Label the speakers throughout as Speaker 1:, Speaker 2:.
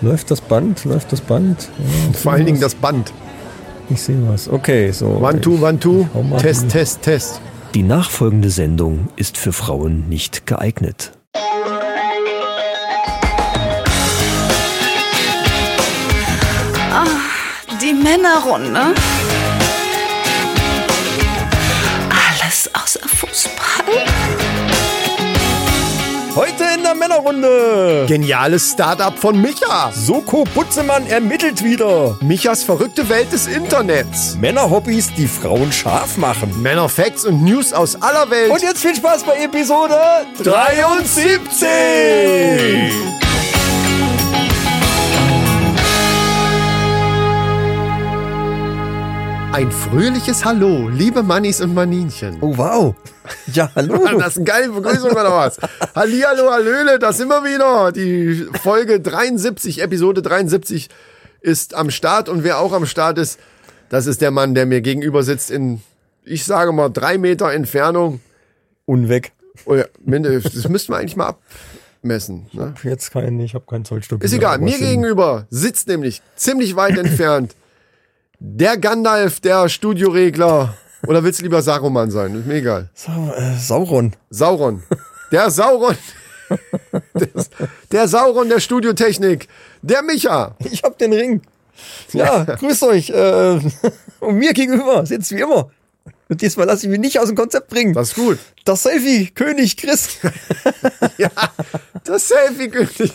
Speaker 1: Läuft das Band? Läuft das Band? Ja,
Speaker 2: Vor allen Dingen das Band.
Speaker 1: Ich sehe was. Okay, so.
Speaker 2: One, two,
Speaker 1: ich-
Speaker 2: one, two.
Speaker 1: ich hau mal
Speaker 2: Test,
Speaker 1: hin.
Speaker 2: Test, Test.
Speaker 3: Die nachfolgende Sendung ist für Frauen nicht geeignet.
Speaker 4: Die Männerrunde. Alles außer Fußball.
Speaker 5: Heute in der Männerrunde.
Speaker 2: Geniales Startup von Micha.
Speaker 5: Soko Butzemann ermittelt wieder.
Speaker 2: Michas verrückte Welt des Internets.
Speaker 5: Männerhobbys, die Frauen scharf machen.
Speaker 2: Männer Facts und News aus aller Welt.
Speaker 5: Und jetzt viel Spaß bei Episode 73.
Speaker 2: ein fröhliches Hallo, liebe Mannis und Maninchen.
Speaker 1: Oh, wow. Ja, hallo.
Speaker 2: Mann, das ist eine geile Begrüßung oder was? Hallihallo, Hallöle, das sind wir wieder. Die Folge 73, Episode 73 ist am Start und wer auch am Start ist, das ist der Mann, der mir gegenüber sitzt in, ich sage mal, drei Meter Entfernung.
Speaker 1: Unweg.
Speaker 2: Oh ja, minde- das müssten wir eigentlich mal abmessen. Ne?
Speaker 1: Jetzt kein, ich habe kein Zollstück.
Speaker 2: Ist
Speaker 1: mehr,
Speaker 2: egal,
Speaker 1: aber
Speaker 2: mir
Speaker 1: es sind-
Speaker 2: gegenüber sitzt nämlich ziemlich weit entfernt der Gandalf, der Studioregler. Oder willst du lieber Saruman sein? Ist mir egal.
Speaker 1: Sau- äh, Sauron.
Speaker 2: Sauron. Der Sauron. Das, der Sauron der Studiotechnik. Der Micha.
Speaker 1: Ich habe den Ring. Ja, grüßt euch. Äh, und mir gegenüber sitzt wie immer. Und diesmal lasse ich mich nicht aus dem Konzept bringen.
Speaker 2: Das ist gut.
Speaker 1: Das Selfie, König, Chris.
Speaker 2: Ja, das Selfie-König.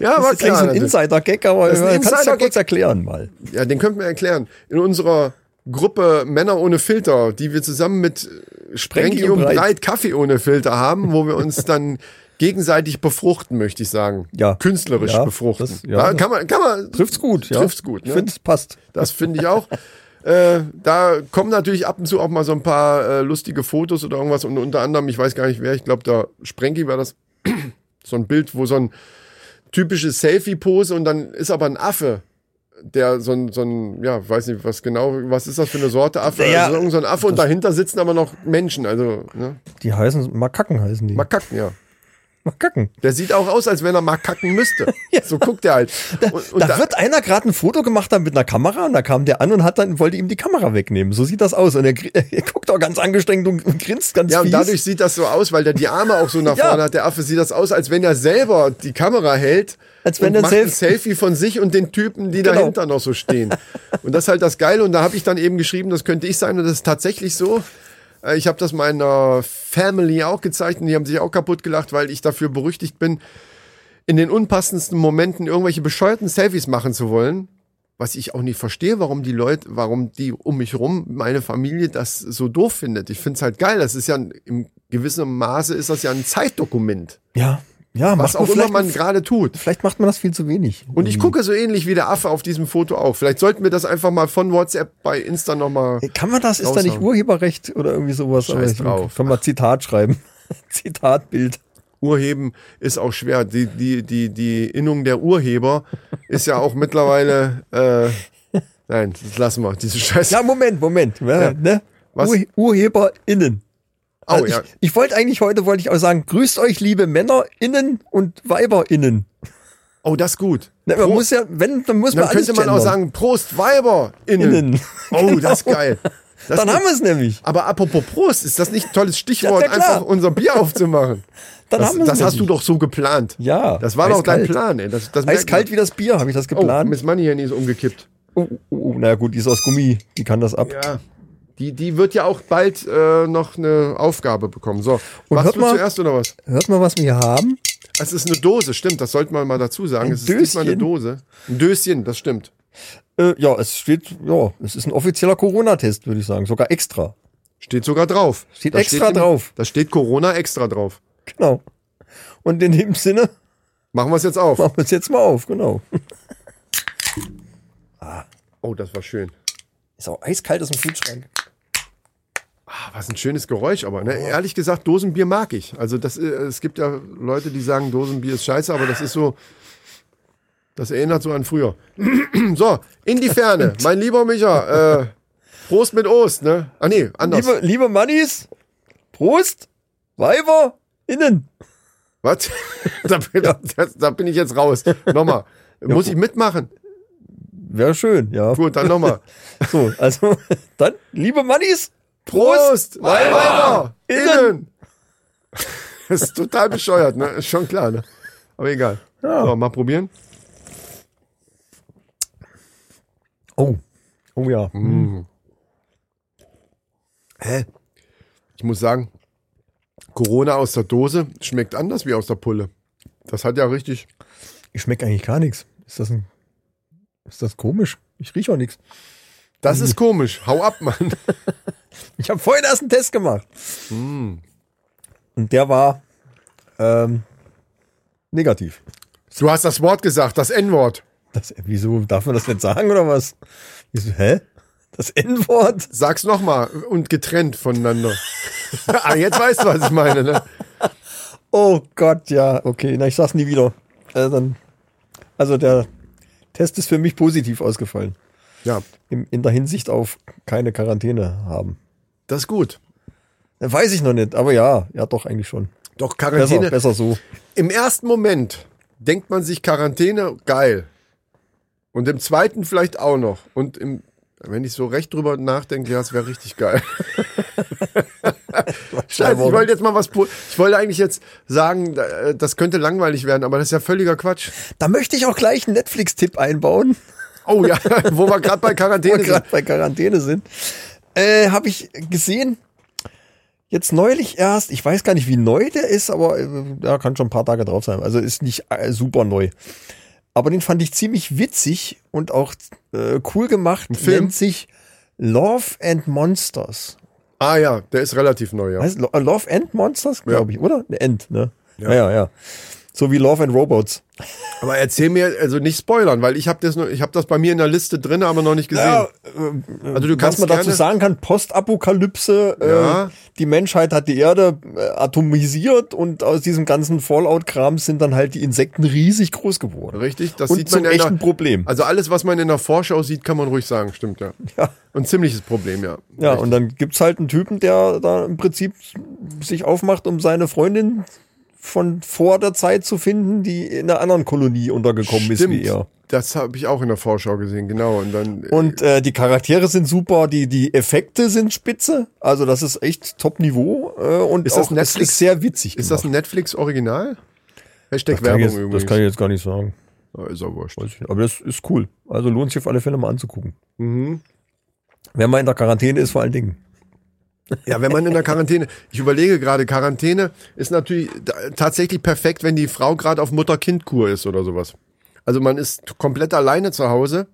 Speaker 2: Ja,
Speaker 1: Das ist
Speaker 2: war
Speaker 1: eigentlich
Speaker 2: klar.
Speaker 1: so ein
Speaker 2: natürlich.
Speaker 1: Insider-Gag, aber
Speaker 2: Das ist ein
Speaker 1: äh, kannst du ja
Speaker 2: Insider-Gag.
Speaker 1: kurz erklären mal.
Speaker 2: Ja, den könnten wir erklären. In unserer Gruppe Männer ohne Filter, die wir zusammen mit Sprengi und Breit Kaffee ohne Filter haben, wo wir uns dann gegenseitig befruchten, möchte ich sagen.
Speaker 1: Ja.
Speaker 2: Künstlerisch
Speaker 1: Ja,
Speaker 2: befruchten.
Speaker 1: das- ja,
Speaker 2: da kann man, kann man,
Speaker 1: Trifft's gut, ja.
Speaker 2: Trifft's gut,
Speaker 1: Ich
Speaker 2: ne?
Speaker 1: finde, es passt.
Speaker 2: Das finde ich auch. Äh, da kommen natürlich ab und zu auch mal so ein paar äh, lustige Fotos oder irgendwas und unter anderem, ich weiß gar nicht wer, ich glaube, da Sprengi war das so ein Bild, wo so ein typisches Selfie-Pose und dann ist aber ein Affe, der so ein, so ein, ja, weiß nicht, was genau, was ist das für eine Sorte Affe?
Speaker 1: Ja.
Speaker 2: also irgend so ein Affe und dahinter sitzen aber noch Menschen, also ne?
Speaker 1: Die heißen, Makaken heißen die.
Speaker 2: Makaken, ja.
Speaker 1: Makaken.
Speaker 2: Der sieht auch aus, als wenn er mal kacken müsste. So guckt er halt. Und, und
Speaker 1: da,
Speaker 2: da,
Speaker 1: wird einer gerade ein Foto gemacht haben mit einer Kamera und da kam der an und hat dann wollte ihm die Kamera wegnehmen. So sieht das aus und er, gr- er guckt auch ganz angestrengt und, und grinst ganz
Speaker 2: Ja,
Speaker 1: fies.
Speaker 2: und dadurch sieht das so aus, weil der die Arme auch so nach
Speaker 1: Ja.
Speaker 2: vorne hat. Der Affe sieht das aus, als wenn er selber die Kamera hält.
Speaker 1: Als wenn
Speaker 2: und
Speaker 1: er
Speaker 2: macht
Speaker 1: ein
Speaker 2: ein Selfie von sich und den Typen, die
Speaker 1: Genau.
Speaker 2: dahinter noch so stehen. Und das ist halt das Geile. Und da habe ich dann eben geschrieben, das könnte ich sein. Und das ist tatsächlich so. Äh, Ich habe das meiner Family auch gezeigt und die haben sich auch kaputt gelacht, weil ich dafür berüchtigt bin, in den unpassendsten Momenten irgendwelche bescheuerten Selfies machen zu wollen. Was ich auch nicht verstehe, warum die Leute, warum die um mich rum, meine Familie das so doof findet. Ich finde es halt geil. Das ist ja ein, im gewissen Maße ist das ja ein Zeitdokument.
Speaker 1: ja, ja, macht
Speaker 2: Was
Speaker 1: man
Speaker 2: auch immer
Speaker 1: vielleicht,
Speaker 2: man gerade tut.
Speaker 1: vielleicht macht man das viel zu wenig.
Speaker 2: Und ich gucke so ähnlich wie der Affe auf diesem Foto auch. Vielleicht sollten wir das einfach mal von WhatsApp bei Insta nochmal.
Speaker 1: Kann man das? Ist da nicht
Speaker 2: Raushauen.
Speaker 1: Urheberrecht oder irgendwie sowas?
Speaker 2: Scheiß
Speaker 1: Aber ich-
Speaker 2: drauf.
Speaker 1: Kann man Zitat schreiben. Zitatbild.
Speaker 2: Urheben ist auch schwer. Die, die, die, die Innung der Urheber ist ja auch mittlerweile. Äh, nein, das lassen wir. Diese Scheiße.
Speaker 1: Ja, Moment, Moment. Ja, Ne?
Speaker 2: Was?
Speaker 1: Urhe- UrheberInnen.
Speaker 2: Oh,
Speaker 1: Also ich
Speaker 2: ja.
Speaker 1: ich wollte eigentlich heute wollte ich auch sagen, grüßt euch liebe MännerInnen und WeiberInnen.
Speaker 2: oh, das ist gut.
Speaker 1: Ne, man
Speaker 2: Pro-
Speaker 1: muss ja, wenn, dann muss
Speaker 2: dann
Speaker 1: man alles
Speaker 2: könnte man auch
Speaker 1: gendern.
Speaker 2: sagen, Prost, Weiber innen.
Speaker 1: Innen.
Speaker 2: Oh, das ist geil. Das
Speaker 1: Dann
Speaker 2: ist-
Speaker 1: haben wir es nämlich.
Speaker 2: aber apropos Prost, ist das nicht ein tolles Stichwort,
Speaker 1: Ja, ja, klar.
Speaker 2: einfach unser Bier aufzumachen?
Speaker 1: Dann
Speaker 2: das
Speaker 1: haben wir's
Speaker 2: das hast
Speaker 1: nämlich.
Speaker 2: du doch so geplant.
Speaker 1: Ja,
Speaker 2: Das war doch dein
Speaker 1: eiskalt.
Speaker 2: Plan, ey. Das, das merkt
Speaker 1: Eiskalt
Speaker 2: man.
Speaker 1: wie das Bier, habe ich das
Speaker 2: Oh,
Speaker 1: geplant.
Speaker 2: Miss Money Henny ist umgekippt.
Speaker 1: Oh, oh, oh, na gut, die ist aus Gummi, die kann das ab.
Speaker 2: Ja. Die, die wird ja auch bald äh, noch eine Aufgabe bekommen. So,
Speaker 1: Und
Speaker 2: machst
Speaker 1: hört
Speaker 2: du
Speaker 1: mal-
Speaker 2: zuerst oder was?
Speaker 1: Hört mal, was wir hier haben.
Speaker 2: Es ist eine Dose, stimmt, das sollte man mal dazu sagen.
Speaker 1: Ein
Speaker 2: es ist diesmal eine
Speaker 1: Döschen.
Speaker 2: Dose. Ein Döschen, das stimmt.
Speaker 1: Äh, ja, es steht, ja, es ist ein offizieller Corona-Test, würde ich sagen, sogar extra.
Speaker 2: Steht sogar drauf.
Speaker 1: Steht extra
Speaker 2: im-
Speaker 1: drauf.
Speaker 2: Da steht Corona extra drauf.
Speaker 1: Genau. Und in dem Sinne
Speaker 2: Machen wir es jetzt auf.
Speaker 1: machen wir es jetzt mal auf, genau.
Speaker 2: Oh, das war schön.
Speaker 1: Ist auch eiskalt aus dem Kühlschrank.
Speaker 2: Ah, was ein schönes Geräusch, aber ne? ehrlich gesagt, Dosenbier mag ich. Also das, äh, es gibt ja Leute, die sagen, Dosenbier ist scheiße, aber das ist so, das erinnert so an früher. so, in die Ferne, mein lieber Micha, äh, Prost mit Ost, ne? Ah
Speaker 1: Genau.
Speaker 2: nee, anders.
Speaker 1: Liebe, liebe Mannis, Prost, Weiber, innen.
Speaker 2: Was? da, bin, das, da bin ich jetzt raus. Nochmal. Muss ich mitmachen?
Speaker 1: Wäre schön, ja.
Speaker 2: Gut, dann nochmal.
Speaker 1: So, also dann, liebe Mannis,
Speaker 2: Prost! Weiber!
Speaker 1: Innen!
Speaker 2: Innen! Das ist total bescheuert, ne? Ist schon klar, ne? Aber egal. So, mal probieren.
Speaker 1: Oh. Oh ja.
Speaker 2: Hm. Hä? Ich muss sagen, Corona aus der Dose schmeckt anders wie aus der Pulle. Das hat ja richtig.
Speaker 1: Ich schmecke eigentlich gar nichts. Ist das ein. Ist das komisch? Ich rieche auch nichts.
Speaker 2: Das ist komisch. Hau ab, Mann.
Speaker 1: Ich habe vorhin erst einen Test gemacht.
Speaker 2: Hm.
Speaker 1: Und der war ähm, negativ.
Speaker 2: Du hast das Wort gesagt, das N-Wort.
Speaker 1: Das, wieso darf man das nicht sagen oder was? Wieso, hä? Das N-Wort?
Speaker 2: Sag's nochmal und getrennt voneinander. ah, jetzt weißt du, was ich meine, ne?
Speaker 1: Oh Gott, ja, okay. Na, ich sag's nie wieder. Äh, dann, also der Test ist für mich positiv ausgefallen.
Speaker 2: Ja,
Speaker 1: In, in der Hinsicht auf keine Quarantäne haben.
Speaker 2: das ist gut.
Speaker 1: Äh, Weiß ich noch nicht, aber ja, ja doch eigentlich schon.
Speaker 2: Doch,
Speaker 1: Besser,
Speaker 2: Quarantäne.
Speaker 1: besser so.
Speaker 2: Im ersten Moment denkt man sich Quarantäne, geil. Und im zweiten vielleicht auch noch. Und im, wenn ich so recht drüber nachdenke, ja, es wäre richtig geil. Scheiße, ich wollte jetzt mal was. po- Ich wollte eigentlich jetzt sagen, äh, das könnte langweilig werden, aber das ist ja völliger Quatsch.
Speaker 1: Da möchte ich auch gleich einen Netflix-Tipp einbauen.
Speaker 2: Oh ja, wo wir gerade bei
Speaker 1: wo
Speaker 2: Quarantäne
Speaker 1: wir
Speaker 2: sind.
Speaker 1: gerade bei Quarantäne sind, äh, habe ich gesehen, jetzt neulich erst, ich weiß gar nicht, wie neu der ist, aber äh, ja, kann schon ein paar Tage drauf sein. Also ist nicht äh, super neu. Aber den fand ich ziemlich witzig und auch äh, cool gemacht.
Speaker 2: Film?
Speaker 1: Nennt sich Love and Monsters.
Speaker 2: Ah ja, der ist relativ neu, ja.
Speaker 1: Heißt Lo- äh, Love and Monsters, glaube ich, oder? Ne, End, ne?
Speaker 2: Ja.
Speaker 1: Ja. ja, ja. So wie Love and Robots.
Speaker 2: Aber erzähl mir, also nicht spoilern, weil ich habe das, nur- ich hab das bei mir in der Liste drin, aber noch nicht gesehen. also du
Speaker 1: Was
Speaker 2: kannst
Speaker 1: man dazu
Speaker 2: gerne-
Speaker 1: sagen kann, Postapokalypse,
Speaker 2: Ja.
Speaker 1: äh, die Menschheit hat die Erde äh, atomisiert und aus diesem ganzen Fallout-Kram sind dann halt die Insekten riesig groß geworden.
Speaker 2: Richtig, das
Speaker 1: und
Speaker 2: sieht man
Speaker 1: zum
Speaker 2: ja in
Speaker 1: echten
Speaker 2: der-
Speaker 1: Problem.
Speaker 2: Also alles, was man in der Vorschau sieht, kann man ruhig sagen, stimmt ja.
Speaker 1: Ja.
Speaker 2: Ein ziemliches Problem, ja.
Speaker 1: ja, und dann gibt's halt einen Typen, der da im Prinzip sich aufmacht, um seine Freundin von vor der Zeit zu finden, die in einer anderen Kolonie untergekommen ist wie er.
Speaker 2: Das habe ich auch in der Vorschau gesehen, genau. Und dann
Speaker 1: Und äh, die Charaktere sind super, die, die Effekte sind spitze. Also das ist echt Top-Niveau. Äh, und
Speaker 2: Ist das
Speaker 1: auch, es
Speaker 2: Netflix-
Speaker 1: ist sehr witzig
Speaker 2: ist das ein Netflix-Original? Hashtag
Speaker 1: Kann
Speaker 2: Werbung
Speaker 1: ich jetzt,
Speaker 2: übrigens.
Speaker 1: Das kann ich jetzt gar nicht sagen.
Speaker 2: Ah, ist aber wurscht.
Speaker 1: Aber das ist cool. Also lohnt sich auf alle Fälle mal anzugucken.
Speaker 2: Mhm.
Speaker 1: Wenn man in der Quarantäne ist, vor allen Dingen.
Speaker 2: Ja, wenn man in der Quarantäne, ich überlege gerade, Quarantäne ist natürlich da- tatsächlich perfekt, wenn die Frau gerade auf Mutter-Kind-Kur ist oder sowas. Also man ist komplett alleine zu Hause.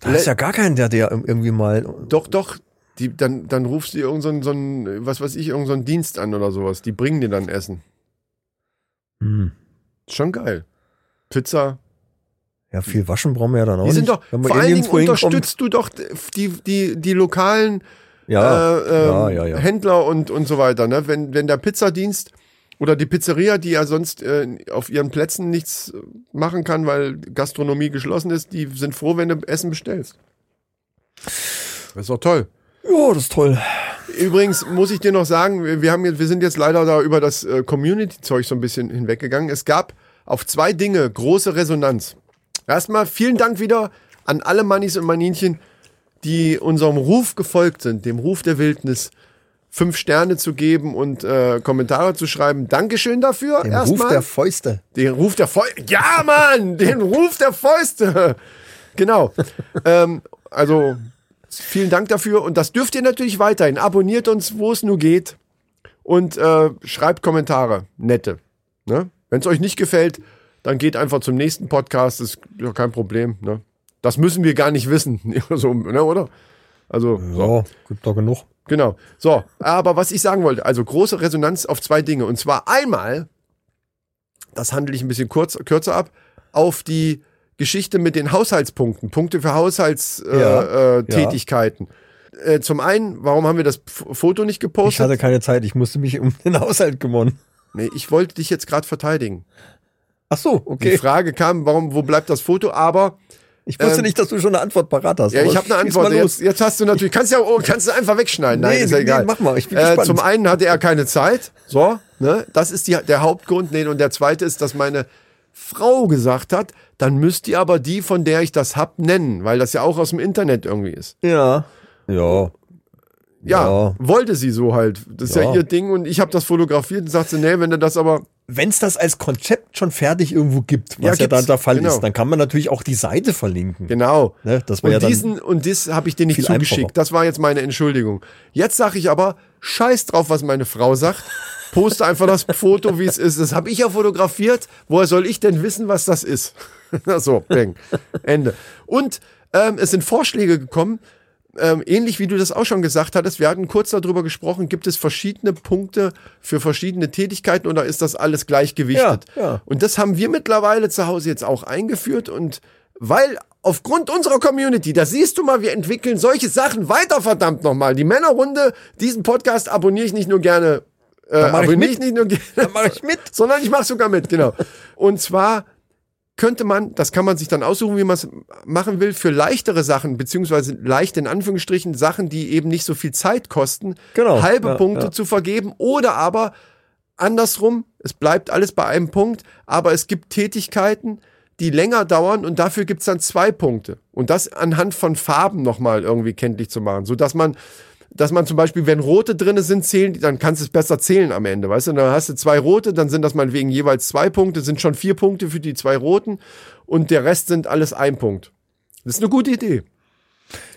Speaker 1: Da ist ja gar kein, der, der irgendwie mal.
Speaker 2: Doch, doch. Die, dann, dann rufst du irgendeinen, so einen, so einen, was weiß ich, irgendeinen so Dienst an oder sowas. Die bringen dir dann Essen.
Speaker 1: Hm.
Speaker 2: Schon geil. Pizza.
Speaker 1: Ja, viel waschen brauchen wir ja dann auch
Speaker 2: Die sind
Speaker 1: nicht.
Speaker 2: doch,
Speaker 1: Wenn wir
Speaker 2: vor allen Dingen
Speaker 1: nirgendwo hinkommen.
Speaker 2: unterstützt du doch die, die, die lokalen
Speaker 1: Ja,
Speaker 2: äh, ähm,
Speaker 1: ja, ja, ja.
Speaker 2: Händler und, und so weiter. Ne? Wenn, wenn der Pizzadienst oder die Pizzeria, die ja sonst äh, auf ihren Plätzen nichts äh, machen kann, weil Gastronomie geschlossen ist, die sind froh, wenn du Essen bestellst. Das ist doch toll.
Speaker 1: Ja, das ist toll.
Speaker 2: Übrigens muss ich dir noch sagen, wir, wir haben, jetzt- wir sind jetzt leider da über das äh, Community-Zeug so ein bisschen hinweggegangen. Es gab auf zwei Dinge große Resonanz. Erstmal vielen Dank wieder an alle Mannis und Maninchen, die unserem Ruf gefolgt sind, dem Ruf der Wildnis, fünf Sterne zu geben und äh, Kommentare zu schreiben. Dankeschön dafür.
Speaker 1: Im Ruf
Speaker 2: erstmal.
Speaker 1: der Fäuste.
Speaker 2: Den Ruf der Fäuste. Ja, Mann! Den Ruf der Fäuste! Genau. ähm, also, vielen Dank dafür. Und das dürft ihr natürlich weiterhin. Abonniert uns, wo es nur geht. Und äh, schreibt Kommentare. Nette. Ne? Wenn es euch nicht gefällt, dann geht einfach zum nächsten Podcast. Ist ja kein Problem. Ne? Das müssen wir gar nicht wissen. so, ne, oder? Also,
Speaker 1: Ja, gibt da genug.
Speaker 2: Genau. So, aber was ich sagen wollte, also große Resonanz auf zwei Dinge. Und zwar einmal, das handle ich ein bisschen kurz, kürzer ab, auf die Geschichte mit den Haushaltspunkten, Punkte für Haushaltstätigkeiten. Äh,
Speaker 1: Ja,
Speaker 2: äh, Tätigkeiten. äh, zum einen, warum haben wir das F- Foto nicht
Speaker 1: Ich hatte
Speaker 2: gepostet?
Speaker 1: keine Zeit, ich musste mich um den Haushalt kümmern.
Speaker 2: nee, ich wollte dich jetzt gerade verteidigen.
Speaker 1: Ach so,
Speaker 2: Die
Speaker 1: okay.
Speaker 2: Frage kam, warum, wo bleibt das Foto? Aber
Speaker 1: Ich wusste nicht, dass du schon eine Antwort parat hast.
Speaker 2: Ähm, Ja,
Speaker 1: aber
Speaker 2: ich habe eine
Speaker 1: schieß
Speaker 2: Antwort.
Speaker 1: Mal los.
Speaker 2: Jetzt, jetzt hast du natürlich, kannst ja oh, kannst du einfach wegschneiden. Nein,
Speaker 1: Nee,
Speaker 2: ist ja
Speaker 1: nee,
Speaker 2: egal.
Speaker 1: mach mal, ich bin
Speaker 2: äh,
Speaker 1: gespannt.
Speaker 2: Zum einen hatte er keine Zeit, so, ne? Das ist die, der Hauptgrund. Nee, und der zweite ist, dass meine Frau gesagt hat, dann müsst ihr aber die, von der ich das hab, nennen, weil das ja auch aus dem Internet irgendwie ist.
Speaker 1: Ja. Ja.
Speaker 2: Ja,
Speaker 1: Ja.
Speaker 2: wollte sie so halt. Das ist ja,
Speaker 1: Ja.
Speaker 2: ihr Ding und ich habe das fotografiert und sagte, nee, wenn du das aber
Speaker 1: Wenn es das als Konzept schon fertig irgendwo gibt, was ja,
Speaker 2: gibt's.
Speaker 1: dann der Fall
Speaker 2: Genau.
Speaker 1: ist, dann kann man natürlich auch die Seite verlinken.
Speaker 2: Genau.
Speaker 1: Ne, das war
Speaker 2: und
Speaker 1: ja dann
Speaker 2: diesen und das habe ich dir nicht
Speaker 1: viel
Speaker 2: zugeschickt.
Speaker 1: einfacher.
Speaker 2: Das war jetzt meine Entschuldigung. Jetzt sage ich aber Scheiß drauf, was meine Frau sagt. Poste einfach das Foto, wie es ist. Das habe ich ja fotografiert. Woher soll ich denn wissen, was das ist? so, bang. Ende. Und ähm, es sind Vorschläge gekommen. Ähm, ähnlich wie du das auch schon gesagt hattest, wir hatten kurz darüber gesprochen, gibt es verschiedene Punkte für verschiedene Tätigkeiten oder ist das alles gleichgewichtet?
Speaker 1: Ja, ja.
Speaker 2: Und das haben wir mittlerweile zu Hause jetzt auch eingeführt und weil aufgrund unserer Community, da siehst du mal, wir entwickeln solche Sachen weiter, verdammt nochmal. Die Männerrunde, diesen Podcast abonniere ich nicht nur gerne, äh,
Speaker 1: mach ich
Speaker 2: abonniere
Speaker 1: mit.
Speaker 2: ich nicht nur gerne,
Speaker 1: Da mache ich mit.
Speaker 2: sondern ich mache sogar mit, genau. Und zwar könnte man, das kann man sich dann aussuchen, wie man es machen will, für leichtere Sachen, beziehungsweise leicht in Anführungsstrichen Sachen, die eben nicht so viel Zeit kosten,
Speaker 1: Genau,
Speaker 2: halbe
Speaker 1: ja,
Speaker 2: Punkte
Speaker 1: ja.
Speaker 2: zu vergeben oder aber andersrum, es bleibt alles bei einem Punkt, aber es gibt Tätigkeiten, die länger dauern und dafür gibt's dann zwei Punkte. Und das anhand von Farben nochmal irgendwie kenntlich zu machen, sodass man, dass man zum Beispiel, wenn rote drinne sind, zählen, die- dann kannst du es besser zählen am Ende, weißt du? Dann hast du zwei rote, dann sind das meinetwegen jeweils zwei Punkte, sind schon vier Punkte für die zwei roten und der Rest sind alles ein Punkt. Das ist eine gute Idee.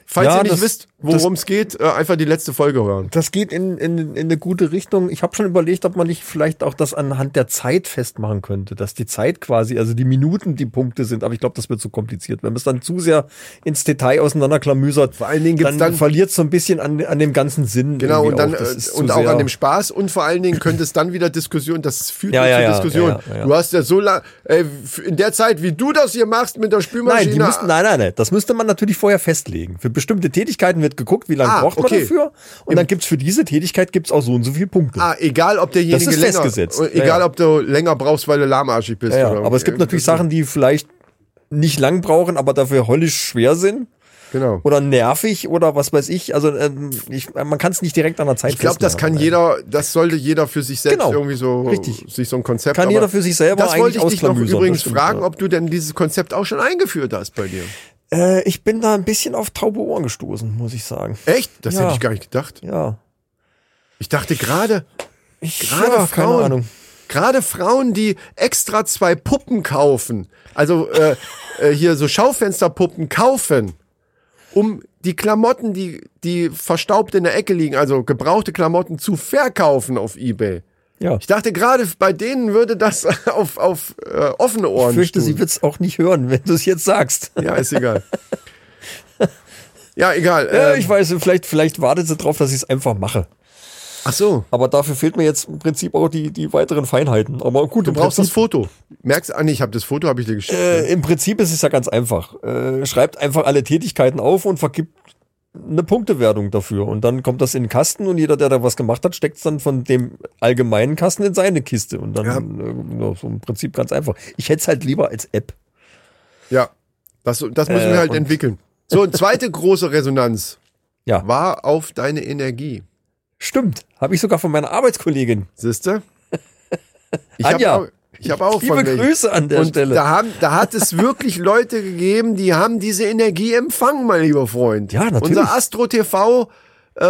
Speaker 2: Falls
Speaker 1: Ja,
Speaker 2: ihr nicht
Speaker 1: das-
Speaker 2: wisst,
Speaker 1: das-
Speaker 2: worum es geht, äh, einfach die letzte Folge hören.
Speaker 1: Das geht in, in, in eine gute Richtung. Ich habe schon überlegt, ob man nicht vielleicht auch das anhand der Zeit festmachen könnte, dass die Zeit quasi, also die Minuten die Punkte sind, aber ich glaube, das wird zu kompliziert. Wenn man es dann zu sehr ins Detail auseinanderklamüsert, vor
Speaker 2: allen Dingen gibt's
Speaker 1: dann,
Speaker 2: dann-
Speaker 1: verliert so ein bisschen an, an dem ganzen Sinn.
Speaker 2: Genau,
Speaker 1: irgendwie
Speaker 2: und dann
Speaker 1: auch. Das
Speaker 2: äh,
Speaker 1: ist
Speaker 2: und
Speaker 1: zu
Speaker 2: auch
Speaker 1: sehr-
Speaker 2: an dem Spaß und vor allen Dingen könnte es dann wieder Diskussion, das führt
Speaker 1: Ja, ja,
Speaker 2: ja, zu
Speaker 1: ja,
Speaker 2: Diskussion.
Speaker 1: ja, ja, ja.
Speaker 2: Du hast ja so lange, in der Zeit, wie du das hier machst mit der Spülmaschine. ah,
Speaker 1: Nein, die müssen, nein, nein, nein. Das müsste man natürlich vorher festlegen. Für bestimmte Tätigkeiten wird geguckt, wie lange
Speaker 2: Ah,
Speaker 1: braucht
Speaker 2: okay.
Speaker 1: man dafür. Und dann gibt's für diese Tätigkeit gibt's auch so und so viele Punkte.
Speaker 2: Ah, egal ob derjenige
Speaker 1: Das ist
Speaker 2: länger,
Speaker 1: festgesetzt.
Speaker 2: äh,
Speaker 1: Ja,
Speaker 2: Egal
Speaker 1: ja.
Speaker 2: ob du länger brauchst, weil du lahmarschig bist.
Speaker 1: ja,
Speaker 2: oder
Speaker 1: aber es gibt natürlich
Speaker 2: irgendwie.
Speaker 1: Sachen, die vielleicht nicht lang brauchen, aber dafür höllisch schwer sind.
Speaker 2: Genau.
Speaker 1: oder nervig oder was weiß ich. Also ähm, ich, man kann es nicht direkt an der Zeit
Speaker 2: Ich glaube, das kann
Speaker 1: festmachen.
Speaker 2: jeder, das sollte jeder für sich selbst
Speaker 1: Genau.
Speaker 2: irgendwie so,
Speaker 1: Richtig.
Speaker 2: sich so ein Konzept.
Speaker 1: Kann
Speaker 2: aber
Speaker 1: jeder für sich selber
Speaker 2: Das wollte
Speaker 1: eigentlich
Speaker 2: ich dich noch
Speaker 1: ausklamüsern,
Speaker 2: übrigens
Speaker 1: das stimmt,
Speaker 2: fragen,
Speaker 1: ja.
Speaker 2: ob du denn dieses Konzept auch schon eingeführt hast bei dir.
Speaker 1: Äh, ich bin da ein bisschen auf taube Ohren gestoßen, muss ich sagen.
Speaker 2: Echt? Das
Speaker 1: Ja.
Speaker 2: hätte ich gar nicht gedacht.
Speaker 1: Ja.
Speaker 2: Ich dachte gerade,
Speaker 1: Ich,
Speaker 2: Gerade
Speaker 1: ja,
Speaker 2: Frauen.
Speaker 1: keine Ahnung.
Speaker 2: Gerade Frauen, die extra zwei Puppen kaufen, also äh, äh, hier so Schaufensterpuppen kaufen, um die Klamotten, die, die verstaubt in der Ecke liegen, also gebrauchte Klamotten zu verkaufen auf Ebay.
Speaker 1: Ja.
Speaker 2: Ich dachte gerade, bei denen würde das auf, auf äh, offene Ohren
Speaker 1: Ich fürchte,
Speaker 2: stoßen.
Speaker 1: sie wird's auch nicht hören, wenn du es jetzt sagst.
Speaker 2: Ja, ist egal. ja, egal.
Speaker 1: Ja,
Speaker 2: ähm,
Speaker 1: Äh, ich weiß, vielleicht, vielleicht wartet sie drauf, dass ich es einfach mache.
Speaker 2: ach so,
Speaker 1: Aber dafür fehlt mir jetzt im Prinzip auch die, die weiteren Feinheiten. Aber gut,
Speaker 2: du
Speaker 1: im
Speaker 2: brauchst das
Speaker 1: Prinzip,
Speaker 2: Foto. Merkst, ah nee, ich habe das Foto, habe ich dir geschickt. ne?
Speaker 1: äh, im Prinzip ist es ja ganz einfach. Äh, schreibt einfach alle Tätigkeiten auf und vergibt eine Punktewertung dafür. Und dann kommt das in den Kasten und jeder, der da was gemacht hat, steckt es dann von dem allgemeinen Kasten in seine Kiste. Und dann
Speaker 2: Ja.
Speaker 1: äh, ja, so im Prinzip ganz einfach. Ich hätte es halt lieber als App.
Speaker 2: Ja, das, das müssen
Speaker 1: Äh,
Speaker 2: wir halt
Speaker 1: und-
Speaker 2: entwickeln. So, und zweite große Resonanz
Speaker 1: Ja.
Speaker 2: war auf deine Energie.
Speaker 1: Stimmt. Habe ich sogar von meiner Arbeitskollegin.
Speaker 2: Siehste? Ich
Speaker 1: Anja.
Speaker 2: hab auch- ich habe auch
Speaker 1: Liebe
Speaker 2: von welchen.
Speaker 1: Grüße an der
Speaker 2: und
Speaker 1: Stelle.
Speaker 2: Da, haben, da hat es wirklich Leute gegeben, die haben diese Energie empfangen, mein lieber Freund.
Speaker 1: Ja, natürlich.
Speaker 2: Unser Astro TV äh,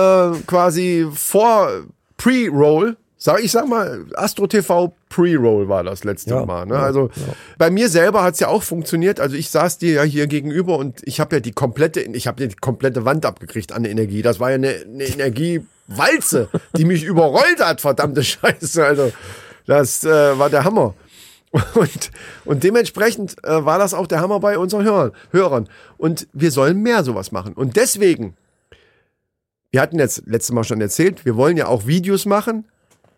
Speaker 2: quasi vor Pre-Roll. Sag, ich sag mal, Astro TV Pre-Roll war das letzte
Speaker 1: Ja,
Speaker 2: Mal. Ne?
Speaker 1: ja,
Speaker 2: also bei mir selber hat es ja auch funktioniert. Also ich saß dir ja hier gegenüber und ich habe ja die komplette, ich habe die komplette Wand abgekriegt an Energie. Das war ja eine, eine Energiewalze, die mich überrollt hat, verdammte Scheiße. Also das äh, war der Hammer. Und, und dementsprechend äh, war das auch der Hammer bei unseren Hörern, Hörern. Und wir sollen mehr sowas machen. Und deswegen, wir hatten jetzt letztes Mal schon erzählt, wir wollen ja auch Videos machen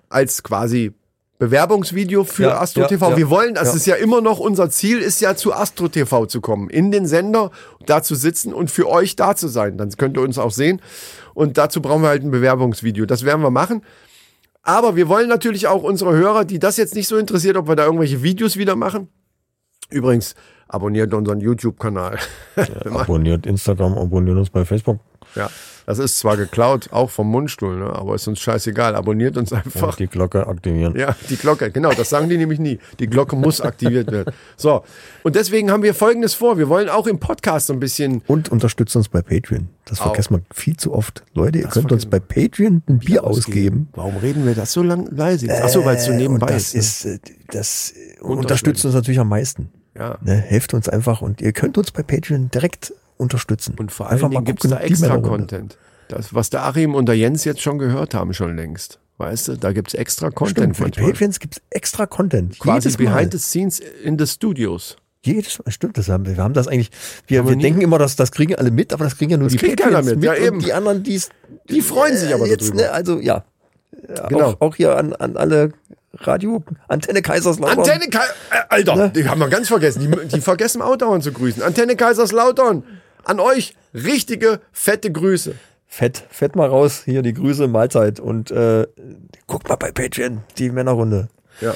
Speaker 2: als quasi Bewerbungsvideo für
Speaker 1: Ja,
Speaker 2: Astro
Speaker 1: ja,
Speaker 2: TV.
Speaker 1: ja,
Speaker 2: wir wollen, das
Speaker 1: ja.
Speaker 2: ist ja immer noch unser Ziel, ist ja zu Astro TV zu kommen, in den Sender da zu sitzen und für euch da zu sein. Dann könnt ihr uns auch sehen. Und dazu brauchen wir halt ein Bewerbungsvideo. Das werden wir machen. Aber wir wollen natürlich auch unsere Hörer, die das jetzt nicht so interessiert, ob wir da irgendwelche Videos wieder machen. Übrigens, abonniert unseren YouTube-Kanal.
Speaker 1: Abonniert Instagram, abonniert uns bei Facebook.
Speaker 2: ja, das ist zwar geklaut, auch vom Mundstuhl, ne? aber ist uns scheißegal. Abonniert uns einfach.
Speaker 1: Und die Glocke aktivieren.
Speaker 2: Ja, die Glocke, genau, das sagen die nämlich nie. Die Glocke muss aktiviert werden. So, und deswegen haben wir Folgendes vor. Wir wollen auch im Podcast so ein bisschen
Speaker 1: Und unterstützt uns bei Patreon. Das vergessen wir viel zu oft. Leute, ihr könnt uns bei Patreon ein Bier ausgeben.
Speaker 2: Warum reden wir das so lang leise? Jetzt? Ach so, weil es so nebenbei
Speaker 1: Äh, und das
Speaker 2: ne?
Speaker 1: ist, äh, das äh, unterstützt uns natürlich am meisten.
Speaker 2: Ja.
Speaker 1: Ne, helft uns einfach und ihr könnt uns bei Patreon direkt unterstützen.
Speaker 2: Und vor
Speaker 1: Einfach
Speaker 2: allen
Speaker 1: mal
Speaker 2: Dingen gibt es
Speaker 1: gucken,
Speaker 2: da
Speaker 1: die
Speaker 2: extra
Speaker 1: Männerrunde.
Speaker 2: Content. Das, was der Achim und der Jens jetzt schon gehört haben, schon längst. Weißt du, da gibt es extra Content
Speaker 1: Stimmt, für die
Speaker 2: manchmal.
Speaker 1: Patreons gibt es extra Content.
Speaker 2: Quasi
Speaker 1: Jedes Mal.
Speaker 2: behind the scenes in the studios.
Speaker 1: Jedes Mal, stimmt, das haben wir, wir haben das eigentlich, wir,
Speaker 2: wir
Speaker 1: wir
Speaker 2: nie-
Speaker 1: denken immer, dass das kriegen alle mit, aber das kriegen ja nur die
Speaker 2: kriegt keiner mit, ja, eben.
Speaker 1: und die anderen, die es-
Speaker 2: Die freuen sich aber
Speaker 1: jetzt,
Speaker 2: darüber.
Speaker 1: ne, also ja,
Speaker 2: Genau.
Speaker 1: auch, auch hier an, an alle Radio, Antenne Kaiserslautern.
Speaker 2: Antenne Kei äh, Alter,
Speaker 1: Ne?
Speaker 2: die haben wir ganz vergessen. Die, die vergessen Outdauern zu grüßen. Antenne Kaiserslautern. An euch richtige fette Grüße.
Speaker 1: Fett, fett mal raus, hier die Grüße, Mahlzeit und äh, guck mal bei Patreon, die Männerrunde.
Speaker 2: Ja.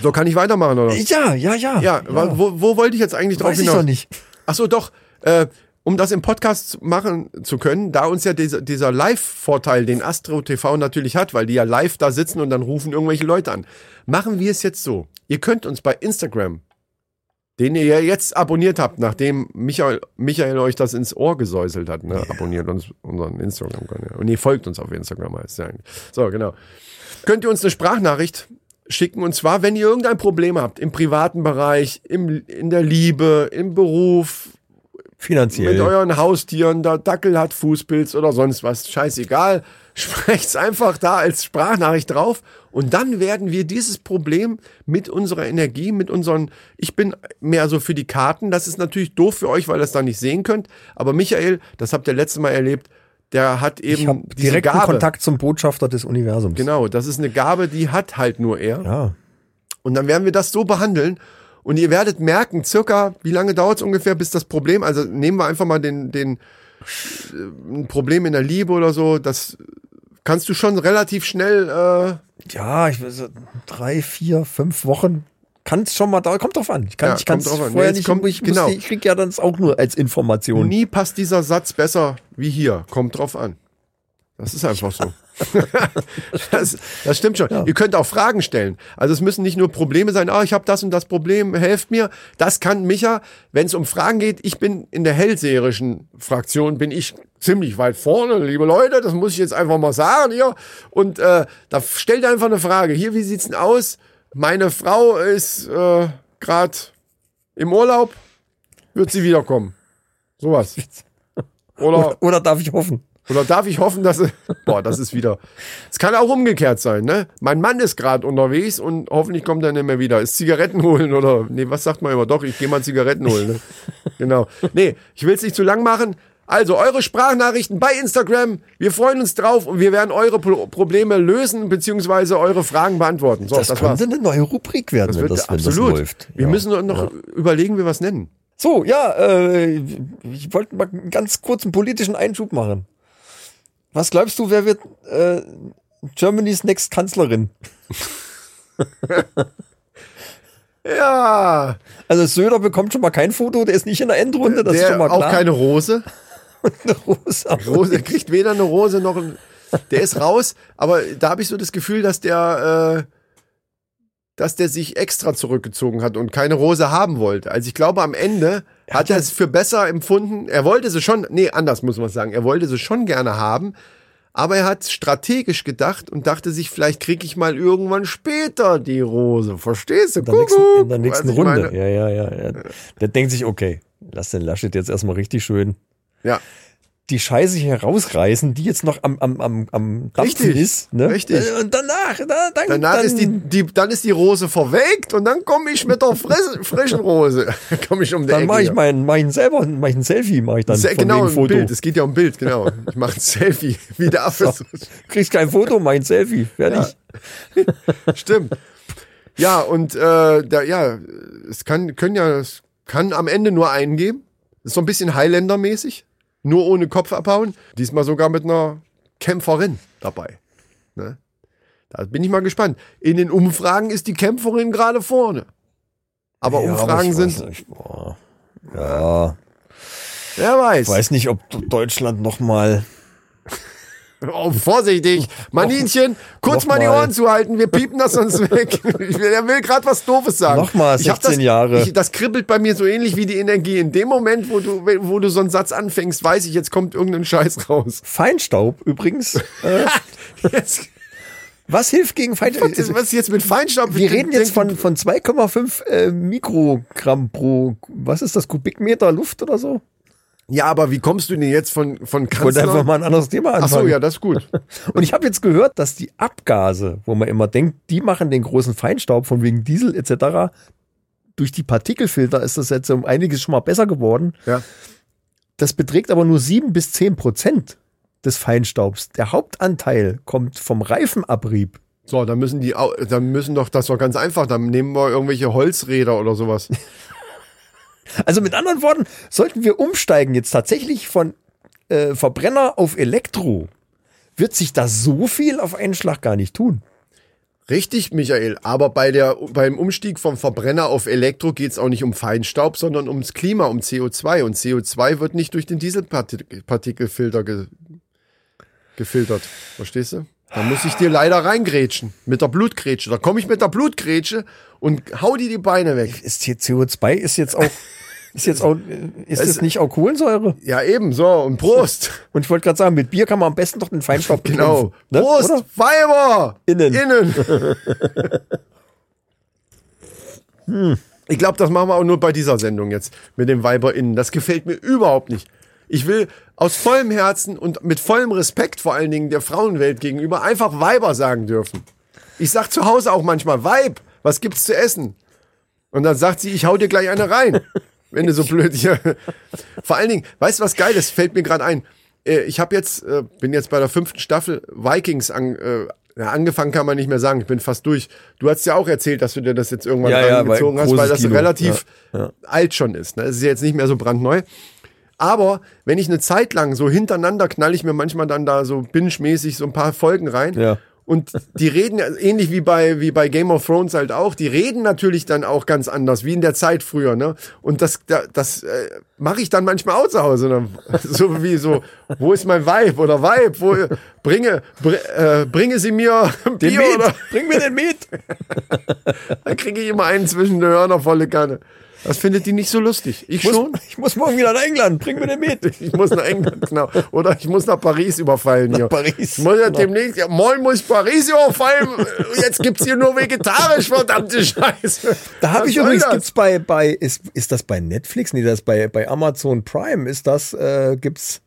Speaker 2: so kann ich weitermachen, oder?
Speaker 1: Ja, ja, ja.
Speaker 2: ja, wa- Wo, wo wollte ich jetzt eigentlich drauf
Speaker 1: Weiß ich
Speaker 2: hinaus?
Speaker 1: doch nicht.
Speaker 2: Ach so, doch. Äh, um das im Podcast zu- machen zu können, da uns ja dieser, dieser Live-Vorteil, den Astro TV natürlich hat, weil die ja live da sitzen und dann rufen irgendwelche Leute an, machen wir es jetzt so. Ihr könnt uns bei Instagram, den ihr ja jetzt abonniert habt, nachdem Michael, Michael euch das ins Ohr gesäuselt hat, ne? abonniert uns unseren Instagram-Kanal. Und ihr folgt uns auf Instagram, heißt es ja eigentlich. So, genau könnt ihr uns eine Sprachnachricht schicken. Und zwar, wenn ihr irgendein Problem habt, im privaten Bereich, im, in der Liebe, im Beruf,
Speaker 1: Finanziell.
Speaker 2: mit euren Haustieren, der Dackel hat Fußpilz oder sonst was, scheißegal. Sprecht's einfach da als Sprachnachricht drauf und dann werden wir dieses Problem mit unserer Energie, mit unseren, ich bin mehr so für die Karten, das ist natürlich doof für euch, weil ihr das da nicht sehen könnt, aber Michael, das habt ihr letztes Mal erlebt, der hat eben
Speaker 1: ich habe
Speaker 2: diese
Speaker 1: direkten
Speaker 2: Gabe.
Speaker 1: Kontakt zum Botschafter des Universums.
Speaker 2: Genau, das ist eine Gabe, die hat halt nur er.
Speaker 1: Ja.
Speaker 2: Und dann werden wir das so behandeln. Und ihr werdet merken, circa, wie lange dauert es ungefähr, bis das Problem, also nehmen wir einfach mal den, den äh, ein Problem in der Liebe oder so, das kannst du schon relativ schnell, äh,
Speaker 1: Ja, ich weiß, nicht, drei, vier, fünf Wochen. Kann es schon mal dauern. Kommt drauf an. Ich kann
Speaker 2: Ja,
Speaker 1: ich kann's
Speaker 2: kommt drauf an.
Speaker 1: vorher
Speaker 2: Nee, jetzt
Speaker 1: nicht.
Speaker 2: kommt-
Speaker 1: ich, muss
Speaker 2: genau.
Speaker 1: die- ich krieg ja dann auch nur als Information.
Speaker 2: nie passt dieser Satz besser wie hier, kommt drauf an. Das ist einfach so. das, das stimmt schon. Ihr könnt auch Fragen stellen. Also es müssen nicht nur Probleme sein, ah, ich habe das und das Problem, helft mir. Das kann Micha, wenn es um Fragen geht, ich bin in der hellseherischen Fraktion, bin ich ziemlich weit vorne, liebe Leute, das muss ich jetzt einfach mal sagen hier. Und äh, da stellt einfach eine Frage. Hier, wie sieht's denn aus? Meine Frau ist äh, gerade im Urlaub, wird sie wiederkommen. Sowas. Oder
Speaker 1: Oder darf ich hoffen?
Speaker 2: oder darf ich hoffen, dass. Boah, das ist wieder. Es kann auch umgekehrt sein, ne? Mein Mann ist gerade unterwegs und hoffentlich kommt er nicht mehr wieder. Ist Zigaretten holen oder. Nee, was sagt man immer? Doch, ich gehe mal Zigaretten holen. Ne? Genau. Nee, ich will es nicht zu lang machen. Also, eure Sprachnachrichten bei Instagram. Wir freuen uns drauf und wir werden eure Pro Probleme lösen, beziehungsweise eure Fragen beantworten. So,
Speaker 1: Das,
Speaker 2: das, war's.
Speaker 1: könnte eine neue Rubrik werden,
Speaker 2: Das
Speaker 1: wenn,
Speaker 2: wird
Speaker 1: das, wenn das
Speaker 2: absolut.
Speaker 1: läuft.
Speaker 2: Wir
Speaker 1: ja.
Speaker 2: müssen noch überlegen, wie wir was nennen.
Speaker 1: So, ja, äh, ich wollte mal einen ganz kurzen politischen Einschub machen. Was glaubst du, wer wird äh, Germany's Next Kanzlerin?
Speaker 2: Ja,
Speaker 1: Also Söder bekommt schon mal kein Foto, der ist nicht in der Endrunde, das ist schon
Speaker 2: der
Speaker 1: mal
Speaker 2: auch
Speaker 1: klar.
Speaker 2: keine Rose.
Speaker 1: Rosa.
Speaker 2: Rose, er kriegt weder eine Rose noch ein. Der ist raus, aber da habe ich so das Gefühl, dass der, äh, dass der sich extra zurückgezogen hat und keine Rose haben wollte. Also ich glaube, am Ende hat er es für besser empfunden. Er wollte sie schon, nee, anders muss man sagen. Er wollte sie schon gerne haben, aber er hat strategisch gedacht und dachte sich, vielleicht kriege ich mal irgendwann später die Rose. Verstehst du?
Speaker 1: In der nächsten, in der nächsten
Speaker 2: Weißt du, ich
Speaker 1: Runde.
Speaker 2: meine?
Speaker 1: Ja, ja, ja, ja. Der denkt sich, okay, lass den Laschet jetzt erstmal richtig schön
Speaker 2: Ja,
Speaker 1: die Scheiße hier rausreißen, die jetzt noch am, am, am, am Dampfen
Speaker 2: Richtig,
Speaker 1: ist. Ne?
Speaker 2: richtig.
Speaker 1: Äh, Und danach, da, dann,
Speaker 2: Danach
Speaker 1: dann,
Speaker 2: ist die, die, dann ist die Rose verwelkt und dann komme ich mit der fris- frischen Rose. komme ich um die
Speaker 1: dann
Speaker 2: Ecke
Speaker 1: mache ich
Speaker 2: hier.
Speaker 1: meinen, mach ich selber, mache ich ein Selfie, mache ich dann
Speaker 2: Sehr
Speaker 1: von
Speaker 2: genau,
Speaker 1: dem
Speaker 2: ein
Speaker 1: Foto.
Speaker 2: Bild. Es geht ja um Bild, genau. Ich mache ein Selfie. Wie darf es?
Speaker 1: Kriegst kein Foto, mein Selfie, fertig.
Speaker 2: Stimmt. Ja, und äh, da, ja, es kann, können ja, es kann am Ende nur einen geben. Ist so ein bisschen Highlander-mäßig. Nur ohne Kopf abhauen. Diesmal sogar mit einer Kämpferin dabei. Ne? Da bin ich mal gespannt. In den Umfragen ist die Kämpferin gerade vorne. Aber
Speaker 1: Ja, aber
Speaker 2: Umfragen
Speaker 1: ich
Speaker 2: sind,
Speaker 1: weiß nicht. Boah. Ja,
Speaker 2: wer weiß.
Speaker 1: ich weiß nicht, ob Deutschland noch mal
Speaker 2: Oh, vorsichtig. Maninchen, kurz mal die
Speaker 1: nochmal.
Speaker 2: Ohren zuhalten, wir piepen das sonst weg. Ich will- Er will gerade was Doofes sagen.
Speaker 1: Nochmal
Speaker 2: Ich hab
Speaker 1: 16
Speaker 2: das,
Speaker 1: Jahre.
Speaker 2: Ich, das kribbelt bei mir so ähnlich wie die Energie. In dem Moment, wo du, wo du so einen Satz anfängst, weiß ich, jetzt kommt irgendein Scheiß raus.
Speaker 1: Feinstaub übrigens. Äh,
Speaker 2: Jetzt,
Speaker 1: was hilft gegen Feinstaub?
Speaker 2: was ist jetzt mit Feinstaub?
Speaker 1: Wir reden jetzt von, von 2,5 äh, Mikrogramm pro, was ist das, Kubikmeter Luft oder so?
Speaker 2: Ja, aber wie kommst du denn jetzt von, von
Speaker 1: Ich wollte einfach
Speaker 2: Kanzler?
Speaker 1: mal ein anderes Thema anfangen.
Speaker 2: Ach so, ja, das ist gut.
Speaker 1: Und ich habe jetzt gehört, dass die Abgase, wo man immer denkt, die machen den großen Feinstaub von wegen Diesel etc., durch die Partikelfilter ist das jetzt um einiges schon mal besser geworden.
Speaker 2: Ja.
Speaker 1: Das beträgt aber nur 7 bis 10 Prozent des Feinstaubs. Der Hauptanteil kommt vom Reifenabrieb.
Speaker 2: So, dann müssen die, au- dann müssen doch, das ist doch ganz einfach, dann nehmen wir irgendwelche Holzräder oder sowas.
Speaker 1: Also mit anderen Worten, sollten wir umsteigen jetzt tatsächlich von äh, Verbrenner auf Elektro, wird sich da so viel auf einen Schlag gar nicht tun.
Speaker 2: Richtig, Michael. Aber bei der, beim Umstieg vom Verbrenner auf Elektro geht es auch nicht um Feinstaub, sondern ums Klima, um CO2. Und CO2 wird nicht durch den Dieselpartikelfilter ge gefiltert. Verstehst du? Da muss ich dir leider reingrätschen. Mit der Blutgrätsche. Da komme ich mit der Blutgrätsche und hau dir die Beine weg.
Speaker 1: Ist hier CO2 ist jetzt auch ist jetzt auch äh, ist es nicht auch Kohlensäure?
Speaker 2: Ja, eben. So, und Prost.
Speaker 1: Und ich wollte gerade sagen, mit Bier kann man am besten doch den Feinstaub
Speaker 2: Genau.
Speaker 1: bekämpfen, Ne?
Speaker 2: Prost,
Speaker 1: Oder?
Speaker 2: Weiber.
Speaker 1: Innen.
Speaker 2: Innen. Hm. Ich glaube, das machen wir auch nur bei dieser Sendung jetzt mit dem Weiber innen. Das gefällt mir überhaupt nicht. Ich will aus vollem Herzen und mit vollem Respekt vor allen Dingen der Frauenwelt gegenüber einfach Weiber sagen dürfen. Ich sag zu Hause auch manchmal Weib, was gibt's zu essen? Und dann sagt sie, ich hau dir gleich eine rein. Wenn du so blöd hier. Vor allen Dingen, weißt du was geil ist? Fällt mir gerade ein. Äh, Ich habe jetzt, äh, bin jetzt bei der fünften Staffel Vikings an, äh, na, angefangen, kann man nicht mehr sagen. Ich bin fast durch. Du hast ja auch erzählt, dass du dir das jetzt irgendwann
Speaker 1: Ja, ja,
Speaker 2: angezogen
Speaker 1: weil
Speaker 2: hast, weil
Speaker 1: großes
Speaker 2: das
Speaker 1: Kino.
Speaker 2: relativ alt schon ist. ne? Es ist jetzt nicht mehr so brandneu. Aber wenn ich eine Zeit lang so hintereinander knall ich mir manchmal dann da so binge-mäßig so ein paar Folgen rein.
Speaker 1: Ja.
Speaker 2: Und die reden, ja ähnlich wie bei, wie bei Game of Thrones halt auch, die reden natürlich dann auch ganz anders, wie in der Zeit früher, ne? Und das, da- das äh, mache ich dann manchmal auch zu Hause. Ne? So wie so, wo ist mein Weib oder Weib? Wo bringe, br äh, bringe sie mir ein
Speaker 1: Den
Speaker 2: Bier
Speaker 1: Met.
Speaker 2: oder
Speaker 1: Bring mir den Met.
Speaker 2: dann kriege ich immer einen zwischen den Hörner volle Kanne. Das findet die nicht so lustig. Ich
Speaker 1: Muss,
Speaker 2: schon.
Speaker 1: ich muss morgen wieder nach England. Bring mir den Met.
Speaker 2: Ich muss nach England, genau. Oder ich muss nach Paris überfallen. hier.
Speaker 1: Paris,
Speaker 2: Ich muss ja
Speaker 1: genau.
Speaker 2: demnächst, ja, moin muss ich Paris überfallen. Jetzt gibt's hier nur vegetarisch, verdammte Scheiße.
Speaker 1: Da
Speaker 2: Was
Speaker 1: habe ich
Speaker 2: soll
Speaker 1: übrigens
Speaker 2: das?
Speaker 1: gibt's bei bei ist ist das bei Netflix? Nee, das ist bei bei Amazon Prime ist das äh, gibt's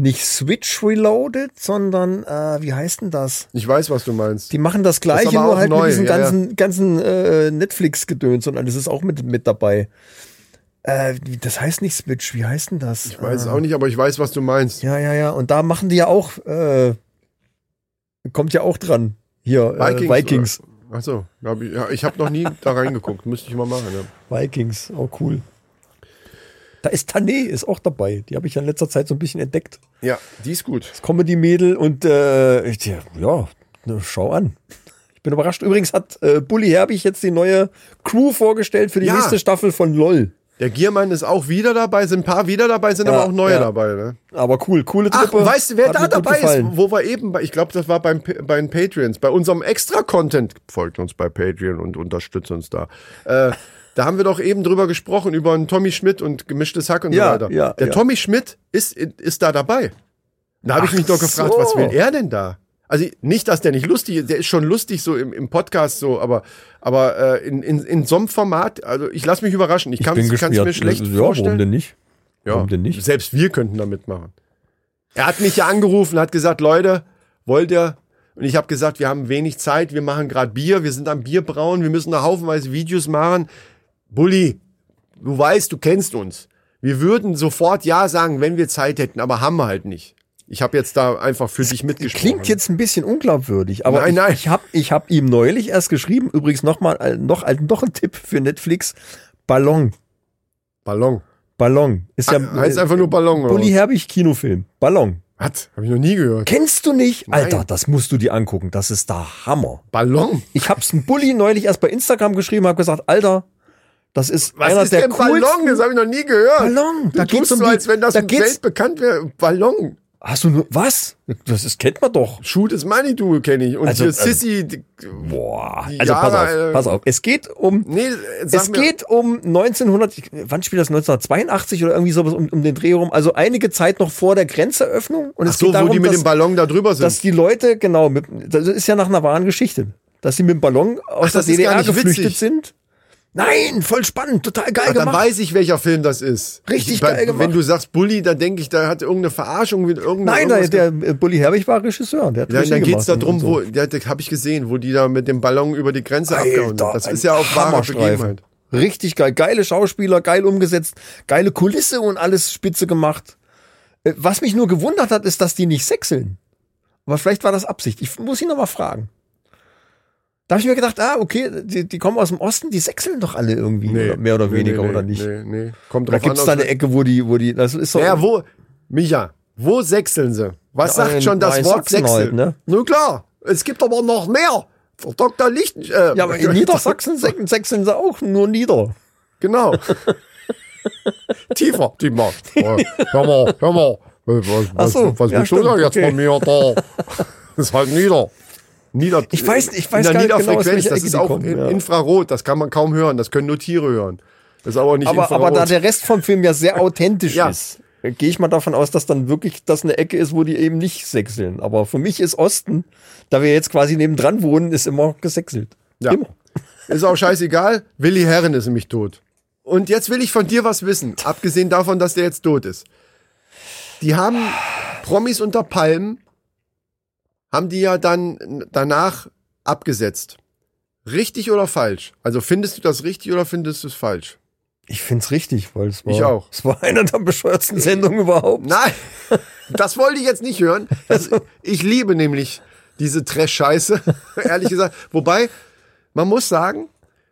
Speaker 1: nicht Switch Reloaded, sondern äh, wie heißt denn das?
Speaker 2: Ich weiß, was du meinst.
Speaker 1: Die machen das gleiche,
Speaker 2: Das ist aber
Speaker 1: nur
Speaker 2: auch
Speaker 1: halt
Speaker 2: neu,
Speaker 1: mit diesen
Speaker 2: ja, ja.
Speaker 1: ganzen, ganzen äh, Netflix-Gedöns und alles ist auch mit, mit dabei. Äh, das heißt nicht Switch, wie heißt denn das?
Speaker 2: ich weiß es auch nicht, aber ich weiß, was du meinst.
Speaker 1: Ja, ja, ja. Und da machen die ja auch, äh, kommt ja auch dran. Hier, Vikings. Äh, Vikings.
Speaker 2: Achso, hab ich, ja, ich habe noch nie da reingeguckt. Müsste ich mal machen. Ja.
Speaker 1: Vikings, auch cool. Da ist Tané, ist auch dabei. Die habe ich ja in letzter Zeit so ein bisschen entdeckt.
Speaker 2: ja, die ist gut.
Speaker 1: Das Comedy-Mädel und äh, ich, ja, ja, ne, schau an. Ich bin überrascht. Übrigens hat äh, Bully Herbig jetzt die neue Crew vorgestellt für die
Speaker 2: Ja.
Speaker 1: nächste Staffel von LOL.
Speaker 2: Der Giermann ist auch wieder dabei, sind ein paar wieder dabei, sind aber auch neue
Speaker 1: ja.
Speaker 2: dabei. Ne?
Speaker 1: Aber cool, coole
Speaker 2: Ach,
Speaker 1: Truppe.
Speaker 2: weißt du, wer
Speaker 1: Hat
Speaker 2: da
Speaker 1: mir gut
Speaker 2: dabei ist,
Speaker 1: gefallen.
Speaker 2: wo wir eben, bei, ich glaube, das war beim, Pa- bei den Patreons, bei unserem Extra-Content. Folgt uns bei Patreon und unterstützt uns da. Äh, da haben wir doch eben drüber gesprochen, über einen Tommy Schmidt und gemischtes Hack und
Speaker 1: Ja,
Speaker 2: so weiter.
Speaker 1: ja,
Speaker 2: Der
Speaker 1: ja.
Speaker 2: Tommy Schmidt ist, ist da dabei. Da habe ich mich doch gefragt,
Speaker 1: so.
Speaker 2: was will er denn da? Also nicht, dass der nicht lustig ist, der ist schon lustig so im, im Podcast so, aber, aber äh, in, in, in so einem Format, also ich lasse mich überraschen, ich, kann es mir schlecht
Speaker 1: ja,
Speaker 2: vorstellen.
Speaker 1: Warum denn nicht?
Speaker 2: Ja,
Speaker 1: Warum denn nicht?
Speaker 2: Selbst wir könnten da mitmachen. Er hat mich ja angerufen, hat gesagt, Leute, wollt ihr? Und ich habe gesagt, wir haben wenig Zeit, wir machen gerade Bier, wir sind am Bierbrauen, wir müssen da haufenweise Videos machen. Bulli, du weißt, du kennst uns. Wir würden sofort Ja sagen, wenn wir Zeit hätten, aber haben wir halt nicht. Ich habe jetzt da einfach für dich mitgesprochen.
Speaker 1: Klingt jetzt ein bisschen unglaubwürdig, aber
Speaker 2: Nein, nein.
Speaker 1: ich, ich habe ich hab ihm neulich erst geschrieben, übrigens nochmal noch, ein- noch ein Tipp für Netflix, Ballon,
Speaker 2: Ballon. Ah,
Speaker 1: Ballon. Ist ja äh,
Speaker 2: Heißt einfach nur Ballon. oder
Speaker 1: Bully Herbig Kinofilm, Ballon.
Speaker 2: was? Was? Habe ich noch nie gehört.
Speaker 1: Kennst du nicht?
Speaker 2: Nein.
Speaker 1: Alter, das musst du dir angucken, das ist der Hammer.
Speaker 2: Ballon.
Speaker 1: Ich hab's dem Bulli neulich erst bei Instagram geschrieben, hab gesagt, Alter, Das ist
Speaker 2: Was
Speaker 1: einer
Speaker 2: ist
Speaker 1: der
Speaker 2: denn
Speaker 1: coolsten
Speaker 2: Ballon? Das habe ich noch nie gehört.
Speaker 1: Ballon.
Speaker 2: Du
Speaker 1: Da
Speaker 2: da
Speaker 1: geht's
Speaker 2: tust
Speaker 1: um
Speaker 2: so,
Speaker 1: die-
Speaker 2: als wenn das
Speaker 1: da
Speaker 2: im
Speaker 1: geht's-
Speaker 2: Welt bekannt wäre. Ballon.
Speaker 1: Hast du nur was? Das ist, kennt man doch.
Speaker 2: Shoot is money, du, kenne ich. Und
Speaker 1: Also,
Speaker 2: hier
Speaker 1: also-
Speaker 2: Sissy, die-
Speaker 1: Boah. Also
Speaker 2: Die
Speaker 1: pass
Speaker 2: Jahre,
Speaker 1: auf,
Speaker 2: äh,
Speaker 1: pass auf. Es geht um
Speaker 2: nee, sag
Speaker 1: Es
Speaker 2: mir,
Speaker 1: geht um 1900, ich- wann spielt das? 1982 oder irgendwie sowas um, um den Dreh rum. Also einige Zeit noch vor der Grenzeröffnung. Und
Speaker 2: Ach
Speaker 1: es
Speaker 2: so,
Speaker 1: geht darum,
Speaker 2: wo die mit
Speaker 1: dass,
Speaker 2: dem Ballon da drüber sind.
Speaker 1: dass die Leute, genau, mit, das ist ja nach einer wahren Geschichte, dass sie mit dem Ballon aus der
Speaker 2: das ist gar
Speaker 1: DDR
Speaker 2: nicht
Speaker 1: geflüchtet
Speaker 2: witzig.
Speaker 1: sind. Nein, voll spannend, total geil
Speaker 2: Ah, dann
Speaker 1: gemacht.
Speaker 2: weiß ich, welcher Film das ist.
Speaker 1: Richtig
Speaker 2: ich, bei-
Speaker 1: geil gemacht.
Speaker 2: Wenn du sagst Bully, dann denke ich, da hat irgendeine Verarschung mit irgendeiner.
Speaker 1: Nein, der,
Speaker 2: irgendwas
Speaker 1: der äh, Bulli Herbig war Regisseur. Der hat
Speaker 2: Ja, und
Speaker 1: Regie
Speaker 2: dann geht's
Speaker 1: gemacht und
Speaker 2: darum,
Speaker 1: so.
Speaker 2: wo, ja, das habe ich gesehen, wo die da mit dem Ballon über die Grenze abgehauen sind.
Speaker 1: Alter,
Speaker 2: Das
Speaker 1: ein
Speaker 2: ist ja auch wahre
Speaker 1: Hammerstreifen.
Speaker 2: Begebenheit.
Speaker 1: Richtig geil. Geile Schauspieler, geil umgesetzt, geile Kulisse und alles spitze gemacht. Äh, Was mich nur gewundert hat, ist, dass die nicht sechseln. Aber vielleicht war das Absicht. Ich muss ihn noch mal fragen. Da habe ich mir gedacht, ah, okay, die, die kommen aus dem Osten, die sechseln doch alle irgendwie, oder mehr oder
Speaker 2: Nee,
Speaker 1: weniger,
Speaker 2: nee,
Speaker 1: oder
Speaker 2: nee,
Speaker 1: nicht?
Speaker 2: Nee, nee. Kommt
Speaker 1: Da
Speaker 2: drauf
Speaker 1: gibt's
Speaker 2: an.
Speaker 1: da
Speaker 2: aus-
Speaker 1: eine Ecke, wo die, wo die, das ist so.
Speaker 2: naja, wo, Micha, wo sechseln sie? Was
Speaker 1: Ja,
Speaker 2: sagt
Speaker 1: in-
Speaker 2: schon
Speaker 1: bei
Speaker 2: das Wort
Speaker 1: Sachsen
Speaker 2: Sechseln?
Speaker 1: halt, ne?
Speaker 2: Nun klar, es gibt aber noch mehr. Frau Dr. Lichten, äh,
Speaker 1: ja, aber in Niedersachsen sech- sechseln sie auch nur nieder.
Speaker 2: Genau. Tiefer, tiefer. Äh, Hör mal, hör mal. Äh, Was, was,
Speaker 1: so,
Speaker 2: was
Speaker 1: ja,
Speaker 2: willst du da
Speaker 1: stimmt,
Speaker 2: jetzt
Speaker 1: okay.
Speaker 2: von mir da? Das ist halt nieder. Nieder
Speaker 1: Ich weiß- ich weiß gar
Speaker 2: in der
Speaker 1: nicht genau, aus
Speaker 2: Niederfrequenz,
Speaker 1: welcher
Speaker 2: das
Speaker 1: Ecke
Speaker 2: ist
Speaker 1: die
Speaker 2: auch
Speaker 1: kommen,
Speaker 2: in-
Speaker 1: ja.
Speaker 2: Infrarot, das kann man kaum hören, das können nur Tiere hören. Das ist aber nicht
Speaker 1: Aber,
Speaker 2: Infrarot.
Speaker 1: aber da der Rest vom Film ja sehr authentisch
Speaker 2: Ja.
Speaker 1: ist, gehe ich mal davon aus, dass dann wirklich das eine Ecke ist, wo die eben nicht sechseln. Aber für mich ist Osten, da wir jetzt quasi nebendran wohnen, ist immer gesechselt.
Speaker 2: Ja.
Speaker 1: Immer.
Speaker 2: Ist auch scheißegal. Willi Herren ist nämlich tot. Und jetzt will ich von dir was wissen, abgesehen davon, dass der jetzt tot ist. Die haben Promis unter Palmen, haben die ja dann danach abgesetzt. Richtig oder falsch? Also findest du das richtig oder findest du es falsch?
Speaker 1: Ich find's richtig, weil es war,
Speaker 2: Ich auch. Äh,
Speaker 1: es war einer der bescheuertsten Sendungen überhaupt.
Speaker 2: Nein, das wollte ich jetzt nicht hören. Das, ich liebe nämlich diese Trash-Scheiße, ehrlich gesagt. Wobei, man muss sagen,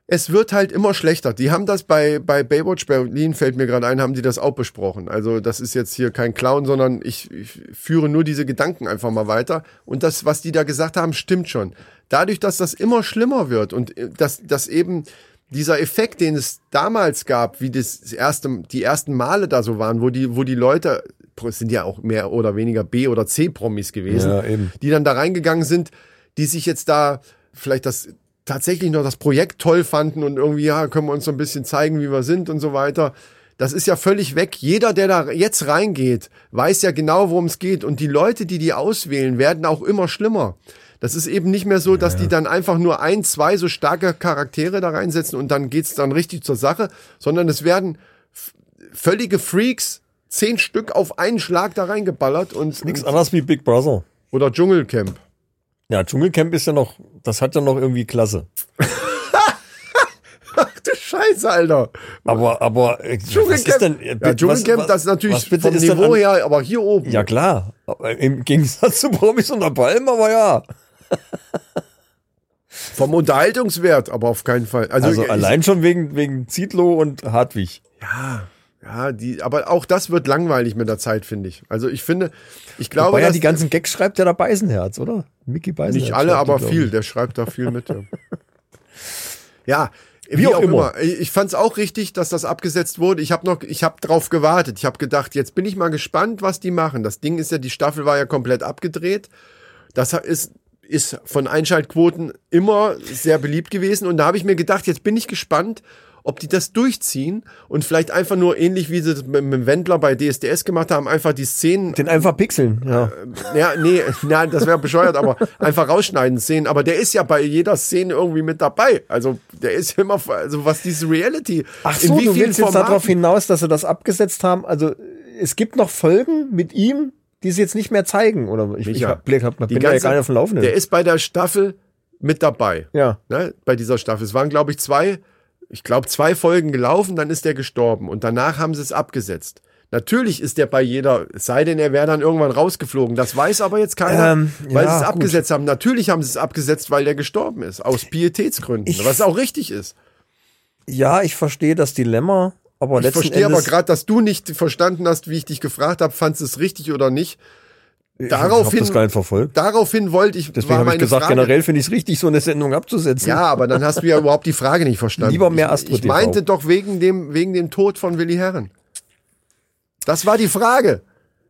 Speaker 2: es wird halt immer schlechter. Die haben das bei, bei Baywatch Berlin, fällt mir gerade ein, haben die das auch besprochen. Also das ist jetzt hier kein Clown, sondern ich, ich führe nur diese Gedanken einfach mal weiter. Und das, was die da gesagt haben, stimmt schon. Dadurch, dass das immer schlimmer wird und äh, dass, dass eben dieser Effekt, den es damals gab, wie das erste, die ersten Male da so waren, wo die, wo die Leute, es sind ja auch mehr oder weniger B- oder C-Promis gewesen,
Speaker 1: Ja, eben.
Speaker 2: die dann da reingegangen sind, die sich jetzt da vielleicht das tatsächlich noch das Projekt toll fanden und irgendwie, ja, können wir uns so ein bisschen zeigen, wie wir sind und so weiter. Das ist ja völlig weg. Jeder, der da jetzt reingeht, weiß ja genau, worum es geht. Und die Leute, die die auswählen, werden auch immer schlimmer. Das ist eben nicht mehr so, dass die dann einfach nur ein, zwei so starke Charaktere da reinsetzen und dann geht's dann richtig zur Sache, sondern es werden f- völlige Freaks, zehn Stück auf einen Schlag da reingeballert und,
Speaker 1: Nichts anderes wie Big Brother.
Speaker 2: oder Dschungelcamp.
Speaker 1: Ja, Dschungelcamp ist ja noch, das hat ja noch irgendwie Klasse.
Speaker 2: Ach du Scheiße, Alter.
Speaker 1: Aber, aber, äh, was ist denn, äh,
Speaker 2: ja, Dschungelcamp,
Speaker 1: was-
Speaker 2: das ist natürlich
Speaker 1: was bitte
Speaker 2: vom
Speaker 1: ist denn
Speaker 2: Niveau
Speaker 1: an,
Speaker 2: her, aber hier oben.
Speaker 1: Ja, klar. Aber Im Gegensatz zu Promis unter Palmen, aber ja.
Speaker 2: Vom Unterhaltungswert, aber auf keinen Fall. Also,
Speaker 1: Also
Speaker 2: ich-
Speaker 1: allein schon wegen, wegen Zietlow und Hartwig.
Speaker 2: Ja, die, aber auch das wird langweilig mit der Zeit, finde ich. Also ich finde, ich glaube,
Speaker 1: Wobei ja
Speaker 2: dass-
Speaker 1: die ganzen Gags schreibt ja der Beisenherz, oder? Mickey Beisenherz.
Speaker 2: nicht alle,
Speaker 1: schreibt die,
Speaker 2: aber
Speaker 1: glaub
Speaker 2: viel.
Speaker 1: ich.
Speaker 2: Der schreibt da viel mit. Ja, ja wie,
Speaker 1: auch
Speaker 2: auch immer. Ich fand es auch richtig, dass das abgesetzt wurde. Ich habe noch, ich habe drauf gewartet. Ich habe gedacht, jetzt bin ich mal gespannt, was die machen. Das Ding ist ja, die Staffel war ja komplett abgedreht. Das ist ist von Einschaltquoten immer sehr beliebt gewesen und da habe ich mir gedacht, jetzt bin ich gespannt, ob die das durchziehen und vielleicht einfach nur ähnlich wie sie das mit, mit Wendler bei DSDS gemacht haben, einfach die Szenen
Speaker 1: Den einfach pixeln, ja.
Speaker 2: ja, nee, nein, das wäre bescheuert, aber einfach rausschneiden Szenen. Aber der ist ja bei jeder Szene irgendwie mit dabei. Also der ist immer, also was diese Reality.
Speaker 1: Ach so,
Speaker 2: in wie
Speaker 1: du
Speaker 2: vielen
Speaker 1: willst jetzt
Speaker 2: Formaten-
Speaker 1: darauf hinaus, dass sie das abgesetzt haben. Also es gibt noch Folgen mit ihm, die sie jetzt nicht mehr zeigen. Oder ich, ich
Speaker 2: Micha,
Speaker 1: hab, Blick, hab,
Speaker 2: die
Speaker 1: bin da ja
Speaker 2: ganze-
Speaker 1: gar nicht auf dem Laufenden.
Speaker 2: Der ist bei der Staffel mit dabei.
Speaker 1: ja.
Speaker 2: Ne, bei dieser Staffel. Es waren, glaube ich, zwei, ich glaube, zwei Folgen gelaufen, dann ist der gestorben und danach haben sie es abgesetzt. Natürlich ist der bei jeder, es sei denn, er wäre dann irgendwann rausgeflogen. Das weiß aber jetzt keiner,
Speaker 1: Ähm,
Speaker 2: weil
Speaker 1: ja,
Speaker 2: sie es
Speaker 1: gut.
Speaker 2: abgesetzt haben. Natürlich haben sie es abgesetzt, weil der gestorben ist. Aus Pietätsgründen.
Speaker 1: Ich-
Speaker 2: was auch richtig ist.
Speaker 1: ja, ich verstehe das Dilemma, aber
Speaker 2: Ich
Speaker 1: letzten
Speaker 2: verstehe aber
Speaker 1: Endes...
Speaker 2: gerade, dass du nicht verstanden hast, wie ich dich gefragt habe, fandst du es richtig oder nicht.
Speaker 1: Ich hab das
Speaker 2: Daraufhin,
Speaker 1: gar nicht verfolgt.
Speaker 2: daraufhin wollte ich,
Speaker 1: Deswegen habe ich
Speaker 2: meine
Speaker 1: gesagt,
Speaker 2: Frage-
Speaker 1: generell finde ich es richtig, so eine Sendung abzusetzen.
Speaker 2: Ja, aber dann hast du ja überhaupt die Frage nicht verstanden.
Speaker 1: Lieber mehr
Speaker 2: Ich- Ich
Speaker 1: Astro-TV.
Speaker 2: meinte doch wegen dem, wegen dem Tod von Willi Herren. Das war die Frage.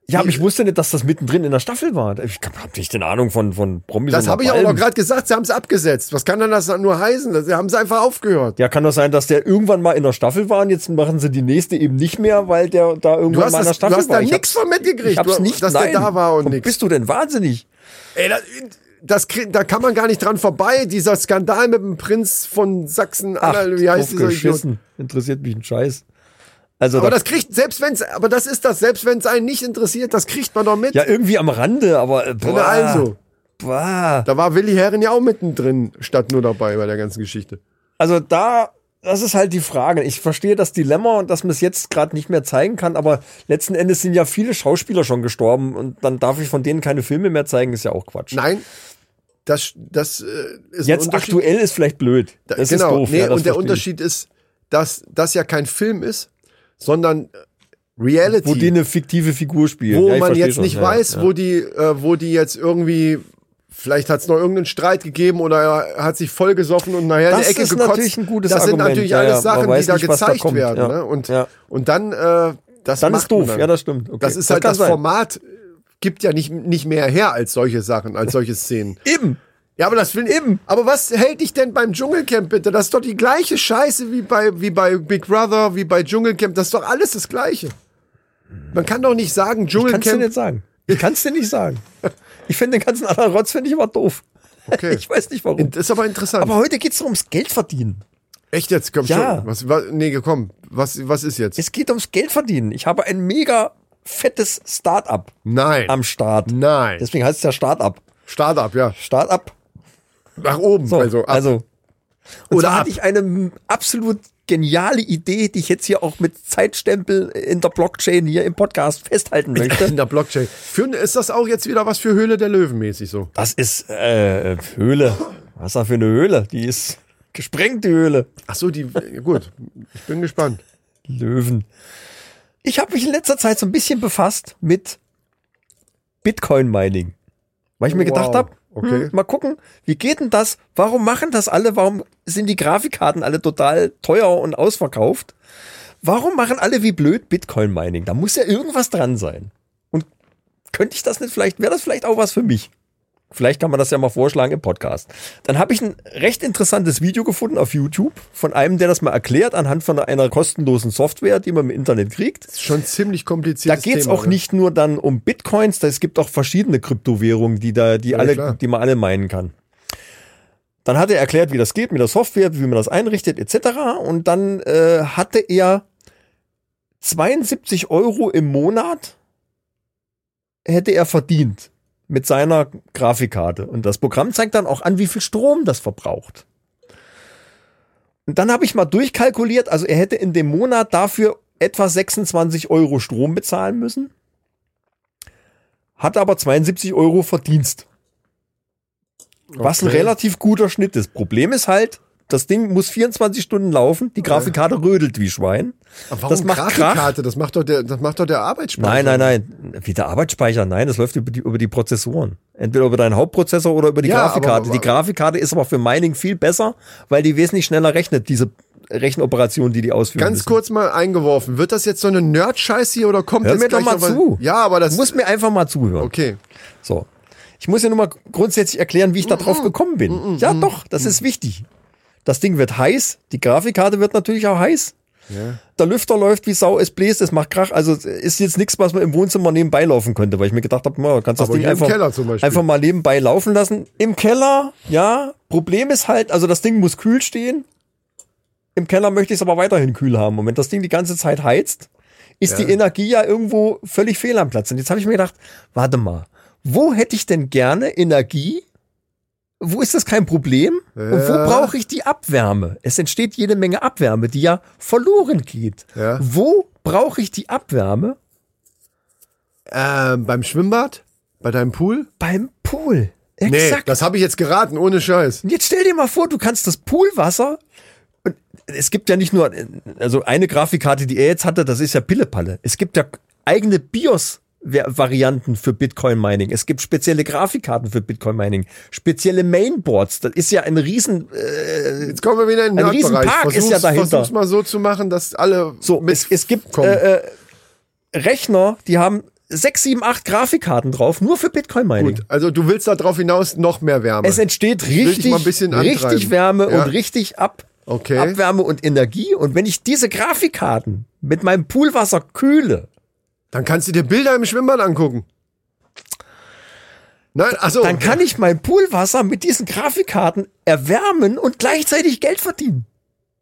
Speaker 1: Ja, aber ich wusste nicht, dass das mittendrin in der Staffel war. Ich habe nicht eine Ahnung von, von Promis.
Speaker 2: Das
Speaker 1: und
Speaker 2: habe ich auch
Speaker 1: Palmen.
Speaker 2: noch gerade gesagt. Sie haben es abgesetzt. Was kann denn das nur heißen? Das- Sie haben es einfach aufgehört.
Speaker 1: Ja, kann doch sein, dass der irgendwann mal in der Staffel war und jetzt machen sie die nächste eben nicht mehr, weil der da irgendwann
Speaker 2: Du hast,
Speaker 1: mal in der
Speaker 2: das, du
Speaker 1: Staffel
Speaker 2: hast
Speaker 1: war.
Speaker 2: da
Speaker 1: Ich
Speaker 2: nichts
Speaker 1: hab's-
Speaker 2: von mitgekriegt,
Speaker 1: Ich hab's
Speaker 2: du-
Speaker 1: nicht,
Speaker 2: dass
Speaker 1: nein.
Speaker 2: der da war und
Speaker 1: Wo
Speaker 2: nichts.
Speaker 1: Bist du denn wahnsinnig?
Speaker 2: Ey, das, das, krieg- da kann man gar nicht dran vorbei. Dieser Skandal mit dem Prinz von Sachsen, Anhalt, wie heißt dieser Idiot?
Speaker 1: geschissen. Interessiert mich ein Scheiß. Also
Speaker 2: Aber
Speaker 1: da,
Speaker 2: das kriegt, selbst wenn's, aber das ist das, selbst wenn es einen nicht interessiert, das kriegt man doch mit.
Speaker 1: ja irgendwie am Rande, aber äh, boah,
Speaker 2: Na, also.
Speaker 1: boah.
Speaker 2: Da war Willi Herren ja auch mittendrin, statt nur dabei bei der ganzen Geschichte.
Speaker 1: Also da, das ist halt die Frage. Ich verstehe das Dilemma und dass man es jetzt gerade nicht mehr zeigen kann, aber letzten Endes sind ja viele Schauspieler schon gestorben und dann darf ich von denen keine Filme mehr zeigen, ist ja auch Quatsch.
Speaker 2: Nein, das, das äh, ist ein
Speaker 1: jetzt
Speaker 2: Unterschied.
Speaker 1: aktuell ist vielleicht blöd.
Speaker 2: Da-
Speaker 1: Das
Speaker 2: genau,
Speaker 1: ist doof.
Speaker 2: nee,
Speaker 1: ja, das
Speaker 2: und
Speaker 1: verstehe
Speaker 2: der
Speaker 1: ich.
Speaker 2: Unterschied ist, dass das ja kein Film ist, sondern äh, Reality,
Speaker 1: Wo die eine fiktive Figur spielen.
Speaker 2: wo
Speaker 1: Ja, ich
Speaker 2: man
Speaker 1: verstehe
Speaker 2: jetzt
Speaker 1: schon,
Speaker 2: nicht
Speaker 1: ja,
Speaker 2: weiß,
Speaker 1: ja.
Speaker 2: wo die, äh, wo die jetzt irgendwie, vielleicht hat es noch irgendeinen Streit gegeben oder er hat sich vollgesoffen und nachher in
Speaker 1: Das
Speaker 2: die Ecke
Speaker 1: ist
Speaker 2: gekotzt.
Speaker 1: natürlich ein gutes
Speaker 2: das sind
Speaker 1: Argument,
Speaker 2: natürlich
Speaker 1: ja, ja,
Speaker 2: alles
Speaker 1: man
Speaker 2: Sachen, die
Speaker 1: weiß
Speaker 2: da
Speaker 1: nicht, was da
Speaker 2: gezeigt
Speaker 1: kommt,
Speaker 2: werden.
Speaker 1: ja.
Speaker 2: Ne? Und,
Speaker 1: Ja.
Speaker 2: und dann, äh, das
Speaker 1: Dann
Speaker 2: macht
Speaker 1: ist doof.
Speaker 2: man dann.
Speaker 1: Ja, das stimmt. Okay.
Speaker 2: Das ist halt
Speaker 1: kann
Speaker 2: das,
Speaker 1: sein.
Speaker 2: Format äh, gibt ja nicht, nicht mehr her als solche Sachen, als solche Szenen.
Speaker 1: Eben.
Speaker 2: Ja, aber das will
Speaker 1: Eben.
Speaker 2: Aber was hält dich denn beim Dschungelcamp bitte? Das ist doch die gleiche Scheiße wie bei, wie bei Big Brother, wie bei Dschungelcamp. Das ist doch alles das Gleiche. Man kann doch nicht sagen,
Speaker 1: Kannst du
Speaker 2: Dschungelcamp.
Speaker 1: nicht sagen. Ich kann's dir nicht sagen. Ich finde den ganzen anderen Rotz finde ich immer doof.
Speaker 2: Okay.
Speaker 1: Ich weiß nicht warum.
Speaker 2: Das ist aber interessant.
Speaker 1: Aber heute geht's doch ums Geld verdienen.
Speaker 2: Echt jetzt? Komm
Speaker 1: Ja.
Speaker 2: schon. Was, was, nee, komm. Was, was ist jetzt?
Speaker 1: Es geht ums Geld verdienen. Ich habe ein mega fettes Start-up
Speaker 2: Nein.
Speaker 1: am Start.
Speaker 2: Nein.
Speaker 1: Deswegen heißt es ja Start-up.
Speaker 2: Startup, ja.
Speaker 1: Start-up.
Speaker 2: Nach oben.
Speaker 1: So,
Speaker 2: also,
Speaker 1: also,
Speaker 2: ab.
Speaker 1: Und
Speaker 2: Oder
Speaker 1: Oder
Speaker 2: ab.
Speaker 1: hatte ich eine m- absolut geniale Idee, die ich jetzt hier auch mit Zeitstempel in der Blockchain hier im Podcast festhalten möchte.
Speaker 2: in der Blockchain. Für, ist das auch jetzt wieder was für Höhle der Löwen mäßig so?
Speaker 1: Das ist äh, Höhle. Was ist da für eine Höhle? Die ist gesprengt, die Höhle.
Speaker 2: Ach so, die, gut. Ich bin gespannt.
Speaker 1: Löwen. Ich habe mich in letzter Zeit so ein bisschen befasst mit Bitcoin-Mining. Weil ich mir
Speaker 2: Wow.
Speaker 1: gedacht habe,
Speaker 2: Okay.
Speaker 1: hm, mal gucken, wie geht denn das? Warum machen das alle? Warum sind die Grafikkarten alle total teuer und ausverkauft? Warum machen alle wie blöd Bitcoin-Mining? Da muss ja irgendwas dran sein. Und könnte ich das nicht vielleicht, wäre das vielleicht auch was für mich? Vielleicht kann man das ja mal vorschlagen im Podcast. Dann habe ich ein recht interessantes Video gefunden auf YouTube von einem, der das mal erklärt anhand von einer kostenlosen Software, die man im Internet kriegt.
Speaker 2: Ist schon ziemlich ne? kompliziert.
Speaker 1: Da geht es auch nicht nur dann um Bitcoins, da- es gibt auch verschiedene Kryptowährungen, die da, die alle,
Speaker 2: klar.
Speaker 1: die man alle meinen kann. Dann hat er erklärt, wie das geht mit der Software, wie man das einrichtet, etc. Und dann äh, hatte er 72 Euro im Monat hätte er verdient mit seiner Grafikkarte. Und das Programm zeigt dann auch an, wie viel Strom das verbraucht. Und dann habe ich mal durchkalkuliert, also er hätte in dem Monat dafür etwa 26 Euro Strom bezahlen müssen, hat aber 72 Euro Verdienst. Was ein
Speaker 2: Okay.
Speaker 1: relativ guter Schnitt ist. Problem ist halt, das Ding muss 24 Stunden laufen, die Grafikkarte rödelt wie Schwein.
Speaker 2: Aber warum
Speaker 1: Das macht
Speaker 2: Grafikkarte? Das macht doch der, das macht doch der
Speaker 1: Nein,
Speaker 2: Arbeitsspeicher.
Speaker 1: nein, nein. Wie der Arbeitsspeicher? Nein, das läuft über die, über die Prozessoren. Entweder über deinen Hauptprozessor oder über die
Speaker 2: Ja,
Speaker 1: Grafikkarte.
Speaker 2: aber-
Speaker 1: die Grafikkarte ist aber für Mining viel besser, weil die wesentlich schneller rechnet, diese Rechenoperation, die die ausführen.
Speaker 2: Ganz
Speaker 1: müssen.
Speaker 2: kurz mal eingeworfen. Wird das jetzt so eine Nerd-Scheiß hier oder kommt
Speaker 1: Hör
Speaker 2: jetzt
Speaker 1: mir doch
Speaker 2: gleich
Speaker 1: mal
Speaker 2: noch was-
Speaker 1: zu.
Speaker 2: Ja, aber das
Speaker 1: Du musst mir einfach mal zuhören.
Speaker 2: okay.
Speaker 1: So. Ich muss ja nur mal grundsätzlich erklären, wie ich
Speaker 2: Mhm.
Speaker 1: da drauf gekommen bin. Ja, doch, das ist wichtig. Das Ding wird heiß, die Grafikkarte wird natürlich auch heiß. Der Lüfter läuft wie Sau, es bläst, es macht Krach. Also es ist jetzt nichts, was man im Wohnzimmer nebenbei laufen könnte, weil ich mir gedacht habe, man kannst das
Speaker 2: Aber
Speaker 1: Ding
Speaker 2: hier im
Speaker 1: einfach,
Speaker 2: Keller zum Beispiel.
Speaker 1: einfach mal nebenbei laufen lassen. Im Keller, ja, Problem ist halt, also das Ding muss kühl stehen. Im Keller möchte ich es aber weiterhin kühl haben. Und wenn das Ding die ganze Zeit heizt, ist die Energie ja irgendwo völlig fehl am Platz. Und jetzt habe ich mir gedacht, warte mal, wo hätte ich denn gerne Energie? Wo ist das kein Problem? Und wo
Speaker 2: Ja.
Speaker 1: brauche ich die Abwärme? Es entsteht jede Menge Abwärme, die ja verloren geht.
Speaker 2: Ja.
Speaker 1: Wo brauche ich die Abwärme?
Speaker 2: Ähm, beim Schwimmbad? Bei deinem Pool?
Speaker 1: Beim Pool.
Speaker 2: Nee,
Speaker 1: Exakt.
Speaker 2: das habe ich jetzt geraten, ohne Scheiß.
Speaker 1: Und jetzt stell dir mal vor, du kannst das Poolwasser. Und es gibt ja nicht nur, also eine Grafikkarte, die er jetzt hatte, das ist ja Pillepalle. Es gibt ja eigene BIOS. Ver- Varianten für Bitcoin Mining. Es gibt spezielle Grafikkarten für Bitcoin Mining, spezielle Mainboards. Das ist ja ein riesen äh,
Speaker 2: Jetzt kommen wir wieder in den
Speaker 1: Ein
Speaker 2: Nerdbereich.
Speaker 1: Riesenpark ist ja dahinter.
Speaker 2: Versuch's mal so zu machen, dass alle
Speaker 1: so es, es gibt
Speaker 2: mitkommen.
Speaker 1: äh, äh, Rechner, die haben sechs, sieben, acht Grafikkarten drauf, nur für Bitcoin Mining.
Speaker 2: Gut, also du willst darauf hinaus noch mehr Wärme.
Speaker 1: Es entsteht
Speaker 2: dich
Speaker 1: richtig,
Speaker 2: mal ein bisschen antreiben.
Speaker 1: richtig Wärme
Speaker 2: Ja.
Speaker 1: und richtig Ab
Speaker 2: Okay.
Speaker 1: Abwärme und Energie. Und wenn ich diese Grafikkarten mit meinem Poolwasser kühle,
Speaker 2: Dann kannst du dir Bilder im Schwimmbad angucken. Nein, also
Speaker 1: dann kann ich mein Poolwasser mit diesen Grafikkarten erwärmen und gleichzeitig Geld verdienen.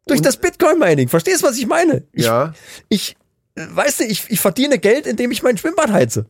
Speaker 1: Durch das Bitcoin-Mining. Verstehst du, was ich meine? Ich,
Speaker 2: ja.
Speaker 1: ich äh, weißt du, ich, ich verdiene Geld, indem ich mein Schwimmbad heize.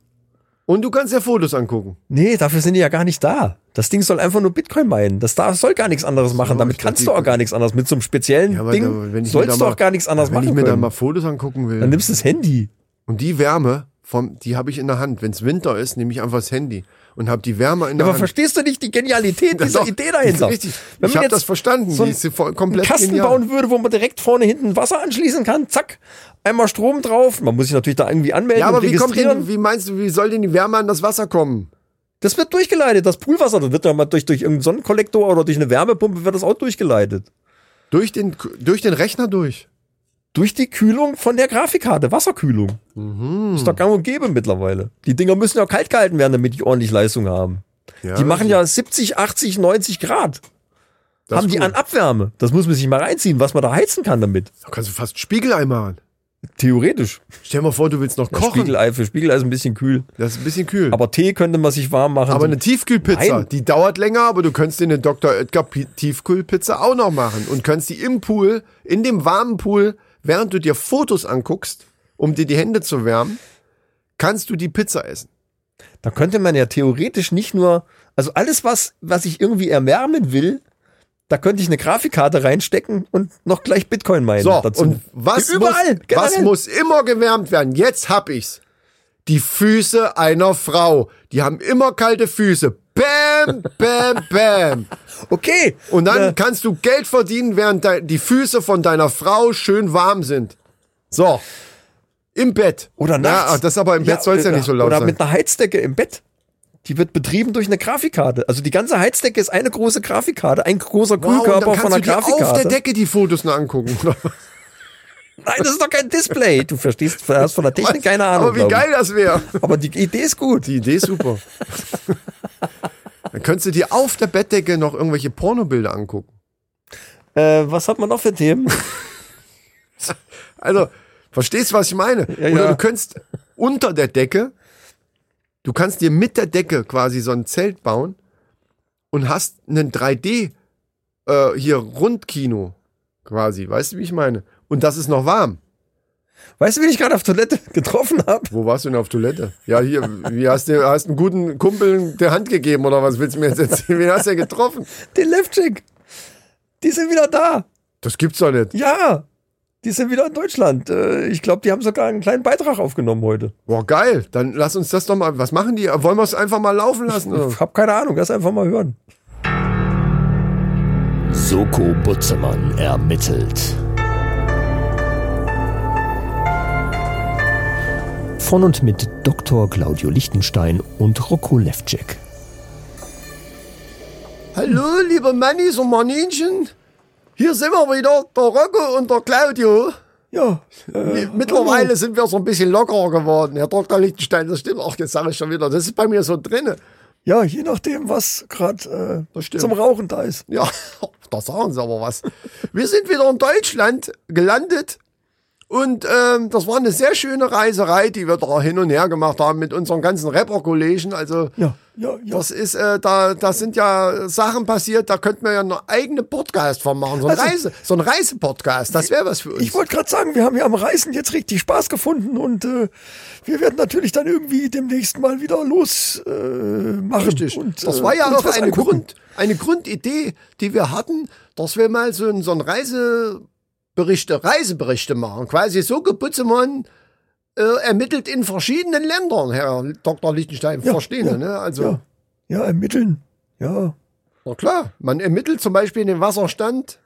Speaker 2: Und du kannst dir Fotos angucken.
Speaker 1: Nee, dafür sind die ja gar nicht da. Das Ding soll einfach nur Bitcoin meinen. Das darf, soll gar nichts anderes machen. Damit
Speaker 2: ich glaub,
Speaker 1: kannst
Speaker 2: die-
Speaker 1: du auch gar nichts anderes. Mit so einem speziellen
Speaker 2: Ja, aber da- wenn
Speaker 1: Ding
Speaker 2: ich mir
Speaker 1: sollst
Speaker 2: da
Speaker 1: du
Speaker 2: mal-
Speaker 1: auch gar nichts anderes
Speaker 2: Wenn ich
Speaker 1: machen
Speaker 2: mir dann
Speaker 1: können.
Speaker 2: mal Fotos angucken will.
Speaker 1: Dann nimmst du das Handy.
Speaker 2: und die Wärme, vom, die habe ich in der Hand. Wenn es Winter ist, nehme ich einfach das Handy und habe die Wärme in der
Speaker 1: Aber
Speaker 2: Hand.
Speaker 1: verstehst du nicht die Genialität
Speaker 2: Ja,
Speaker 1: dieser
Speaker 2: doch.
Speaker 1: Idee dahinter?
Speaker 2: Richtig. Ich hab das verstanden.
Speaker 1: So
Speaker 2: Die
Speaker 1: einen,
Speaker 2: ist voll- komplett
Speaker 1: einen Kasten
Speaker 2: genial.
Speaker 1: bauen würde, wo man direkt vorne hinten Wasser anschließen kann, zack, einmal Strom drauf. Man muss sich natürlich da irgendwie anmelden
Speaker 2: ja, aber
Speaker 1: und
Speaker 2: wie kommt
Speaker 1: registrieren.
Speaker 2: denn, wie meinst du, wie soll denn die Wärme an das Wasser kommen?
Speaker 1: das wird durchgeleitet, das Poolwasser, das wird ja mal durch, durch irgendeinen Sonnenkollektor oder durch eine Wärmepumpe wird das auch durchgeleitet.
Speaker 2: Durch den, durch den Rechner durch.
Speaker 1: Durch die Kühlung von der Grafikkarte, Wasserkühlung.
Speaker 2: Mhm.
Speaker 1: Ist
Speaker 2: Hm.
Speaker 1: doch gang und gäbe mittlerweile. Die Dinger müssen ja kalt gehalten werden, damit die ordentlich Leistung haben.
Speaker 2: Ja,
Speaker 1: die machen ja 70, 80, 90 Grad.
Speaker 2: das
Speaker 1: haben
Speaker 2: ist
Speaker 1: die
Speaker 2: gut.
Speaker 1: an Abwärme. Das muss man sich mal reinziehen, was man da heizen kann damit.
Speaker 2: Da kannst du fast Spiegelei machen.
Speaker 1: Theoretisch.
Speaker 2: Stell dir mal vor, du willst noch kochen.
Speaker 1: Spiegelei, für Spiegelei ist ein bisschen kühl.
Speaker 2: Das ist ein bisschen kühl.
Speaker 1: Aber Tee könnte man sich warm machen.
Speaker 2: Aber eine Tiefkühlpizza,
Speaker 1: Also Nein.
Speaker 2: die dauert länger, aber du könntest dir eine Dr. Oetker Pi- Tiefkühlpizza auch noch machen und kannst die im Pool, in dem warmen Pool, während du dir Fotos anguckst, um dir die Hände zu wärmen, kannst du die Pizza essen.
Speaker 1: da könnte man ja theoretisch nicht nur, also alles, was, was ich irgendwie erwärmen will, da könnte ich eine Grafikkarte reinstecken und noch gleich Bitcoin meinen
Speaker 2: So,
Speaker 1: dazu.
Speaker 2: und was,
Speaker 1: Überall,
Speaker 2: muss, was
Speaker 1: generell.
Speaker 2: muss immer gewärmt werden? Jetzt hab ich's. Die Füße einer Frau. Die haben immer kalte Füße. Bam, bam, bam.
Speaker 1: Okay.
Speaker 2: Und dann
Speaker 1: Äh,
Speaker 2: kannst du Geld verdienen, während dei- die Füße von deiner Frau schön warm sind. So. Im Bett.
Speaker 1: oder nachts.
Speaker 2: Ja, das aber im Bett soll's ja
Speaker 1: oder-
Speaker 2: nicht so laut
Speaker 1: Oder
Speaker 2: sein.
Speaker 1: mit einer Heizdecke im Bett. Die wird betrieben durch eine Grafikkarte. Also die ganze Heizdecke ist eine große Grafikkarte, ein großer
Speaker 2: Wow, und
Speaker 1: Kühlkörper von
Speaker 2: dann kannst
Speaker 1: einer
Speaker 2: du dir auf
Speaker 1: Grafikkarte.
Speaker 2: der Decke die Fotos nur angucken.
Speaker 1: Nein, das ist doch kein Display. Du verstehst, hast von der Technik keine Ahnung.
Speaker 2: aber wie
Speaker 1: glaub ich.
Speaker 2: geil das wäre.
Speaker 1: Aber die Idee ist gut.
Speaker 2: Die Idee ist super. dann könntest du dir auf der Bettdecke noch irgendwelche Pornobilder angucken.
Speaker 1: Äh, was hat man noch für Themen?
Speaker 2: Also, verstehst du, was ich meine?
Speaker 1: Ja,
Speaker 2: Oder
Speaker 1: ja.
Speaker 2: du könntest unter der Decke, du kannst dir mit der Decke quasi so ein Zelt bauen und hast einen 3D äh, hier Rundkino quasi. Weißt du, wie ich meine? Und das ist noch warm.
Speaker 1: Weißt du, wen ich gerade auf Toilette getroffen habe?
Speaker 2: Wo warst du denn auf Toilette? Ja, hier, wie hast du hast einen guten Kumpel der Hand gegeben oder was willst du mir jetzt erzählen? Wen hast du denn getroffen?
Speaker 1: Den Levchik. Die sind wieder da.
Speaker 2: Das gibt's doch nicht.
Speaker 1: Ja. Die sind wieder in Deutschland. Äh, Ich glaube, die haben sogar einen kleinen Beitrag aufgenommen heute.
Speaker 2: Boah, geil. Dann lass uns das doch mal. Was machen die? Wollen wir es einfach mal laufen lassen? Oder?
Speaker 1: Ich habe keine Ahnung, lass einfach mal hören.
Speaker 3: Soko Butzemann ermittelt. Von und mit Dr. Claudio Lichtenstein und Rocco Levcek.
Speaker 2: Hallo, liebe Mannis und Maninchen. Hier sind wir wieder, der Rocco und der Claudio.
Speaker 1: Ja.
Speaker 2: Mittlerweile sind wir so ein bisschen lockerer geworden. Herr Dr. Lichtenstein, das stimmt auch, jetzt sage ich schon wieder, das ist bei mir so drinne.
Speaker 1: Ja, je nachdem, was gerade
Speaker 2: Das
Speaker 1: äh,
Speaker 2: stimmt.
Speaker 1: zum Rauchen da ist.
Speaker 2: Ja, da sagen sie aber was. Wir sind wieder in Deutschland gelandet und ähm, das war eine sehr schöne Reiserei, die wir da hin und her gemacht haben mit unseren ganzen Rapper-Kollegen. Also
Speaker 1: Ja, ja, ja.
Speaker 2: das ist, äh, da, da sind ja Sachen passiert, da könnten wir ja einen eigenen Podcast von machen. So ein,
Speaker 1: Also-
Speaker 2: Reise, so ein Reisepodcast, das wäre was für uns.
Speaker 1: Ich wollte gerade sagen, wir haben ja am Reisen jetzt richtig Spaß gefunden und äh, wir werden natürlich dann irgendwie demnächst mal wieder losmachen. Äh, machen
Speaker 2: Richtig.
Speaker 1: Und,
Speaker 2: das
Speaker 1: äh,
Speaker 2: war ja
Speaker 1: uns
Speaker 2: auch
Speaker 1: was
Speaker 2: eine,
Speaker 1: angucken.
Speaker 2: Grund, eine Grundidee, die wir hatten, dass wir mal so, ein- so ein Reiseberichte, Reiseberichte machen. Quasi so Gebutzemann äh, ermittelt in verschiedenen Ländern, Herr Dr. Lichtenstein, verstehen
Speaker 1: ja,
Speaker 2: Sie, ne? Also,
Speaker 1: Ja, ja ermitteln. Ja.
Speaker 2: na klar, man ermittelt zum Beispiel den Wasserstand,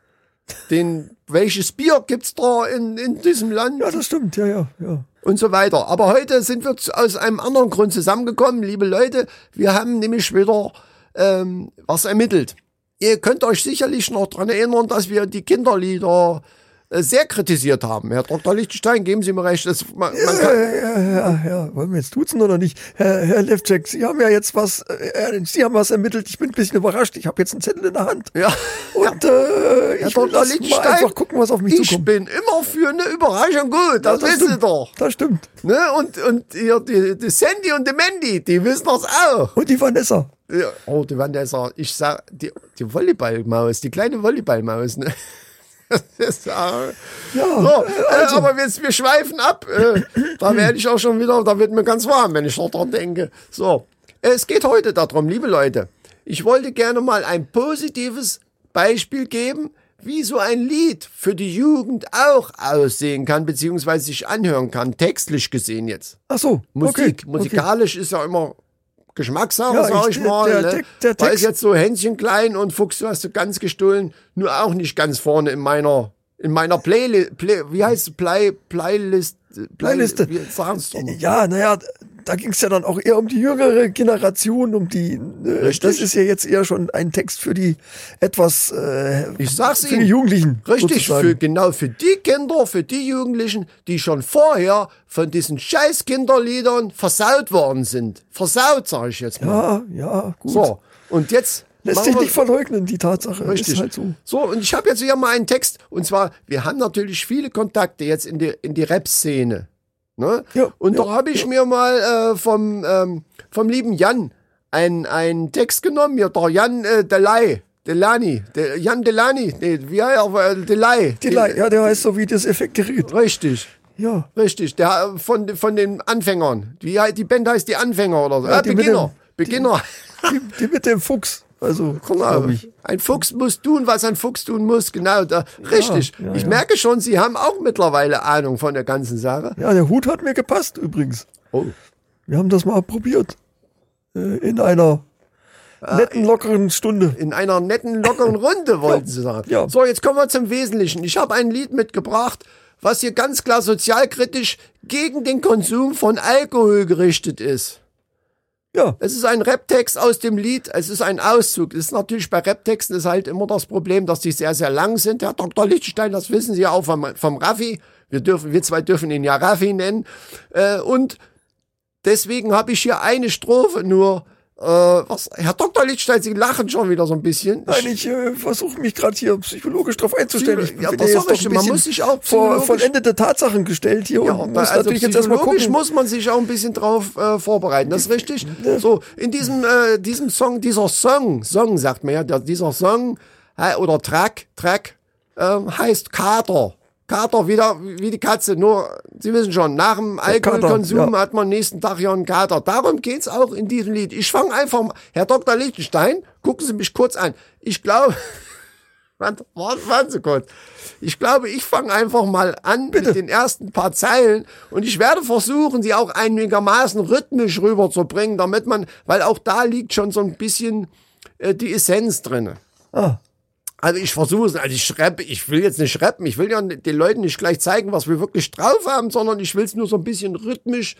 Speaker 2: den, welches Bier gibt's da in, in diesem Land?
Speaker 1: ja, das stimmt. Ja, ja, ja.
Speaker 2: und so weiter. Aber heute sind wir zu- aus einem anderen Grund zusammengekommen, liebe Leute. Wir haben nämlich wieder ähm, was ermittelt. Ihr könnt euch sicherlich noch dran erinnern, dass wir die Kinderlieder äh, sehr kritisiert haben. Herr Dr. Lichtenstein, geben Sie mir recht. Das, man, man kann,
Speaker 1: Ja, ja, wollen wir jetzt duzen oder nicht? Herr, Herr Levcek, Sie haben ja jetzt was, äh, Sie haben was ermittelt. Ich bin ein bisschen überrascht. Ich habe jetzt einen Zettel in der Hand.
Speaker 2: ja.
Speaker 1: Und äh,
Speaker 2: Herr
Speaker 1: ich will
Speaker 2: Dr.
Speaker 1: lass mal
Speaker 2: Lichtenstein,
Speaker 1: einfach gucken, was auf mich
Speaker 2: ich
Speaker 1: zukommt.
Speaker 2: bin immer für eine Überraschung gut. Das,
Speaker 1: das
Speaker 2: wissen Sie
Speaker 1: stimmt.
Speaker 2: doch.
Speaker 1: Das stimmt.
Speaker 2: Ne? Und, und hier, die, die Sandy und die Mandy, die wissen das auch.
Speaker 1: Und die Vanessa.
Speaker 2: Ja. Oh, die Vanessa, ich sag, die, die Volleyballmaus, die kleine Volleyballmaus, ne? Das ist, äh,
Speaker 1: Ja,
Speaker 2: so,
Speaker 1: äh,
Speaker 2: äh, aber jetzt, wir schweifen ab. Äh, da werde ich auch schon wieder, da wird mir ganz warm, wenn ich noch dran denke. So, es geht heute darum, liebe Leute. Ich wollte gerne mal ein positives Beispiel geben, wie so ein Lied für die Jugend auch aussehen kann, beziehungsweise sich anhören kann, textlich gesehen jetzt.
Speaker 1: Ach so.
Speaker 2: Musik,
Speaker 1: okay, Okay.
Speaker 2: musikalisch ist ja immer Geschmackssache,
Speaker 1: Ja,
Speaker 2: sag
Speaker 1: ich-
Speaker 2: ich mal.
Speaker 1: der
Speaker 2: ne?
Speaker 1: Text- der
Speaker 2: Weil
Speaker 1: Text-
Speaker 2: jetzt so Händchen klein und Fuchs, du hast du ganz gestohlen, nur auch nicht ganz vorne in meiner in meiner Playlist, Play, wie heißt es, Play, Playlist,
Speaker 1: Playliste.
Speaker 2: Wie sagen's doch mal.
Speaker 1: Ja, naja, da ging es ja dann auch eher um die jüngere Generation, um die. Äh,
Speaker 2: Richtig.
Speaker 1: das ist ja jetzt eher schon ein Text für die etwas. Äh,
Speaker 2: Ich sag's
Speaker 1: für
Speaker 2: Ihnen.
Speaker 1: die Jugendlichen.
Speaker 2: Richtig,
Speaker 1: sozusagen.
Speaker 2: für, genau für die Kinder, für die Jugendlichen, die schon vorher von diesen scheiß Kinderliedern versaut worden sind. Versaut, sag ich jetzt mal.
Speaker 1: Ja, ja, gut.
Speaker 2: so, und jetzt
Speaker 1: Lässt
Speaker 2: machen
Speaker 1: sich
Speaker 2: wir-
Speaker 1: nicht verleugnen, die Tatsache.
Speaker 2: Richtig.
Speaker 1: Ist halt so.
Speaker 2: so, und ich habe jetzt hier mal einen Text. Und zwar, wir haben natürlich viele Kontakte jetzt in die, in die Rap-Szene. Ne?
Speaker 1: Ja,
Speaker 2: und
Speaker 1: ja,
Speaker 2: da habe ich mir mal äh, vom, ähm, vom lieben Jan einen, einen Text genommen. Hier, der Jan äh, Delay. Delani. De, Jan Delani. Nee, wie heißt er? äh, Delay.
Speaker 1: Die Lei- ja, der heißt so wie das Effektgerät.
Speaker 2: Richtig.
Speaker 1: Ja.
Speaker 2: Richtig, der äh, von, von den Anfängern. Die, die Band heißt die Anfänger oder so.
Speaker 1: Ja,
Speaker 2: ah,
Speaker 1: die mit
Speaker 2: Beginner. Beginner.
Speaker 1: Die, die mit dem Fuchs. Also,
Speaker 2: Genau.
Speaker 1: glaub ich.
Speaker 2: Ein Fuchs muss tun, was ein Fuchs tun muss. Genau, da, richtig.
Speaker 1: ja,
Speaker 2: ich
Speaker 1: ja.
Speaker 2: merke schon, Sie haben auch mittlerweile Ahnung von der ganzen Sache.
Speaker 1: Ja, der Hut hat mir gepasst übrigens.
Speaker 2: Oh.
Speaker 1: Wir haben das mal probiert. Äh, in einer
Speaker 2: Ah,
Speaker 1: netten, lockeren Stunde.
Speaker 2: In einer netten, lockeren Runde wollten Sie sagen.
Speaker 1: Ja.
Speaker 2: So, jetzt kommen wir zum Wesentlichen. Ich habe ein Lied mitgebracht, was hier ganz klar sozialkritisch gegen den Konsum von Alkohol gerichtet ist.
Speaker 1: Ja.
Speaker 2: Es ist ein Raptext aus dem Lied, es ist ein Auszug. Es ist natürlich bei Raptexten ist halt immer das Problem, dass die sehr, sehr lang sind. Herr Dr. Lichtenstein, das wissen Sie ja auch vom, vom Raffi. Wir, dürfen, wir zwei dürfen ihn ja Raffi nennen. Äh, und deswegen habe ich hier eine Strophe nur. Äh, was, Herr Dr. Lichtenstein, Sie lachen schon wieder so ein bisschen.
Speaker 1: Nein, ich äh, versuche mich gerade hier psychologisch drauf einzustellen. Ich
Speaker 2: Psycholo- Ja,
Speaker 1: bin
Speaker 2: das
Speaker 1: jetzt
Speaker 2: sag
Speaker 1: doch
Speaker 2: ich schon, man
Speaker 1: bisschen
Speaker 2: muss sich auch
Speaker 1: vor
Speaker 2: psychologisch-
Speaker 1: vollendete Tatsachen gestellt hier
Speaker 2: Ja,
Speaker 1: und
Speaker 2: da-
Speaker 1: muss
Speaker 2: also
Speaker 1: natürlich jetzt erstmal
Speaker 2: psychologisch
Speaker 1: gucken.
Speaker 2: muss man sich auch ein bisschen drauf äh, vorbereiten, das ist richtig. So, in diesem, äh, diesem Song, dieser Song, Song sagt man ja, der, dieser Song äh, oder Track, Track ähm, heißt Kater. Kater wieder wie die Katze, nur, Sie wissen schon, nach dem Alkoholkonsum
Speaker 1: Kater, ja.
Speaker 2: hat man nächsten Tag ja einen Kater. Darum geht's auch in diesem Lied. Ich fange einfach mal, Herr Dr. Lichtenstein, gucken Sie mich kurz an. Ich glaube, Warte, warte, warten Sie kurz. Ich glaube, ich fange einfach mal an mit den ersten paar Zeilen und ich werde versuchen, sie auch einigermaßen rhythmisch rüberzubringen, damit man, weil auch da liegt schon so ein bisschen äh, die Essenz drinne.
Speaker 1: Ah.
Speaker 2: Also ich versuche es, also ich rappe, ich will jetzt nicht rappen, ich will ja den Leuten nicht gleich zeigen, was wir wirklich drauf haben, sondern ich will es nur so ein bisschen rhythmisch,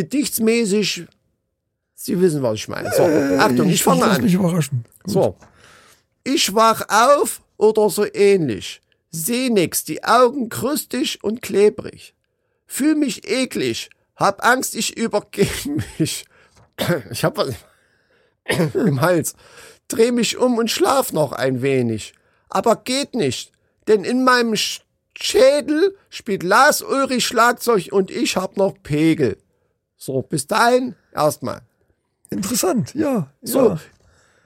Speaker 2: gedichtsmäßig. Sie wissen, was ich meine. So, Achtung, ich fange
Speaker 1: lass
Speaker 2: an.
Speaker 1: mich überraschen.
Speaker 2: So. Ich wach auf oder so ähnlich. Seh nix, die Augen krustig und klebrig. Fühl mich eklig. Hab Angst, ich übergebe mich. Ich hab was im Hals. Dreh mich um und schlaf noch ein wenig. Aber geht nicht, denn in meinem Sch- Schädel spielt Lars Ulrich Schlagzeug und ich hab noch Pegel. So, bis dahin erstmal.
Speaker 1: Interessant, ja.
Speaker 2: So,
Speaker 1: ja.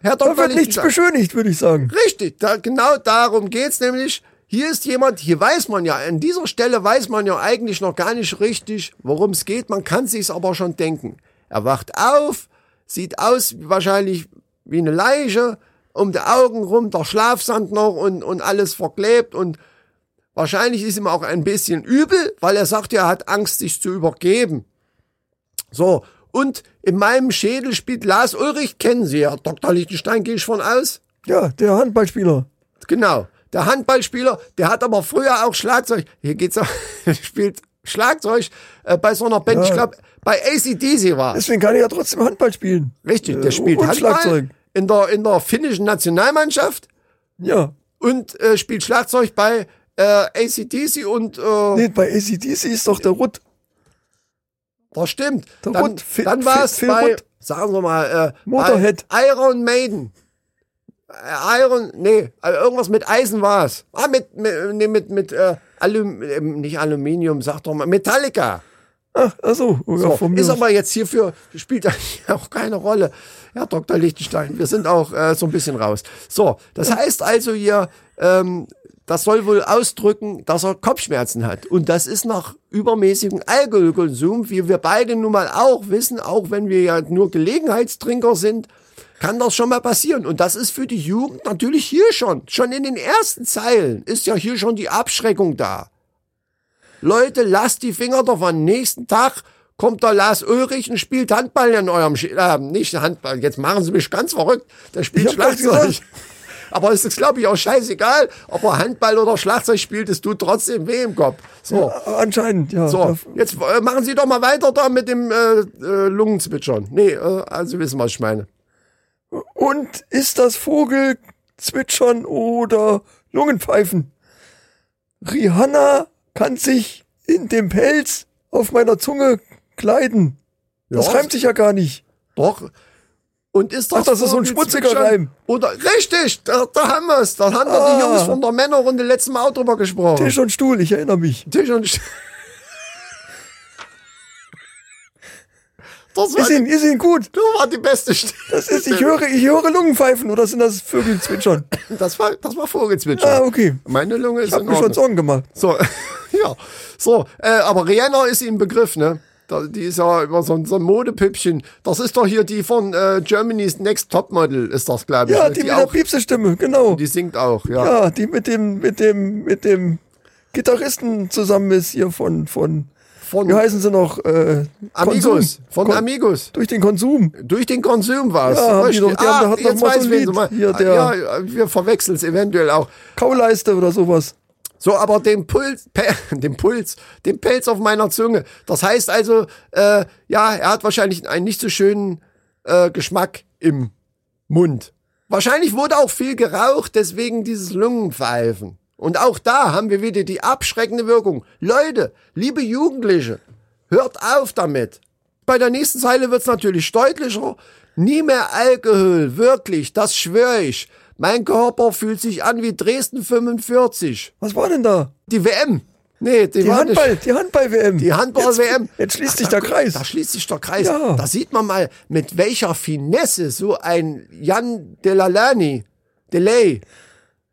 Speaker 2: Herr
Speaker 1: Da
Speaker 2: Dr.
Speaker 1: wird nichts
Speaker 2: Lichtstein.
Speaker 1: beschönigt, würde ich sagen.
Speaker 2: Richtig, da, genau darum geht's nämlich. Hier ist jemand, hier weiß man ja, an dieser Stelle weiß man ja eigentlich noch gar nicht richtig, worum es geht. Man kann sich's aber schon denken. Er wacht auf, sieht aus wahrscheinlich wie eine Leiche, um die Augen rum, der Schlafsand noch und, und alles verklebt und wahrscheinlich ist ihm auch ein bisschen übel, weil er sagt ja, er hat Angst, sich zu übergeben. So. Und in meinem Schädel spielt Lars Ulrich, kennen Sie ja, Dr. Lichtenstein, gehe ich von aus.
Speaker 1: Ja, der Handballspieler.
Speaker 2: Genau. Der Handballspieler, der hat aber früher auch Schlagzeug. Hier geht's auch, spielt Schlagzeug äh, bei so einer Band, ich glaube, bei ACDC war.
Speaker 1: Deswegen kann ich ja trotzdem Handball spielen.
Speaker 2: Richtig,
Speaker 1: Äh,
Speaker 2: der spielt
Speaker 1: und
Speaker 2: Handball
Speaker 1: Schlagzeug.
Speaker 2: in der, in der finnischen Nationalmannschaft
Speaker 1: Ja.
Speaker 2: und äh, spielt Schlagzeug bei äh, ACDC und äh,
Speaker 1: Nee, bei ACDC ist doch der Rutt.
Speaker 2: das stimmt.
Speaker 1: Der
Speaker 2: Dann,
Speaker 1: Rutt, Phil-
Speaker 2: dann war es
Speaker 1: Phil- Phil
Speaker 2: bei,
Speaker 1: Rutt.
Speaker 2: sagen wir mal, äh,
Speaker 1: Motorhead.
Speaker 2: bei Iron Maiden. Äh, Iron, nee, äh, irgendwas mit Eisen war es. Ah, mit, mit, nee, mit, mit äh, Alum, äh, nicht Aluminium, sag doch mal, Metallica.
Speaker 1: Ach, ach so, oh, ja,
Speaker 2: So,
Speaker 1: von mir.
Speaker 2: ist
Speaker 1: aus.
Speaker 2: aber jetzt hierfür, spielt eigentlich auch keine Rolle. Herr Dr. Lichtenstein, wir sind auch äh, so ein bisschen raus. So, das heißt also hier, ähm, das soll wohl ausdrücken, dass er Kopfschmerzen hat. Und das ist nach übermäßigem Alkoholkonsum, wie wir beide nun mal auch wissen, auch wenn wir ja nur Gelegenheitstrinker sind, kann das schon mal passieren. Und das ist für die Jugend natürlich hier schon. Schon in den ersten Zeilen ist ja hier schon die Abschreckung da. Leute, lasst die Finger davon. Nächsten Tag kommt der Lars Ulrich und spielt Handball in eurem Sch äh, nicht Handball. Jetzt machen sie mich ganz verrückt. Der spielt
Speaker 1: Ich hab das
Speaker 2: Schlagzeug.
Speaker 1: gesagt.
Speaker 2: Aber es ist, glaube ich, auch scheißegal, ob er Handball oder Schlagzeug spielt, es tut trotzdem weh im Kopf. So,
Speaker 1: Ja, anscheinend, ja.
Speaker 2: so. Jetzt äh, machen Sie doch mal weiter da mit dem äh, äh, Lungenzwitschern. Nee, äh, also wissen, was ich meine.
Speaker 1: Und ist das Vogelzwitschern oder Lungenpfeifen? Rihanna kann sich in dem Pelz auf meiner Zunge kleiden. Das
Speaker 2: Ja.
Speaker 1: reimt sich ja gar nicht.
Speaker 2: Doch. Und ist das,
Speaker 1: Ach, das ist so ein
Speaker 2: Vogelzwitschern-
Speaker 1: schmutziger Reim.
Speaker 2: Oder richtig, da, da haben wir es. Da haben wir die
Speaker 1: Ah.
Speaker 2: Jungs von der Männerrunde letztes Mal auch drüber gesprochen.
Speaker 1: Tisch und Stuhl, ich erinnere mich.
Speaker 2: Tisch und Stuhl. Das war,
Speaker 1: Ist ihn,
Speaker 2: die,
Speaker 1: ist ihn gut.
Speaker 2: das war die beste Stimme.
Speaker 1: Das ist, ich höre, ich höre Lungenpfeifen oder sind das Vögelzwitschern?
Speaker 2: Das war, das war Vogelzwitscher.
Speaker 1: Ah, okay.
Speaker 2: Meine Lunge ist
Speaker 1: Ich habe
Speaker 2: in
Speaker 1: mir schon
Speaker 2: Ordnung.
Speaker 1: Sorgen gemacht.
Speaker 2: So, ja. So, äh, aber Rihanna ist ihm Begriff, ne? Da, die ist ja immer so ein, so ein Modepüppchen. Das ist doch hier die von äh, Germany's Next Topmodel, ist das, glaube ich.
Speaker 1: Ja,
Speaker 2: ne?
Speaker 1: die mit der
Speaker 2: auch,
Speaker 1: Piepsestimme, genau.
Speaker 2: die singt auch, ja.
Speaker 1: Ja, die mit dem, mit dem, mit dem Gitarristen zusammen ist hier von, von,
Speaker 2: Von
Speaker 1: wie heißen sie noch? Äh,
Speaker 2: Amigos.
Speaker 1: Konsum.
Speaker 2: Von
Speaker 1: Kon-
Speaker 2: Amigos.
Speaker 1: Durch den Konsum.
Speaker 2: Durch den Konsum war es.
Speaker 1: Ja, haben die doch- die
Speaker 2: Ah,
Speaker 1: haben- da hat noch mal so ein Lied hier, der-
Speaker 2: ja, wir verwechseln es eventuell auch.
Speaker 1: Kauleiste oder sowas.
Speaker 2: So, aber den Puls, Pe den Puls, den Pelz auf meiner Zunge. Das heißt also, äh, ja, er hat wahrscheinlich einen nicht so schönen äh, Geschmack im Mund. Wahrscheinlich wurde auch viel geraucht, deswegen dieses Lungenpfeifen. Und auch da haben wir wieder die abschreckende Wirkung. Leute, liebe Jugendliche, hört auf damit. Bei der nächsten Zeile wird's natürlich deutlicher. Nie mehr Alkohol, wirklich, das schwöre ich. Mein Körper fühlt sich an wie Dresden 45.
Speaker 1: Was war denn da?
Speaker 2: Die WM. Nee, die,
Speaker 1: Die
Speaker 2: war nicht-
Speaker 1: Handball, die Handball-WM.
Speaker 2: Die Handball-WM.
Speaker 1: Jetzt, jetzt schließt sich der Kreis.
Speaker 2: Da schließt sich der Kreis.
Speaker 1: Ja.
Speaker 2: Da sieht man mal, mit welcher Finesse so ein Jan Delalani, Delay,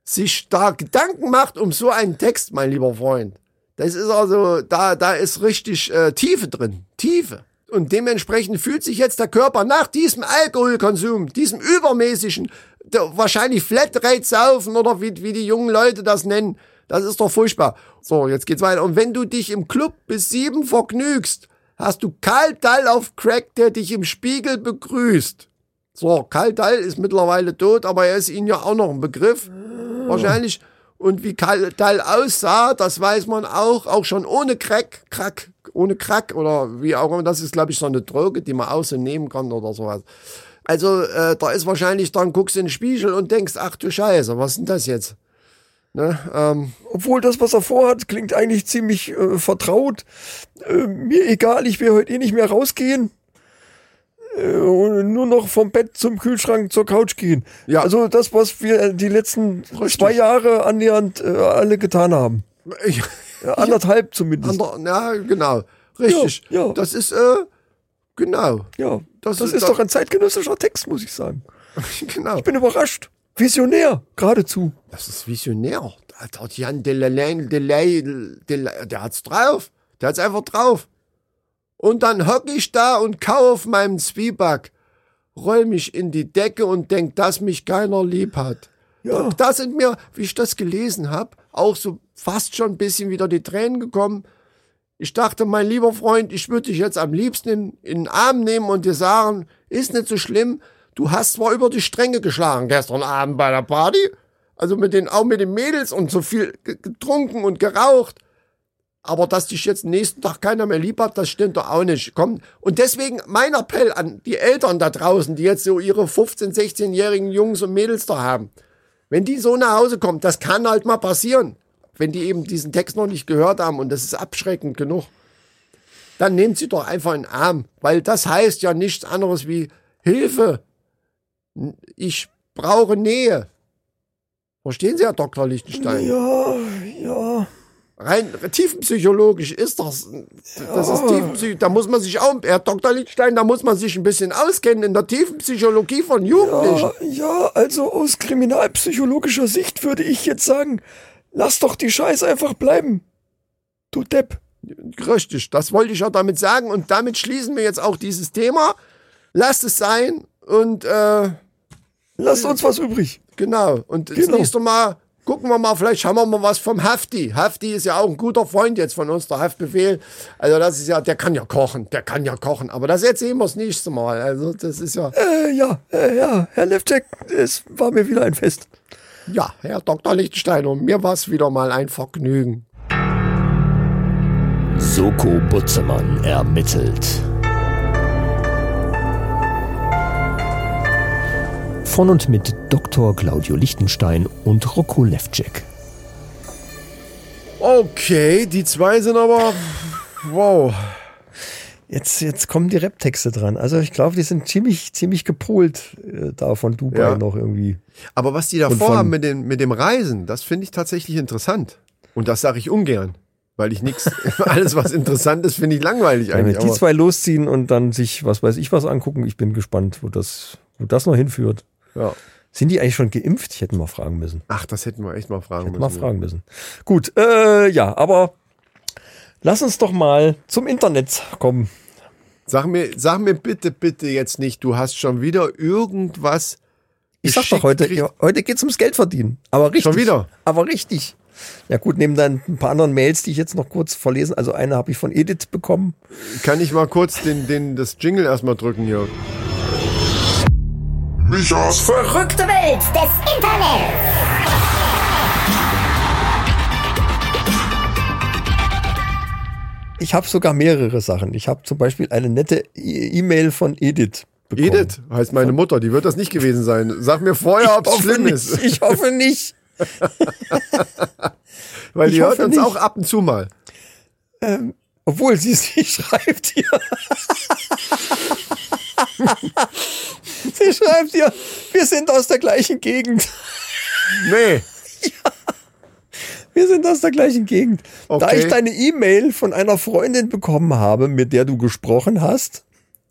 Speaker 2: sich da Gedanken macht um so einen Text, mein lieber Freund. Das ist also, da, da ist richtig äh, Tiefe drin. Tiefe. Und dementsprechend fühlt sich jetzt der Körper nach diesem Alkoholkonsum, diesem übermäßigen, der, wahrscheinlich Flatrate-Saufen oder wie, wie die jungen Leute das nennen. Das ist doch furchtbar. So, jetzt geht's weiter. Und wenn du dich im Club bis sieben vergnügst, hast du Karl Dall auf Crack, der dich im Spiegel begrüßt. So, Karl Dall ist mittlerweile tot, aber er ist ihnen ja auch noch ein Begriff. Wahrscheinlich. Und wie Karl Dall aussah, das weiß man auch, auch schon ohne Crack, Crack, ohne Crack oder wie auch immer. Das ist, glaube ich, so eine Droge, die man außen nehmen kann oder sowas. Also, äh, da ist wahrscheinlich dann, guckst in den Spiegel und denkst, ach du Scheiße, was ist denn das jetzt? Ne? Ähm,
Speaker 1: Obwohl das, was er vorhat, klingt eigentlich ziemlich äh, vertraut. Äh, mir egal, ich will heute eh nicht mehr rausgehen. Äh, und nur noch vom Bett zum Kühlschrank zur Couch gehen.
Speaker 2: Ja.
Speaker 1: Also das, was wir äh, die letzten zwei Jahre annähernd äh, alle getan haben.
Speaker 2: ich,
Speaker 1: Ja, anderthalb zumindest.
Speaker 2: ander, ja, genau. Richtig.
Speaker 1: Ja, ja.
Speaker 2: Das ist, äh, genau.
Speaker 1: ja,
Speaker 2: das
Speaker 1: das,
Speaker 2: ist
Speaker 1: ist
Speaker 2: doch-
Speaker 1: doch ein zeitgenössischer Text, muss ich sagen.
Speaker 2: genau.
Speaker 1: Ich bin überrascht. Visionär, geradezu.
Speaker 2: Das ist visionär. Der hat Jan Delalain, Delay, Delay, der hat's drauf. Der hat's einfach drauf. Und dann hock ich da und kau auf meinem Zwieback, roll mich in die Decke und denk, dass mich keiner lieb hat.
Speaker 1: Ja.
Speaker 2: Da, da sind mir, wie ich das gelesen habe, auch so fast schon ein bisschen wieder die Tränen gekommen. Ich dachte, mein lieber Freund, ich würde dich jetzt am liebsten in, in den Arm nehmen und dir sagen, ist nicht so schlimm. Du hast zwar über die Stränge geschlagen gestern Abend bei der Party, also mit den, auch mit den Mädels und so viel ge- getrunken und geraucht. Aber dass dich jetzt nächsten Tag keiner mehr lieb hat, das stimmt doch auch nicht. Komm. Und deswegen mein Appell an die Eltern da draußen, die jetzt so ihre 15-, 16-jährigen Jungs und Mädels da haben. Wenn die so nach Hause kommt, das kann halt mal passieren. Wenn die eben diesen Text noch nicht gehört haben und das ist abschreckend genug, dann nehmt sie doch einfach in den Arm, weil das heißt ja nichts anderes wie Hilfe. Ich brauche Nähe. Verstehen Sie, Herr Dr. Lichtenstein?
Speaker 1: Ja, ja.
Speaker 2: Rein tiefenpsychologisch ist das. Das ist tiefenpsychologisch. Da muss man sich auch, Herr Dr. Lichtenstein, da muss man sich ein bisschen auskennen in der Tiefenpsychologie von Jugendlichen.
Speaker 1: Ja, ja, also aus kriminalpsychologischer Sicht würde ich jetzt sagen, lass doch die Scheiße einfach bleiben. Du Depp.
Speaker 2: Richtig, das wollte ich ja damit sagen. Und damit schließen wir jetzt auch dieses Thema. Lasst es sein und äh,
Speaker 1: Lass uns was übrig.
Speaker 2: genau. Und das
Speaker 1: Genau.
Speaker 2: nächste Mal gucken wir mal, vielleicht haben wir mal was vom Hafti. Hafti ist ja auch ein guter Freund jetzt von uns, der Haftbefehl. Also das ist ja, der kann ja kochen, der kann ja kochen. Aber das erzählen wir das nächste Mal. Also das ist ja,
Speaker 1: Äh, ja, äh, ja, Herr Levcek, es war mir wieder ein Fest.
Speaker 2: ja, Herr Dr. Lichtenstein, und mir war es wieder mal ein Vergnügen.
Speaker 3: Soko Butzemann ermittelt. Von und mit Dr. Claudio Lichtenstein und Rocco Levcek.
Speaker 2: Okay, die zwei sind aber, wow.
Speaker 1: Jetzt, jetzt kommen die Rap-Texte dran. Also ich glaube, die sind ziemlich, ziemlich gepolt äh, da von Dubai
Speaker 2: Ja.
Speaker 1: noch irgendwie.
Speaker 2: Aber was die da
Speaker 1: Und
Speaker 2: vorhaben
Speaker 1: von-
Speaker 2: mit, den, mit dem Reisen, das finde ich tatsächlich interessant. Und das sage ich ungern, weil ich nichts, alles was interessant ist, finde ich langweilig
Speaker 1: Ja,
Speaker 2: eigentlich.
Speaker 1: wenn die
Speaker 2: Aber,
Speaker 1: zwei losziehen und dann sich, was weiß ich, was angucken, ich bin gespannt, wo das, wo das noch hinführt.
Speaker 2: ja.
Speaker 1: Sind die eigentlich schon geimpft? Ich hätte mal fragen müssen.
Speaker 2: Ach, das hätten wir echt mal fragen
Speaker 1: Hätten
Speaker 2: müssen.
Speaker 1: mal fragen müssen. Gut, äh, ja, aber lass uns doch mal zum Internet kommen.
Speaker 2: Sag mir, sag mir bitte, bitte jetzt nicht, du hast schon wieder irgendwas.
Speaker 1: Ich sag doch
Speaker 2: geschickt
Speaker 1: heute,
Speaker 2: kriegt-
Speaker 1: ja, heute geht's ums Geld verdienen. Aber richtig.
Speaker 2: Schon wieder?
Speaker 1: Aber richtig. Ja gut, neben dann ein paar anderen Mails, die ich jetzt noch kurz vorlesen. Also eine habe ich von Edith bekommen.
Speaker 2: Kann ich mal kurz den, den, das Jingle erstmal drücken hier?
Speaker 6: Verrückte Welt des Internets.
Speaker 1: Ich habe sogar mehrere Sachen. Ich habe zum Beispiel eine nette E- E-Mail von Edith bekommen.
Speaker 2: Edith heißt meine Mutter, die wird das nicht gewesen sein. Sag mir vorher, ob es
Speaker 1: Hoffe
Speaker 2: schlimm
Speaker 1: nicht.
Speaker 2: ist,
Speaker 1: Ich hoffe nicht.
Speaker 2: weil
Speaker 1: ich
Speaker 2: die hört
Speaker 1: hoffe
Speaker 2: uns
Speaker 1: nicht.
Speaker 2: auch ab und zu mal.
Speaker 1: Obwohl sie es nicht schreibt hier. sie schreibt hier, wir sind aus der gleichen Gegend.
Speaker 2: Nee.
Speaker 1: Wir sind aus der gleichen Gegend. Da
Speaker 2: Okay.
Speaker 1: ich deine E-Mail von einer Freundin bekommen habe, mit der du gesprochen hast,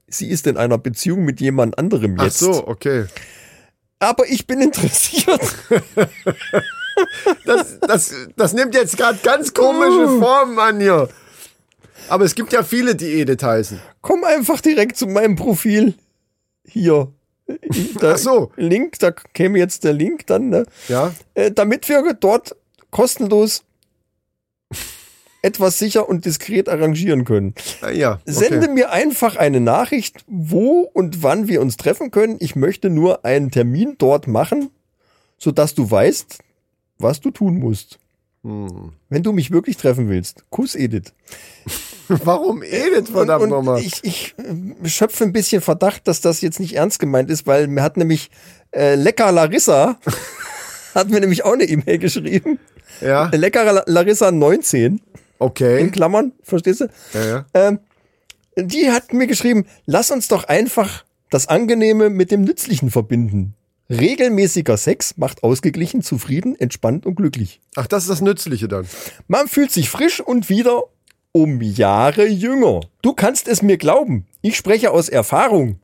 Speaker 1: sie ist in einer Beziehung mit jemand anderem
Speaker 2: Ach
Speaker 1: jetzt.
Speaker 2: so, okay.
Speaker 1: Aber ich bin interessiert.
Speaker 2: Das, das, das nimmt jetzt gerade ganz
Speaker 1: Uh.
Speaker 2: komische Formen an hier. Aber es gibt ja viele, die Edith heißen.
Speaker 1: Komm einfach direkt zu meinem Profil. Hier. Ich- Da,
Speaker 2: Ach so.
Speaker 1: Link, da käme jetzt der Link dann, ne?
Speaker 2: Ja?
Speaker 1: Äh, damit wir dort kostenlos etwas sicher und diskret arrangieren können.
Speaker 2: Ah, Ja. Okay.
Speaker 1: Sende mir einfach eine Nachricht, wo und wann wir uns treffen können. Ich möchte nur einen Termin dort machen, sodass du weißt, was du tun musst.
Speaker 2: Hm.
Speaker 1: Wenn du mich wirklich treffen willst. Kuss, Edith.
Speaker 2: Warum Edith, verdammt
Speaker 1: und, und
Speaker 2: nochmal?
Speaker 1: Ich, ich äh, schöpfe ein bisschen Verdacht, dass das jetzt nicht ernst gemeint ist, weil mir hat nämlich äh, Lecker Larissa hat mir nämlich auch eine E-Mail geschrieben.
Speaker 2: Ja?
Speaker 1: Lecker La- Larissa 19 in
Speaker 2: Okay.
Speaker 1: Klammern, verstehst du?
Speaker 2: Ja, ja.
Speaker 1: Ähm, die hat mir geschrieben, lass uns doch einfach das Angenehme mit dem Nützlichen verbinden. Regelmäßiger Sex macht ausgeglichen, zufrieden, entspannt und glücklich.
Speaker 2: Ach, das ist das Nützliche dann.
Speaker 1: Man fühlt sich frisch und wieder um Jahre jünger. Du kannst es mir glauben. Ich spreche aus Erfahrung.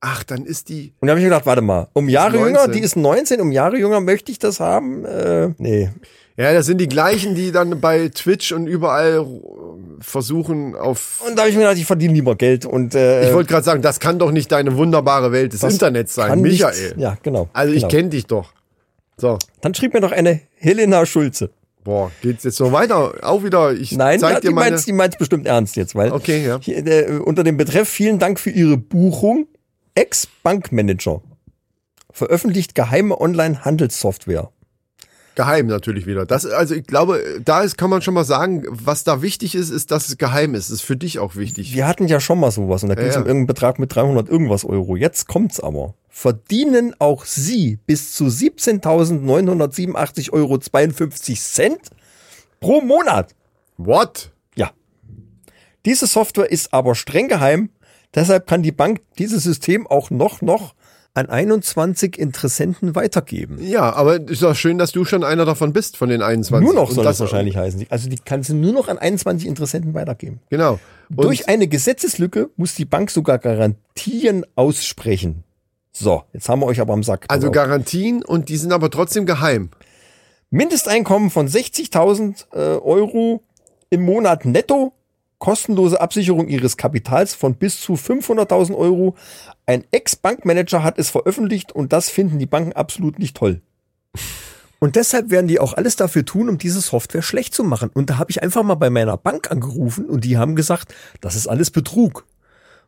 Speaker 2: Ach, dann ist die.
Speaker 1: Und da habe ich mir gedacht, warte mal, um Jahre
Speaker 2: 19.
Speaker 1: jünger, die ist 19, um Jahre jünger möchte ich das haben? Äh, nee.
Speaker 2: Ja, das sind die gleichen, die dann bei Twitch und überall äh, versuchen auf.
Speaker 1: Und da habe ich mir gedacht, ich verdiene lieber Geld und äh,
Speaker 2: Ich wollte gerade sagen, das kann doch nicht deine wunderbare Welt des
Speaker 1: das
Speaker 2: Internets sein,
Speaker 1: kann nicht-
Speaker 2: Michael.
Speaker 1: Ja, genau.
Speaker 2: Also ich
Speaker 1: genau.
Speaker 2: kenne dich doch. So.
Speaker 1: Dann schrieb mir noch eine Helena Schulze.
Speaker 2: Boah, geht's jetzt so weiter? Auch wieder. Ich
Speaker 1: Nein,
Speaker 2: zeig
Speaker 1: ja,
Speaker 2: dir
Speaker 1: die
Speaker 2: meine.
Speaker 1: meint's, die meint's bestimmt ernst jetzt, weil
Speaker 2: Okay, ja.
Speaker 1: hier, äh, unter dem Betreff vielen Dank für Ihre Buchung. Ex-Bankmanager veröffentlicht geheime Online-Handelssoftware.
Speaker 2: Geheim natürlich wieder. Das, also ich glaube, da ist, kann man schon mal sagen, was da wichtig ist, ist, dass es geheim ist. Das ist für dich auch wichtig.
Speaker 1: Wir hatten ja schon mal sowas und da ging es
Speaker 2: ja.
Speaker 1: um irgendeinen Betrag mit 300 irgendwas Euro. Jetzt kommt's aber. Verdienen auch Sie bis zu 17.987,52 Euro pro Monat.
Speaker 2: What?
Speaker 1: Ja. Diese Software ist aber streng geheim. Deshalb kann die Bank dieses System auch noch, noch an 21 Interessenten weitergeben.
Speaker 2: Ja, aber ist doch schön, dass du schon einer davon bist, von den 21.
Speaker 1: Nur noch
Speaker 2: Und
Speaker 1: soll das wahrscheinlich heißen. Also die kann sie nur noch an 21 Interessenten weitergeben.
Speaker 2: Genau. Und
Speaker 1: Durch eine Gesetzeslücke muss die Bank sogar Garantien aussprechen. So, jetzt haben wir euch aber am Sack. Genau.
Speaker 2: also
Speaker 1: Pass auf.
Speaker 2: Garantien und die sind aber trotzdem geheim.
Speaker 1: Mindesteinkommen von 60.000 äh, Euro im Monat netto, kostenlose Absicherung ihres Kapitals von bis zu 500.000 Euro. Ein Ex-Bankmanager hat es veröffentlicht und das finden die Banken absolut nicht toll. Und deshalb werden die auch alles dafür tun, um diese Software schlecht zu machen. Und da habe ich einfach mal bei meiner Bank angerufen und die haben gesagt, das ist alles Betrug.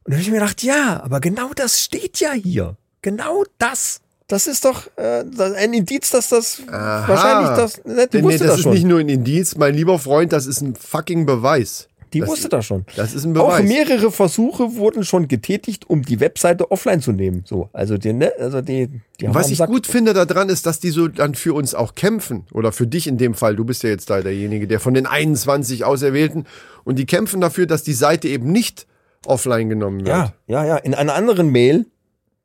Speaker 1: Und da habe ich mir gedacht, ja, aber genau das steht ja hier. Genau das. Das ist doch äh, das- ein Indiz, dass das wahrscheinlich das. Ne, die
Speaker 2: Nee, nee,
Speaker 1: wusste
Speaker 2: das,
Speaker 1: das
Speaker 2: ist
Speaker 1: schon.
Speaker 2: nicht nur ein Indiz, mein lieber Freund, das ist ein fucking Beweis.
Speaker 1: die
Speaker 2: das,
Speaker 1: wusste das schon.
Speaker 2: Das ist ein
Speaker 1: Auch
Speaker 2: Beweis.
Speaker 1: mehrere Versuche wurden schon getätigt, um die Webseite offline zu nehmen. So, also die, ne, also die, die haben
Speaker 2: Was
Speaker 1: am
Speaker 2: ich
Speaker 1: Sack.
Speaker 2: gut finde daran ist, dass die so dann für uns auch kämpfen. Oder für dich in dem Fall. Du bist ja jetzt da derjenige, der von den 21 Auserwählten. Und die kämpfen dafür, dass die Seite eben nicht offline genommen wird.
Speaker 1: Ja, ja, ja. In einer anderen Mail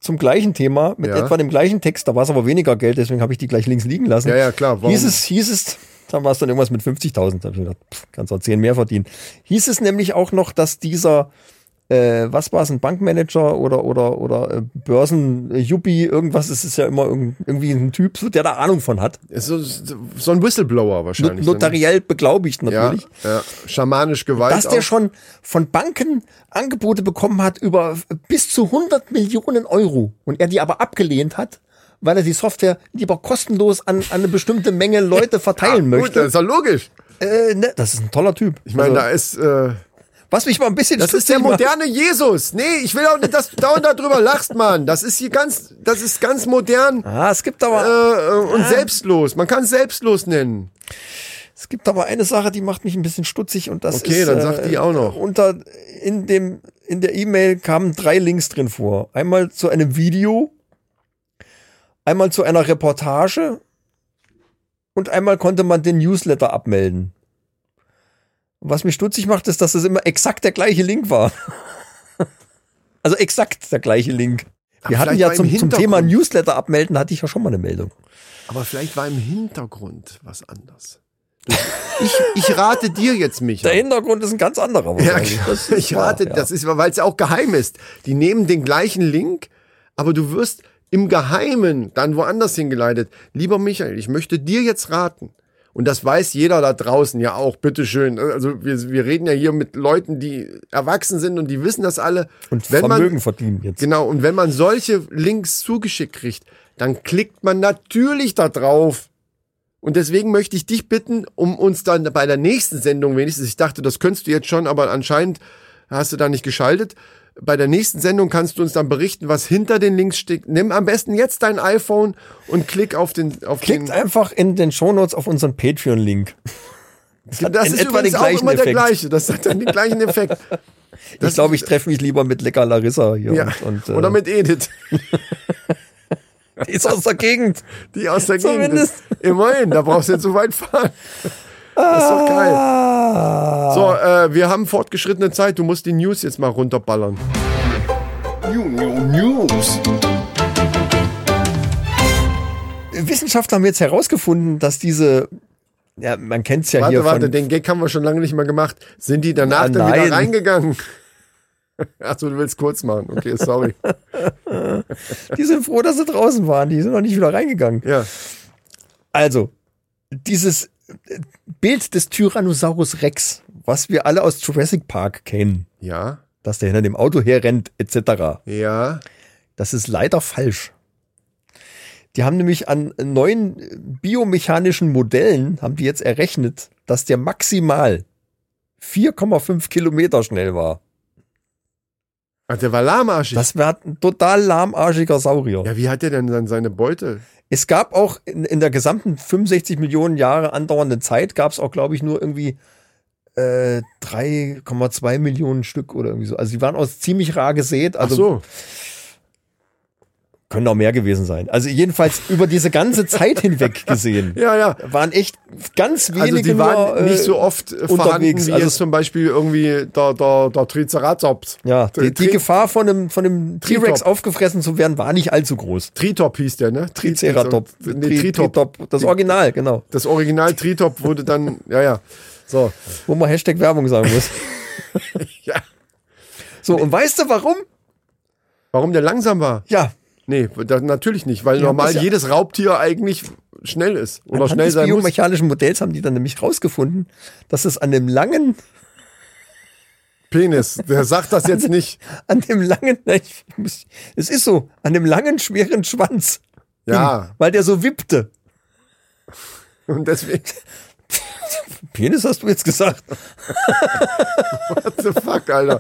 Speaker 1: zum gleichen Thema, mit
Speaker 2: Ja.
Speaker 1: etwa dem gleichen Text, da war es aber weniger Geld, deswegen habe ich die gleich links liegen lassen.
Speaker 2: Ja, ja, klar, warum?
Speaker 1: Hieß es, hieß es, da war es dann irgendwas mit 50.000, da hab ich gedacht, pff, kannst du 10 mehr verdienen. Hieß es nämlich auch noch, dass dieser, äh, was war es, ein Bankmanager oder, oder, oder äh, Börsen, äh, Yuppie, irgendwas, es ist ja immer irgend- irgendwie ein Typ, so, der da Ahnung von hat.
Speaker 2: Ist so, so ein Whistleblower
Speaker 1: Not
Speaker 2: wahrscheinlich.
Speaker 1: notariell beglaubigt
Speaker 2: ne? ja,
Speaker 1: natürlich.
Speaker 2: ja, schamanisch Gewalt.
Speaker 1: dass der
Speaker 2: auch.
Speaker 1: schon von Banken Angebote bekommen hat über bis zu 100 Millionen Euro und er die aber abgelehnt hat, weil er die Software lieber kostenlos an, an eine bestimmte Menge Leute verteilen
Speaker 2: Ah, Gut, das
Speaker 1: möchte. Also,
Speaker 2: ist ja logisch.
Speaker 1: äh, ne, das ist ein toller Typ.
Speaker 2: Ich meine, da ist, äh,
Speaker 1: was mich mal ein bisschen
Speaker 2: das ist
Speaker 1: stutzig
Speaker 2: der
Speaker 1: macht-
Speaker 2: moderne Jesus. Nee, ich will auch nicht, dass du dauernd darüber lachst, Mann. Das ist hier ganz, das ist ganz modern
Speaker 1: Ah, es gibt
Speaker 2: äh,
Speaker 1: aber
Speaker 2: äh, und
Speaker 1: Ah.
Speaker 2: selbstlos. Man kann es selbstlos nennen.
Speaker 1: es gibt aber eine Sache, die macht mich ein bisschen stutzig und das
Speaker 2: Okay,
Speaker 1: ist äh,
Speaker 2: dann sag die auch noch.
Speaker 1: unter in dem in der E-Mail kamen drei Links drin vor. Einmal zu einem Video, einmal zu einer Reportage und einmal konnte man den Newsletter abmelden. Was mich stutzig macht, ist, dass das immer exakt der gleiche Link war. also exakt der gleiche Link. Wir
Speaker 2: Aber
Speaker 1: hatten
Speaker 2: vielleicht
Speaker 1: ja
Speaker 2: war im
Speaker 1: zum, zum
Speaker 2: Hintergrund-
Speaker 1: Thema Newsletter abmelden, hatte ich ja schon mal eine Meldung.
Speaker 2: Aber vielleicht war im Hintergrund was anders. Ich, ich rate dir jetzt, Micha.
Speaker 1: Der Hintergrund ist ein ganz anderer.
Speaker 2: Ja,
Speaker 1: wahrscheinlich.
Speaker 2: klar.
Speaker 1: Das ist
Speaker 2: ich
Speaker 1: wahr,
Speaker 2: rate,
Speaker 1: ja.
Speaker 2: das ist, weil es ja auch geheim ist. Die nehmen den gleichen Link, aber du wirst im Geheimen dann woanders hingeleitet. Lieber Michael, ich möchte dir jetzt raten. Und das weiß jeder da draußen ja auch, bitteschön. Also wir, wir reden ja hier mit Leuten, die erwachsen sind und die wissen das alle.
Speaker 1: Und
Speaker 2: wenn
Speaker 1: Vermögen
Speaker 2: man,
Speaker 1: verdienen jetzt.
Speaker 2: Genau, und wenn man solche Links zugeschickt kriegt, dann klickt man natürlich da drauf. Und deswegen möchte ich dich bitten, um uns dann bei der nächsten Sendung wenigstens, ich dachte, das könntest du jetzt schon, aber anscheinend hast du da nicht geschaltet. Bei der nächsten Sendung kannst du uns dann berichten, was hinter den Links steckt. Nimm am besten jetzt dein iPhone und klick auf den, auf
Speaker 1: Klickt
Speaker 2: den.
Speaker 1: einfach in den Shownotes auf unseren Patreon-Link.
Speaker 2: Das
Speaker 1: in
Speaker 2: ist
Speaker 1: etwa
Speaker 2: übrigens
Speaker 1: den
Speaker 2: auch
Speaker 1: gleichen
Speaker 2: immer der
Speaker 1: Effekt.
Speaker 2: gleiche. Das hat dann den gleichen Effekt.
Speaker 1: Ich glaube, ich treffe mich lieber mit Lecker Larissa hier.
Speaker 2: Ja.
Speaker 1: Und, äh, und,
Speaker 2: Oder mit Edith,
Speaker 1: die ist aus der Gegend.
Speaker 2: die aus der Gegend
Speaker 1: Zumindest.
Speaker 2: ist. Immerhin, da brauchst du nicht so weit fahren. Das ist doch geil.
Speaker 1: Ah.
Speaker 2: So, äh, wir haben fortgeschrittene Zeit. Du musst die News jetzt mal runterballern.
Speaker 1: Wissenschaftler haben jetzt herausgefunden, dass diese, ja, man kennt es ja
Speaker 2: Warte,
Speaker 1: hier
Speaker 2: warte,
Speaker 1: von,
Speaker 2: den Gag haben wir schon lange nicht mehr gemacht. Sind die danach
Speaker 1: Ah,
Speaker 2: dann
Speaker 1: nein.
Speaker 2: wieder reingegangen? Achso, du willst kurz machen. Okay, sorry.
Speaker 1: die sind froh, dass sie draußen waren. Die sind noch nicht wieder reingegangen.
Speaker 2: Ja.
Speaker 1: Also, dieses äh, Bild des Tyrannosaurus Rex, was wir alle aus Jurassic Park kennen,
Speaker 2: Ja.
Speaker 1: dass der hinter dem Auto herrennt, etc.
Speaker 2: Ja.
Speaker 1: Das ist leider falsch. Die haben nämlich an neuen äh, biomechanischen Modellen, haben die jetzt errechnet, dass der maximal 4,5 Kilometer schnell war.
Speaker 2: Ach, der war lahmarschig.
Speaker 1: Das war ein total lahmarschiger Saurier.
Speaker 2: Ja, wie hat der denn dann seine Beute?
Speaker 1: Es gab auch in, in der gesamten 65 Millionen Jahre andauernden Zeit, gab es auch, glaube ich, nur irgendwie äh, 3,2 Millionen Stück oder irgendwie so. Also die waren aus ziemlich rar gesät.
Speaker 2: Ach
Speaker 1: Also
Speaker 2: so.
Speaker 1: können auch mehr gewesen sein. Also jedenfalls über diese ganze Zeit hinweg gesehen.
Speaker 2: Ja, ja.
Speaker 1: Waren echt ganz wenige
Speaker 2: Also die waren
Speaker 1: nur, äh,
Speaker 2: nicht so oft äh, vorhanden
Speaker 1: unterwegs.
Speaker 2: wie
Speaker 1: Also-
Speaker 2: jetzt zum Beispiel irgendwie der, der, der Triceratops.
Speaker 1: Ja,
Speaker 2: Der
Speaker 1: die, die
Speaker 2: äh, Tri-
Speaker 1: Gefahr von einem, von einem
Speaker 2: Tritop.
Speaker 1: T-Rex aufgefressen zu werden, war nicht allzu groß.
Speaker 2: Tritop hieß der, ne? Tri-
Speaker 1: Triceratop.
Speaker 2: Nee,
Speaker 1: Tri-
Speaker 2: Tritop.
Speaker 1: Tritop. Das Original, genau.
Speaker 2: Das Original Tritop wurde dann, ja, ja. So.
Speaker 1: Wo man Hashtag Werbung sagen muss.
Speaker 2: Ja.
Speaker 1: So, und weißt du warum?
Speaker 2: Warum der langsam war?
Speaker 1: Ja,
Speaker 2: Nee, da, natürlich nicht, weil
Speaker 1: Die haben
Speaker 2: normal
Speaker 1: das ja-
Speaker 2: jedes Raubtier eigentlich schnell ist oder
Speaker 1: Anhand
Speaker 2: schnell
Speaker 1: des
Speaker 2: sein muss.
Speaker 1: biomechanischen Modells haben die dann nämlich rausgefunden, dass es an dem langen,
Speaker 2: Penis, der sagt das jetzt nicht.
Speaker 1: an dem langen, nein, ich muss, es ist so, an dem langen, schweren Schwanz,
Speaker 2: Ja,
Speaker 1: weil der so wippte.
Speaker 2: und deswegen,
Speaker 1: Penis hast du jetzt gesagt.
Speaker 2: what the fuck, Alter.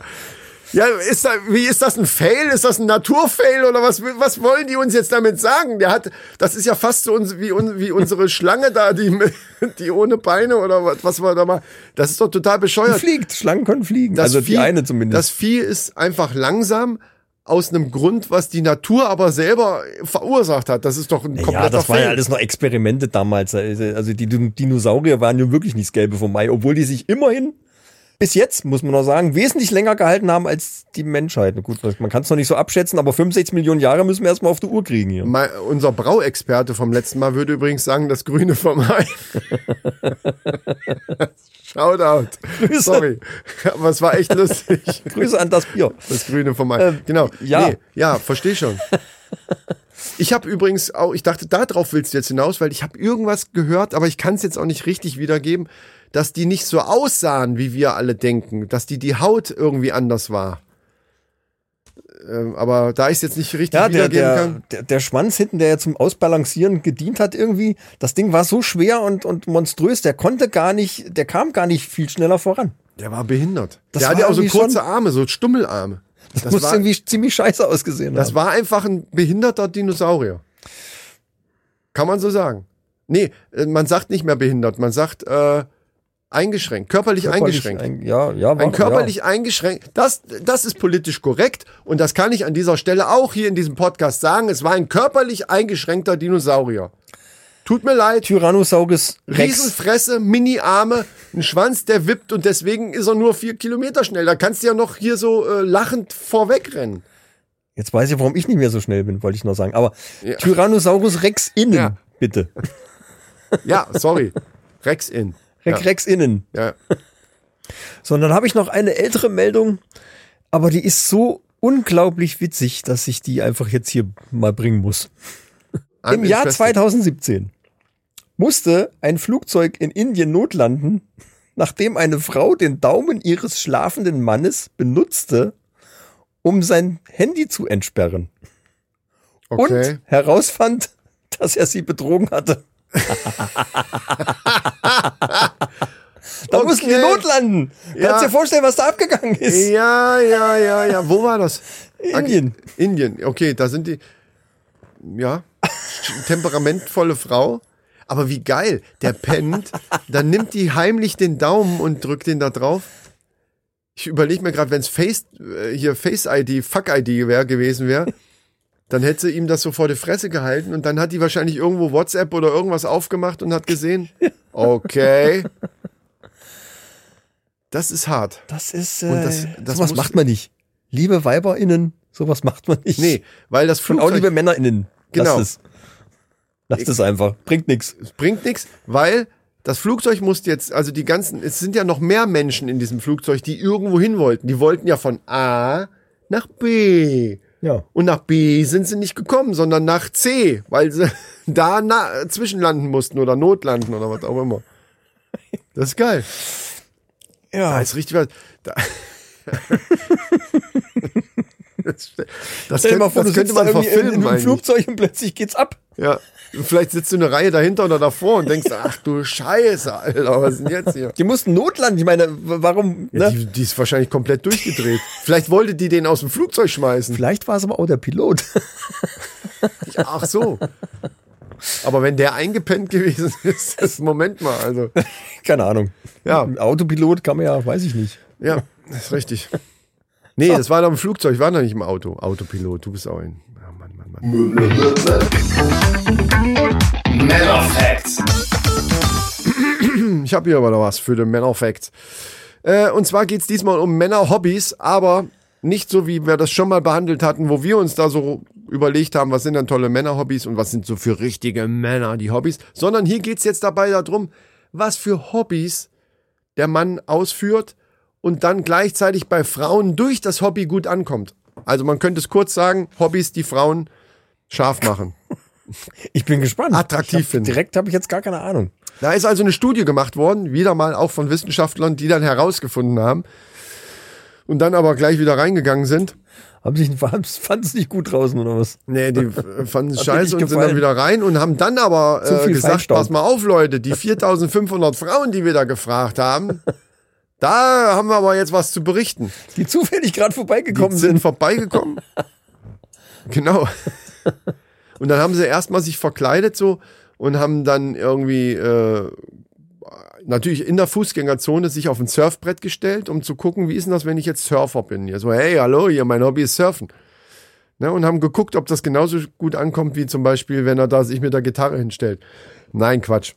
Speaker 2: Ja, ist da, wie ist das ein Fail? Ist das ein Naturfail oder was, was wollen die uns jetzt damit sagen? Der hat, das ist ja fast so uns, wie, un, wie unsere Schlange da, die, mit- die ohne Beine oder was, was war da mal. Das ist doch total
Speaker 1: Die
Speaker 2: bescheuert.
Speaker 1: fliegt, Schlangen können fliegen. also die
Speaker 2: Vieh-
Speaker 1: eine zumindest.
Speaker 2: Das Vieh ist einfach langsam aus einem Grund, was die Natur aber selber verursacht hat. Das ist doch ein kompletter
Speaker 1: ja, das waren
Speaker 2: Fail.
Speaker 1: ja alles noch Experimente damals. Also die Din- Dinosaurier waren ja wirklich nicht das Gelbe vom Mai, obwohl die sich immerhin bis jetzt, muss man noch sagen, wesentlich länger gehalten haben als die Menschheit. Na Gut, man kann es noch nicht so abschätzen, aber 65 Millionen Jahre müssen wir erstmal auf die Uhr kriegen hier.
Speaker 2: Mein, unser Brauexperte vom letzten Mal würde übrigens sagen, das Grüne vom Ei. Shoutout. Sorry. Aber es war echt lustig.
Speaker 1: Grüße an das Bier.
Speaker 2: Das Grüne vom Ei. genau.
Speaker 1: Ähm, ja.
Speaker 2: ja, verstehe schon. Ich habe übrigens auch, ich dachte, darauf willst du jetzt hinaus, weil ich habe irgendwas gehört, aber ich kann es jetzt auch nicht richtig wiedergeben, dass die nicht so aussahen, wie wir alle denken, dass die die Haut irgendwie anders war. Ähm, aber da ich es jetzt nicht richtig
Speaker 1: Ja, der,
Speaker 2: wiedergeben
Speaker 1: der,
Speaker 2: kann.
Speaker 1: der, der Schwanz hinten, der ja zum Ausbalancieren gedient hat irgendwie, das Ding war so schwer und, und monströs, der konnte gar nicht, der kam gar nicht viel schneller voran.
Speaker 2: Der war behindert.
Speaker 1: Das
Speaker 2: der
Speaker 1: war
Speaker 2: hatte auch so
Speaker 1: irgendwie
Speaker 2: kurze
Speaker 1: schon-
Speaker 2: Arme, so Stummelarme. Das,
Speaker 1: Das muss
Speaker 2: war,
Speaker 1: irgendwie ziemlich scheiße ausgesehen
Speaker 2: das
Speaker 1: haben.
Speaker 2: war einfach ein behinderter Dinosaurier. Kann man so sagen. Nee, äh, man sagt nicht mehr behindert, man sagt äh, eingeschränkt, körperlich, eingeschränkt. Ein,
Speaker 1: Ein, ja, ja, war,
Speaker 2: körperlich eingeschränkt. Das, das ist politisch korrekt und das kann ich an dieser Stelle auch hier in diesem Podcast sagen. Es war ein körperlich eingeschränkter Dinosaurier. Tut mir leid.
Speaker 1: Tyrannosaurus Rex.
Speaker 2: Riesenfresse, Mini-Arme, ein Schwanz, der wippt und deswegen ist er nur vier Kilometer schnell. Da kannst du ja noch hier so äh, lachend vorwegrennen.
Speaker 1: Jetzt weiß ich, warum ich nicht mehr so schnell bin, wollte ich nur sagen. Aber Tyrannosaurus Rex innen,
Speaker 2: Ja.
Speaker 1: bitte.
Speaker 2: Ja, sorry. Rex in.
Speaker 1: Rex,
Speaker 2: ja.
Speaker 1: Rex innen.
Speaker 2: Ja.
Speaker 1: Sondern habe ich noch eine ältere Meldung, aber die ist so unglaublich witzig, dass ich die einfach jetzt hier mal bringen muss. Im Jahr
Speaker 2: Uninfested.
Speaker 1: 2017 musste ein Flugzeug in Indien notlanden, nachdem eine Frau den Daumen ihres schlafenden Mannes benutzte, um sein Handy zu entsperren
Speaker 2: Okay.
Speaker 1: und herausfand, dass er sie betrogen hatte. da mussten die
Speaker 2: Okay.
Speaker 1: notlanden.
Speaker 2: Ja.
Speaker 1: Kannst dir vorstellen, was da abgegangen ist?
Speaker 2: Ja, ja, ja, ja. Wo war das?
Speaker 1: Indien.
Speaker 2: Indien. Okay, da sind die. Ja. Temperamentvolle Frau. Aber wie geil. Der pennt. Dann nimmt die heimlich den Daumen und drückt den da drauf. Ich überlege mir gerade, wenn es Face, äh, hier Face-ID, Fuck-ID wär, gewesen wäre, dann hätte sie ihm das so vor die Fresse gehalten und dann hat die wahrscheinlich irgendwo WhatsApp oder irgendwas aufgemacht und hat gesehen, okay. Das ist hart.
Speaker 1: Das ist. Äh,
Speaker 2: Und das- das
Speaker 1: sowas
Speaker 2: muss-
Speaker 1: macht man nicht. Liebe WeiberInnen, sowas macht man nicht.
Speaker 2: Nee, weil das
Speaker 1: Und auch
Speaker 2: Flugzeug
Speaker 1: liebe MännerInnen.
Speaker 2: Genau.
Speaker 1: Lasst es. Lasst es einfach. Bringt nichts.
Speaker 2: bringt nichts, weil das Flugzeug muss jetzt, also die ganzen, es sind ja noch mehr Menschen in diesem Flugzeug, die irgendwo hin wollten. Die wollten ja von A nach B.
Speaker 1: Ja.
Speaker 2: Und nach B sind sie nicht gekommen, sondern nach C, weil sie da na, zwischenlanden mussten oder notlanden oder was auch immer. Das ist geil. Da
Speaker 1: Ja.
Speaker 2: ist richtig was. Da, Das, das,
Speaker 1: Stell dir
Speaker 2: könnte,
Speaker 1: mal vor, du
Speaker 2: das könnte
Speaker 1: sitzt da
Speaker 2: man
Speaker 1: irgendwie in,
Speaker 2: verfilmen
Speaker 1: in einem
Speaker 2: eigentlich.
Speaker 1: Flugzeug und plötzlich geht's ab.
Speaker 2: Ja. Und Vielleicht sitzt du eine Reihe dahinter oder davor und denkst, ach du Scheiße, Alter, was ist denn jetzt hier?
Speaker 1: Die mussten notlanden. Ich meine, w- warum?
Speaker 2: Ja,
Speaker 1: ne?
Speaker 2: die, die ist wahrscheinlich komplett durchgedreht. Vielleicht wollte die den aus dem Flugzeug schmeißen.
Speaker 1: Vielleicht war es aber auch der Pilot.
Speaker 2: Ach so. Aber wenn der eingepennt gewesen ist, das Moment mal, also.
Speaker 1: Keine Ahnung.
Speaker 2: Ja.
Speaker 1: Ein Autopilot kann man ja, weiß ich nicht.
Speaker 2: Ja, das ist richtig. Nee, das war doch im Flugzeug, war doch nicht im Auto. Autopilot, du bist auch ein. Ah, Mann, Mann, Mann.
Speaker 5: Männer Facts.
Speaker 2: Ich habe hier aber noch was für den Männer-Fact. Äh, und zwar geht's diesmal um Männer-Hobbys, aber nicht so, wie wir das schon mal behandelt hatten, wo wir uns da so überlegt haben, was sind denn tolle Männer-Hobbys und was sind so für richtige Männer die Hobbys, sondern hier geht's jetzt dabei darum, was für Hobbys der Mann ausführt und dann gleichzeitig bei Frauen durch das Hobby gut ankommt. Also man könnte es kurz sagen, Hobbys, die Frauen scharf machen.
Speaker 1: Ich bin gespannt.
Speaker 2: Attraktiv
Speaker 1: Ich hab,
Speaker 2: finden.
Speaker 1: Direkt habe ich jetzt gar keine Ahnung.
Speaker 2: Da ist also eine Studie gemacht worden, wieder mal auch von Wissenschaftlern, die dann herausgefunden haben und dann aber gleich wieder reingegangen sind.
Speaker 1: Haben sich fand es nicht gut draußen oder was?
Speaker 2: Nee, die äh, fanden es
Speaker 1: Hat dir nicht
Speaker 2: scheiße und sind
Speaker 1: gefallen.
Speaker 2: dann wieder rein und haben dann aber
Speaker 1: Zu
Speaker 2: äh,
Speaker 1: viel
Speaker 2: gesagt,
Speaker 1: Feinstaub.
Speaker 2: pass mal auf Leute, die 4500 Frauen, die wir da gefragt haben, da haben wir aber jetzt was zu berichten.
Speaker 1: Die zufällig gerade vorbeigekommen
Speaker 2: die
Speaker 1: sind.
Speaker 2: sind vorbeigekommen. genau. Und dann haben sie erstmal sich verkleidet so und haben dann irgendwie äh, natürlich in der Fußgängerzone sich auf ein Surfbrett gestellt, um zu gucken, wie ist denn das, wenn ich jetzt Surfer bin? Hier so, hey, hallo, hier, mein Hobby ist Surfen. Ne, und haben geguckt, ob das genauso gut ankommt, wie zum Beispiel, wenn er da sich mit der Gitarre hinstellt. Nein, Quatsch.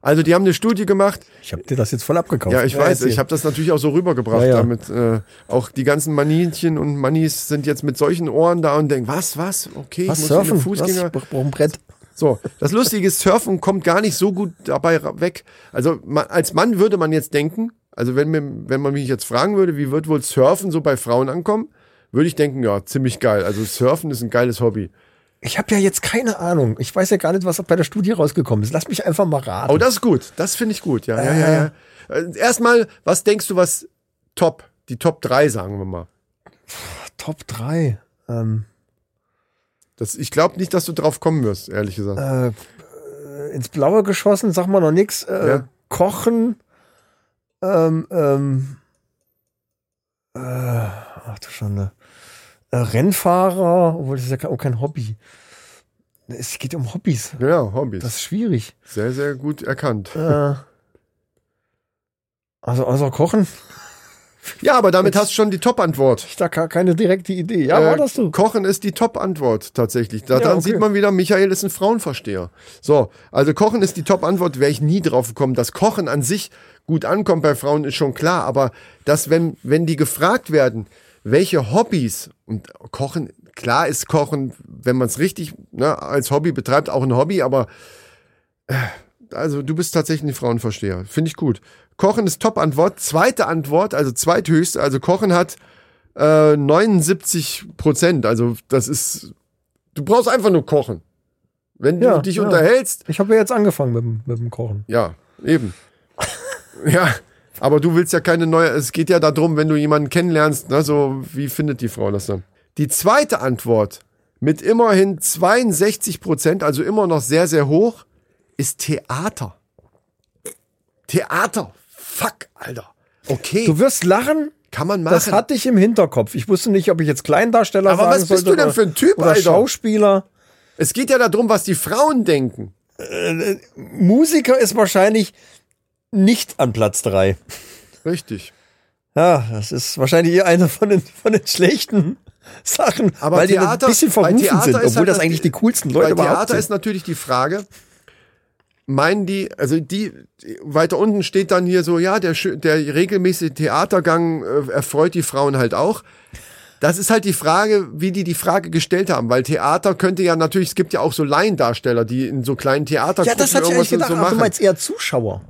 Speaker 2: Also, die haben eine Studie gemacht,
Speaker 1: Ich habe dir das jetzt voll abgekauft.
Speaker 2: ja, ich weiß,
Speaker 1: erzähl.
Speaker 2: ich habe das natürlich auch so rübergebracht
Speaker 1: Ja, ja.
Speaker 2: damit. Äh, auch die ganzen Maninchen und Manis sind jetzt mit solchen Ohren da und denken, was, was, okay,
Speaker 1: was
Speaker 2: ich muss in
Speaker 1: surfen?
Speaker 2: den Fußgänger.
Speaker 1: Was? Ich brauche ein Brett.
Speaker 2: So, das Lustige ist, Surfen kommt gar nicht so gut dabei ra- weg. Also ma- als Mann würde man jetzt denken, also wenn, mir, wenn man mich jetzt fragen würde, wie wird wohl Surfen so bei Frauen ankommen, würde ich denken, ja, ziemlich geil. Also Surfen ist ein geiles Hobby.
Speaker 1: Ich habe ja jetzt keine Ahnung. Ich weiß ja gar nicht, was bei der Studie rausgekommen ist. Lass mich einfach mal raten.
Speaker 2: Oh, das ist gut. Das finde ich gut. Ja, ja, ja, ja. Äh, Erstmal, was denkst du, was top, die Top 3, sagen wir mal.
Speaker 1: Top 3. Ähm,
Speaker 2: Das, ich glaube nicht, dass du drauf kommen wirst, ehrlich gesagt.
Speaker 1: äh, äh, ins Blaue geschossen, sag mal noch nix. Äh,
Speaker 2: Ja.
Speaker 1: Kochen. Ähm, ähm, äh, ach du Schande. Äh, Rennfahrer, obwohl das ist ja kein, auch kein Hobby. Es geht um Hobbys.
Speaker 2: Genau, Hobbys.
Speaker 1: Das ist schwierig.
Speaker 2: sehr, sehr gut erkannt.
Speaker 1: Äh, also außer Kochen,
Speaker 2: Ja, aber damit hast du schon die Top-Antwort.
Speaker 1: ich da gar keine direkte Idee. Ja, war
Speaker 2: Äh,
Speaker 1: das so?
Speaker 2: Kochen ist die Top-Antwort tatsächlich. Daran
Speaker 1: Ja, okay.
Speaker 2: sieht man wieder, Michael ist ein Frauenversteher. So, also Kochen ist die Top-Antwort, wäre ich nie drauf gekommen. Dass Kochen an sich gut ankommt bei Frauen, ist schon klar. Aber dass, wenn, wenn die gefragt werden, welche Hobbys und Kochen, klar ist Kochen, wenn man es richtig ne, als Hobby betreibt, auch ein Hobby, aber also du bist tatsächlich ein Frauenversteher. Finde ich gut. Kochen ist Top-Antwort. Zweite Antwort, also zweithöchste, also Kochen hat äh, 79 Prozent. Also das ist, du brauchst einfach nur kochen. Wenn
Speaker 1: Ja,
Speaker 2: du dich
Speaker 1: ja.
Speaker 2: unterhältst,
Speaker 1: Ich habe ja jetzt angefangen mit, dem- mit dem Kochen.
Speaker 2: ja, eben. ja, aber du willst ja keine neue, es geht ja darum, wenn du jemanden kennenlernst, ne, so wie findet die Frau das dann? Die zweite Antwort mit immerhin 62 Prozent, also immer noch sehr, sehr hoch, ist Theater. Theater. Fuck, Alter. Okay,
Speaker 1: Du wirst lachen,
Speaker 2: kann man machen.
Speaker 1: Das hatte ich im Hinterkopf. Ich wusste nicht, ob ich jetzt Kleindarsteller
Speaker 2: Aber
Speaker 1: sagen
Speaker 2: was bist
Speaker 1: sollte
Speaker 2: du denn
Speaker 1: oder-
Speaker 2: für ein Typ,
Speaker 1: oder
Speaker 2: Alter?
Speaker 1: Schauspieler.
Speaker 2: es geht ja darum, was die Frauen denken.
Speaker 1: Musiker ist wahrscheinlich nicht an Platz drei.
Speaker 2: Richtig.
Speaker 1: Ja, das ist wahrscheinlich eher eine von den, von den schlechten Sachen,
Speaker 2: Mhm. Aber
Speaker 1: weil die
Speaker 2: Theater-
Speaker 1: ein bisschen
Speaker 2: bei
Speaker 1: verrufen
Speaker 2: Theater
Speaker 1: sind,
Speaker 2: ist
Speaker 1: obwohl
Speaker 2: halt
Speaker 1: das
Speaker 2: das-
Speaker 1: eigentlich die coolsten Leute
Speaker 2: Bei
Speaker 1: überhaupt
Speaker 2: Theater
Speaker 1: sind.
Speaker 2: ist natürlich die Frage, meinen die, also die, die- weiter unten steht dann hier so, ja, der, schö- der regelmäßige Theatergang äh, erfreut die Frauen halt auch. Das ist halt die Frage, wie die die Frage gestellt haben, weil Theater könnte ja natürlich, es gibt ja auch so Laiendarsteller, die in so kleinen Theater
Speaker 1: ja, das hatte ich eigentlich gedacht.
Speaker 2: so
Speaker 1: Ach, du
Speaker 2: machen.
Speaker 1: meinst eher Zuschauer.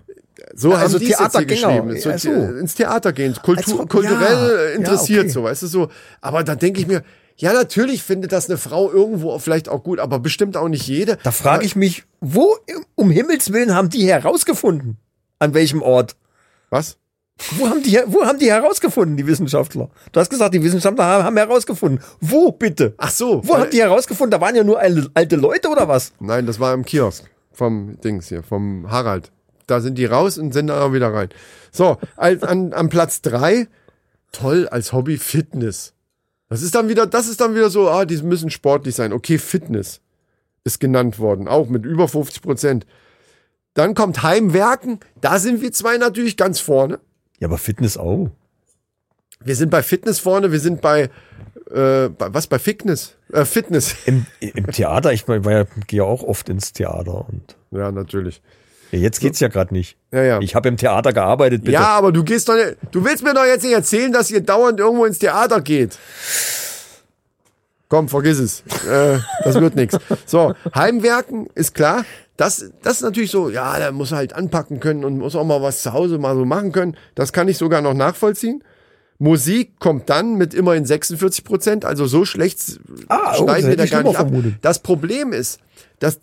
Speaker 2: so
Speaker 1: also
Speaker 2: haben die es jetzt hier
Speaker 1: Theatergänger.
Speaker 2: geschrieben, so,
Speaker 1: Ach so.
Speaker 2: ins Theater gehen, Kultu
Speaker 1: Als ob-
Speaker 2: kulturell
Speaker 1: ja.
Speaker 2: äh, interessiert,
Speaker 1: Ja, okay.
Speaker 2: so, weißt du, so. Aber da denke ich mir, ja, natürlich findet das eine Frau irgendwo vielleicht auch gut, aber bestimmt auch nicht jede.
Speaker 1: Da frage ich mich, wo im- um Himmels Willen haben die herausgefunden? An welchem Ort?
Speaker 2: Was?
Speaker 1: Wo haben, die, wo haben die herausgefunden, die Wissenschaftler? Du hast gesagt, die Wissenschaftler haben, haben herausgefunden. Wo bitte?
Speaker 2: Ach so,
Speaker 1: Wo
Speaker 2: weil-
Speaker 1: haben die herausgefunden? Da waren ja nur alte, alte Leute oder was?
Speaker 2: Nein, das war im Kiosk vom Dings hier, vom Harald. Da sind die raus und sind dann auch wieder rein. So, als, an, an Platz drei toll als Hobby Fitness. Das ist dann wieder, das ist dann wieder so, ah, die müssen sportlich sein. Okay, Fitness ist genannt worden, auch mit über 50 Prozent. Dann kommt Heimwerken, da sind wir zwei natürlich ganz vorne.
Speaker 1: Ja, aber Fitness auch.
Speaker 2: Wir sind bei Fitness vorne, wir sind bei, äh, bei was, bei Fitness? Äh, Fitness.
Speaker 1: Im, im Theater, ich mein, war ja- gehe ja auch oft ins Theater. Und
Speaker 2: Ja, natürlich.
Speaker 1: ja, jetzt geht's ja gerade nicht.
Speaker 2: Ja, ja.
Speaker 1: Ich habe im Theater gearbeitet, bitte.
Speaker 2: Ja, aber du gehst doch nicht, du willst mir doch jetzt nicht erzählen, dass ihr dauernd irgendwo ins Theater geht. Komm, vergiss es. Äh, das wird nichts. So, Heimwerken ist klar. Das, das ist natürlich so, ja, da muss er halt anpacken können und muss auch mal was zu Hause mal so machen können. Das kann ich sogar noch nachvollziehen. Musik kommt dann mit immerhin 46 Prozent, also so schlecht
Speaker 1: Ah, oh, das
Speaker 2: schneiden wir
Speaker 1: hätte
Speaker 2: da
Speaker 1: ich
Speaker 2: gar
Speaker 1: immer
Speaker 2: nicht ab.
Speaker 1: vermutet.
Speaker 2: Das Problem ist, dass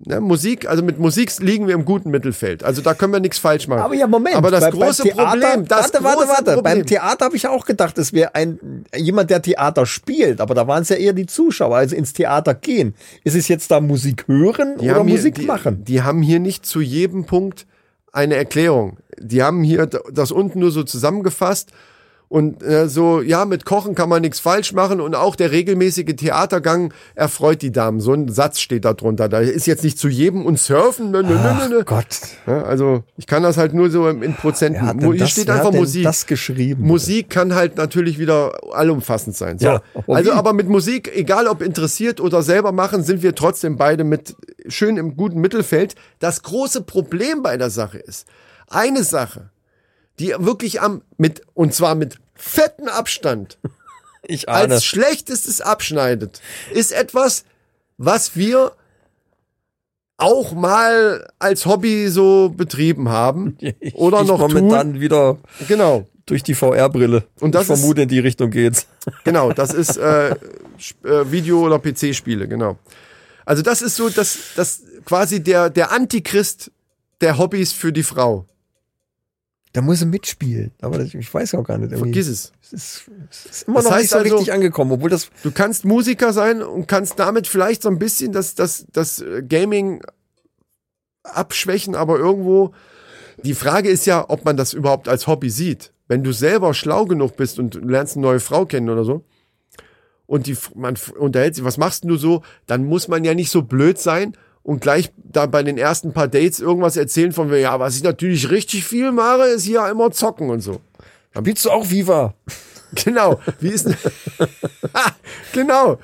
Speaker 2: ne, Musik, also mit Musik liegen wir im guten Mittelfeld. Also da können wir nichts falsch machen.
Speaker 1: Aber ja, Moment.
Speaker 2: Aber das
Speaker 1: bei- beim
Speaker 2: große
Speaker 1: Theater,
Speaker 2: Problem, das
Speaker 1: warte, warte,
Speaker 2: große
Speaker 1: warte. Beim
Speaker 2: Problem.
Speaker 1: Theater habe ich auch gedacht, es wäre ein jemand, der Theater spielt. Aber da waren es ja eher die Zuschauer, also ins Theater gehen. Ist es jetzt da Musik hören
Speaker 2: Die
Speaker 1: oder
Speaker 2: haben
Speaker 1: Musik
Speaker 2: hier,
Speaker 1: machen?
Speaker 2: Die, die haben hier nicht zu jedem Punkt eine Erklärung. Die haben hier d- das unten nur so zusammengefasst und äh, so, ja, mit Kochen kann man nichts falsch machen und auch der regelmäßige Theatergang erfreut die Damen. So ein Satz steht da drunter. Da ist jetzt nicht zu jedem und Surfen. Nö, nö, nö,
Speaker 1: Ach
Speaker 2: nö, nö.
Speaker 1: Oh Gott.
Speaker 2: Ja, also ich kann das halt nur so im- in Prozenten.
Speaker 1: Wer hat
Speaker 2: Mu-
Speaker 1: denn
Speaker 2: hier
Speaker 1: das,
Speaker 2: steht
Speaker 1: wer
Speaker 2: einfach
Speaker 1: hat denn
Speaker 2: Musik.
Speaker 1: das geschrieben?
Speaker 2: Musik kann halt natürlich wieder allumfassend sein. So.
Speaker 1: Ja, aber
Speaker 2: also
Speaker 1: wie?
Speaker 2: aber mit Musik, egal ob interessiert oder selber machen, sind wir trotzdem beide mit schön im guten Mittelfeld. Das große Problem bei der Sache ist, eine Sache, die wirklich am mit und zwar mit fetten Abstand
Speaker 1: Ich ahne.
Speaker 2: als schlechtestes abschneidet, ist etwas, was wir auch mal als Hobby so betrieben haben
Speaker 1: Ich-
Speaker 2: oder
Speaker 1: ich
Speaker 2: noch
Speaker 1: momentan
Speaker 2: tun.
Speaker 1: wieder
Speaker 2: Genau,
Speaker 1: durch die VR-Brille.
Speaker 2: Und das
Speaker 1: ich vermute, in die Richtung geht's.
Speaker 2: genau, das ist äh, Sp- äh, Video- oder PC-Spiele, genau. Also das ist so, das, das quasi der, der Antichrist der Hobbys für die Frau.
Speaker 1: Da muss sie mitspielen. Aber das, ich weiß auch gar nicht. irgendwie.
Speaker 2: Vergiss es.
Speaker 1: Es ist, es ist immer
Speaker 2: Das
Speaker 1: noch
Speaker 2: heißt
Speaker 1: nicht so
Speaker 2: also-
Speaker 1: richtig angekommen, obwohl das
Speaker 2: Du kannst Musiker sein und kannst damit vielleicht so ein bisschen das, das, das äh, Gaming abschwächen, aber irgendwo. Die Frage ist ja, ob man das überhaupt als Hobby sieht. Wenn du selber schlau genug bist und du lernst eine neue Frau kennen oder so und die, f- man f- unterhält sich, was machst denn du so, dann muss man ja nicht so blöd sein und gleich da bei den ersten paar Dates irgendwas erzählen von mir, ja, was ich natürlich richtig viel mache, ist hier immer zocken und so.
Speaker 1: willst du auch Viva.
Speaker 2: Genau. Wie ist denn- Genau.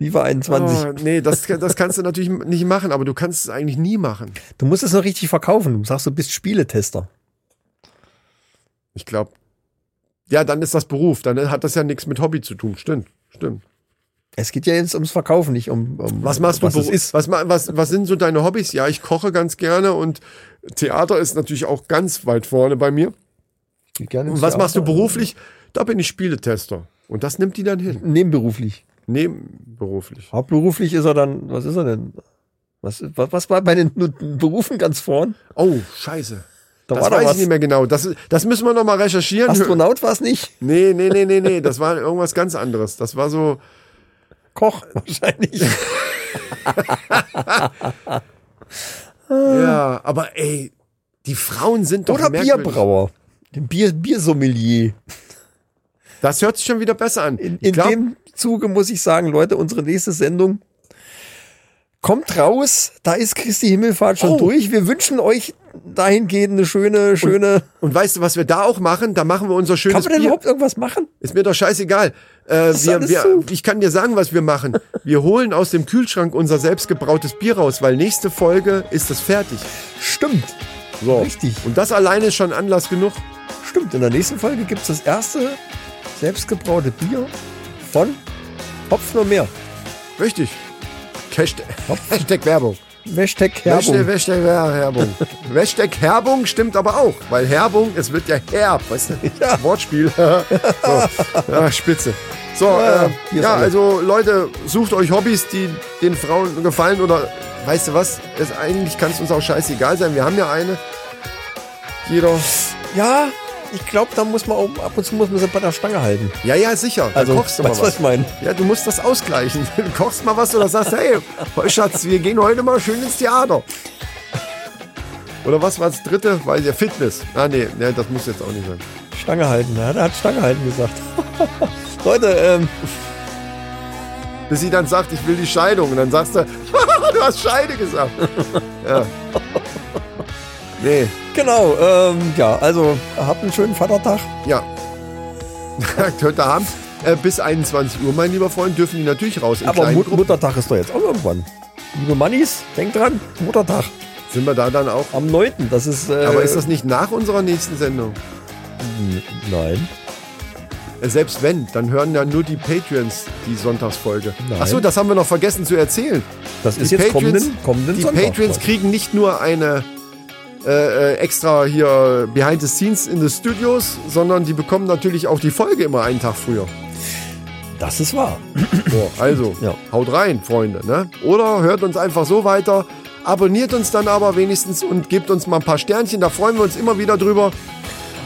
Speaker 1: Viva 21.
Speaker 2: Oh, nee, das, das kannst du natürlich nicht machen, aber du kannst es eigentlich nie machen.
Speaker 1: Du musst es noch richtig verkaufen. Du sagst, du bist Spieletester.
Speaker 2: Ich glaube. Ja, dann ist das Beruf. Dann äh, hat das ja nichts mit Hobby zu tun. Stimmt, stimmt.
Speaker 1: Es geht ja jetzt ums Verkaufen, nicht um, um
Speaker 2: Was machst du?
Speaker 1: was es
Speaker 2: Beru-
Speaker 1: ist.
Speaker 2: Was, ma- was, was sind so deine Hobbys? Ja, ich koche ganz gerne und Theater ist natürlich auch ganz weit vorne bei mir. Und was machst du beruflich? Da bin ich Spieletester. Und das nimmt die dann hin.
Speaker 1: Nebenberuflich.
Speaker 2: Nebenberuflich.
Speaker 1: Hauptberuflich ist er dann, was ist er denn? Was, was, was war bei den Nu- Berufen ganz vorn?
Speaker 2: Oh, scheiße.
Speaker 1: Da
Speaker 2: das
Speaker 1: war doch
Speaker 2: weiß
Speaker 1: was.
Speaker 2: ich nicht mehr genau. Das, das müssen wir nochmal recherchieren.
Speaker 1: Astronaut war es nicht.
Speaker 2: Nee, nee, nee, nee, nee. Das war irgendwas ganz anderes. Das war so.
Speaker 1: Koch wahrscheinlich.
Speaker 2: Ja, aber ey, die Frauen sind doch.
Speaker 1: Oder
Speaker 2: merkwürdig.
Speaker 1: Bierbrauer. Den Bier, Biersommelier.
Speaker 2: Das hört sich schon wieder besser an.
Speaker 1: In,
Speaker 2: ich
Speaker 1: in
Speaker 2: glaub,
Speaker 1: dem Zuge muss ich sagen, Leute, unsere nächste Sendung kommt raus. Da ist Christi Himmelfahrt schon
Speaker 2: Oh.
Speaker 1: durch. Wir wünschen euch dahingehend eine schöne, schöne.
Speaker 2: und weißt du, was wir da auch machen? Da machen wir unser
Speaker 1: Kann man
Speaker 2: schönes
Speaker 1: denn
Speaker 2: Bier.
Speaker 1: überhaupt irgendwas machen?
Speaker 2: Ist mir doch scheißegal. Äh,
Speaker 1: ist
Speaker 2: wir,
Speaker 1: alles
Speaker 2: wir,
Speaker 1: zu.
Speaker 2: ich kann dir sagen, was wir machen. Wir holen aus dem Kühlschrank unser selbstgebrautes Bier raus, weil nächste Folge ist es fertig.
Speaker 1: Stimmt.
Speaker 2: So.
Speaker 1: Richtig.
Speaker 2: Und das alleine ist schon Anlass genug.
Speaker 1: Stimmt, in der nächsten Folge gibt es das erste selbstgebraute Bier von Hopfen und Meer.
Speaker 2: Richtig. Hashtag Hashtag Werbung.
Speaker 1: Hashtag
Speaker 2: Hashtag
Speaker 1: Werbung.
Speaker 2: Hashtag Werbung. Hashtag Herbung stimmt aber auch, weil Herbung, es wird ja herb, weißt du? Wortspiel. so. ja, spitze. So,
Speaker 1: Ja,
Speaker 2: ja,
Speaker 1: hier
Speaker 2: äh,
Speaker 1: ist
Speaker 2: ja
Speaker 1: alles.
Speaker 2: also Leute, sucht euch Hobbys, die den Frauen gefallen oder weißt du was? Es, eigentlich kann es uns auch scheißegal sein, wir haben ja eine. Jeder.
Speaker 1: Ja, ich glaube, da muss man auch, ab und zu muss man sie bei der Stange halten.
Speaker 2: Ja, ja, sicher. Da
Speaker 1: Also,
Speaker 2: kochst du mal
Speaker 1: weißt du, was
Speaker 2: was.
Speaker 1: ich meine?
Speaker 2: Ja, du musst das ausgleichen. Du kochst mal was oder sagst, hey, Schatz, wir gehen heute mal schön ins Theater. Oder was war das dritte? Weil ja Fitness. Ah, nee, nee, das muss jetzt auch nicht sein.
Speaker 1: Stange halten, ja, der hat Stange halten gesagt. Leute, ähm,
Speaker 2: Bis sie dann sagt, ich will die Scheidung. Und dann sagst du, du hast Scheide gesagt. Ja. Nee,
Speaker 1: genau, ähm, ja, also habt einen schönen Vatertag.
Speaker 2: ja. Heute Abend äh, bis 21 Uhr, mein lieber Freund, dürfen die natürlich raus. In
Speaker 1: Aber
Speaker 2: kleinen
Speaker 1: Mut
Speaker 2: Gruppen.
Speaker 1: Muttertag ist doch jetzt auch irgendwann. Liebe Mannis, denkt dran, Muttertag
Speaker 2: Sind wir da dann auch.
Speaker 1: am 9. Das ist. Äh,
Speaker 2: Aber ist das nicht nach unserer nächsten Sendung?
Speaker 1: Nein.
Speaker 2: Äh, Selbst wenn, dann hören ja nur die Patreons die Sonntagsfolge.
Speaker 1: Nein.
Speaker 2: Achso, das haben wir noch vergessen zu erzählen.
Speaker 1: Das ist jetzt kommenden, kommenden
Speaker 2: die
Speaker 1: Sonntag.
Speaker 2: Patreons kriegen nicht nur eine äh, äh, extra hier Behind the Scenes in the Studios, sondern die bekommen natürlich auch die Folge immer einen Tag früher.
Speaker 1: Das ist wahr.
Speaker 2: Also,
Speaker 1: Ja.
Speaker 2: haut rein, Freunde. Ne? Oder hört uns einfach so weiter. Abonniert uns dann aber wenigstens und gebt uns mal ein paar Sternchen. Da freuen wir uns immer wieder drüber.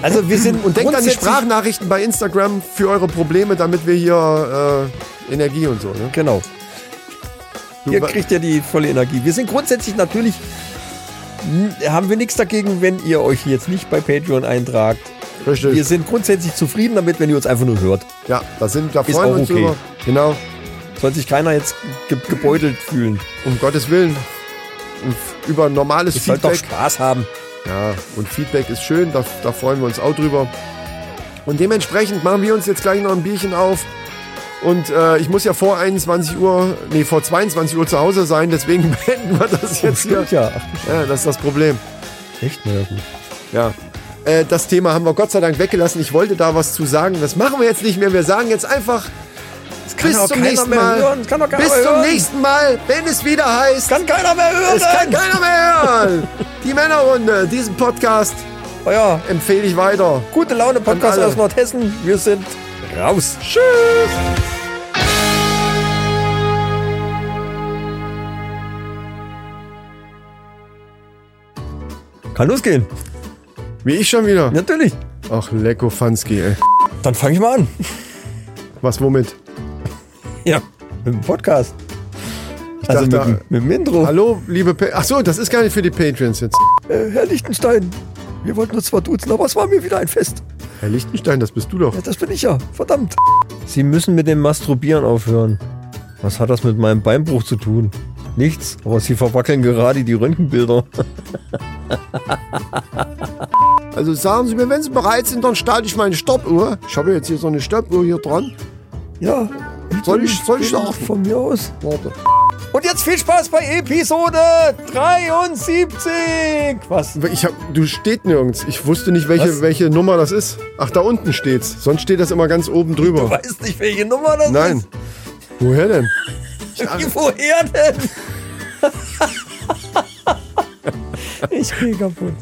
Speaker 1: Also wir sind
Speaker 2: Und denkt an die
Speaker 1: grundsätzlich-
Speaker 2: Sprachnachrichten bei Instagram für eure Probleme, damit wir hier äh, Energie und so. Ne?
Speaker 1: Genau. Hier
Speaker 2: wa-
Speaker 1: kriegt ihr die volle Energie. Wir sind grundsätzlich natürlich, n- haben wir nichts dagegen, wenn ihr euch jetzt nicht bei Patreon eintragt.
Speaker 2: Richtig.
Speaker 1: Wir sind grundsätzlich zufrieden damit, wenn ihr uns einfach nur hört.
Speaker 2: ja, da sind da
Speaker 1: Ist
Speaker 2: freuen
Speaker 1: auch
Speaker 2: wir uns
Speaker 1: okay.
Speaker 2: drüber. Genau.
Speaker 1: Soll sich keiner jetzt ge gebeutelt fühlen.
Speaker 2: Um Gottes Willen. Und Über normales
Speaker 1: Ihr sollt halt doch
Speaker 2: Feedback.
Speaker 1: Spaß haben.
Speaker 2: Ja, und Feedback ist schön, da, da freuen wir uns auch drüber. Und dementsprechend machen wir uns jetzt gleich noch ein Bierchen auf. Und äh, ich muss ja vor 21 Uhr, nee, vor 22 Uhr zu Hause sein, deswegen beenden wir das jetzt hier.
Speaker 1: Stimmt ja. Ach,
Speaker 2: Ja, das ist das Problem.
Speaker 1: echt? Na ja, gut.
Speaker 2: Ja. Äh, das Thema haben wir Gott sei Dank weggelassen. Ich wollte da was zu sagen. Das machen wir jetzt nicht mehr. Wir sagen jetzt einfach
Speaker 1: Das
Speaker 2: bis
Speaker 1: doch
Speaker 2: zum
Speaker 1: keiner
Speaker 2: nächsten
Speaker 1: mehr
Speaker 2: Mal.
Speaker 1: hören. Das kann doch keiner
Speaker 2: bis
Speaker 1: mehr
Speaker 2: zum
Speaker 1: hören.
Speaker 2: nächsten Mal, wenn es wieder heißt.
Speaker 1: Kann keiner mehr hören.
Speaker 2: es kann keiner mehr hören. Die Männerrunde, diesen Podcast
Speaker 1: Euer
Speaker 2: empfehle ich weiter.
Speaker 1: Oh gute Laune Podcast
Speaker 2: An alle.
Speaker 1: aus Nordhessen. Wir sind raus.
Speaker 2: Tschüss.
Speaker 1: Kann losgehen.
Speaker 2: Wie ich schon wieder.
Speaker 1: Natürlich.
Speaker 2: Ach, Lecko Fansky, ey.
Speaker 1: Dann fange ich mal an.
Speaker 2: Was womit?
Speaker 1: Ja. Mit dem Podcast. also
Speaker 2: dachte,
Speaker 1: mit, dem- mit dem Intro.
Speaker 2: Hallo, liebe pa Ach so, das ist gar nicht für die Patreons jetzt.
Speaker 1: Äh, Herr Lichtenstein, wir wollten uns zwar duzen, aber es war mir wieder ein Fest.
Speaker 2: Herr Lichtenstein, das bist du doch.
Speaker 1: Ja, das bin ich ja. Verdammt. Sie müssen mit dem Masturbieren aufhören. Was hat das mit meinem Beinbruch zu tun? Nichts, aber Sie verwackeln gerade die Röntgenbilder.
Speaker 2: Also sagen Sie mir, wenn Sie bereit sind, dann starte ich meine Stoppuhr. Ich habe jetzt hier so eine Stoppuhr hier dran.
Speaker 1: Ja.
Speaker 2: Soll ich- soll ich schlafen?
Speaker 1: Von mir aus.
Speaker 2: Warte.
Speaker 1: Und jetzt viel Spaß bei Episode 73. Was?
Speaker 2: Ich hab, du steht nirgends. Ich wusste nicht, welche,
Speaker 1: Was?
Speaker 2: welche Nummer das ist. Ach, da unten steht's. Sonst steht das immer ganz oben
Speaker 1: Du
Speaker 2: drüber.
Speaker 1: weißt nicht, welche Nummer das
Speaker 2: Nein.
Speaker 1: ist?
Speaker 2: Woher denn?
Speaker 1: Wie, woher denn? ich gehe kaputt.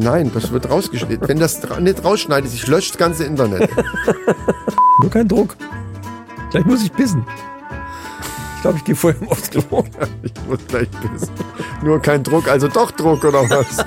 Speaker 2: Nein, das wird rausgeschnitten. Wenn das dra- nicht rausschneidet, ich lösche das ganze Internet.
Speaker 1: Nur kein Druck. Gleich muss ich pissen. Ich glaube, ich gehe vorher mal aufs Klo.
Speaker 2: Ich muss gleich pissen. Nur kein Druck, also doch Druck oder was?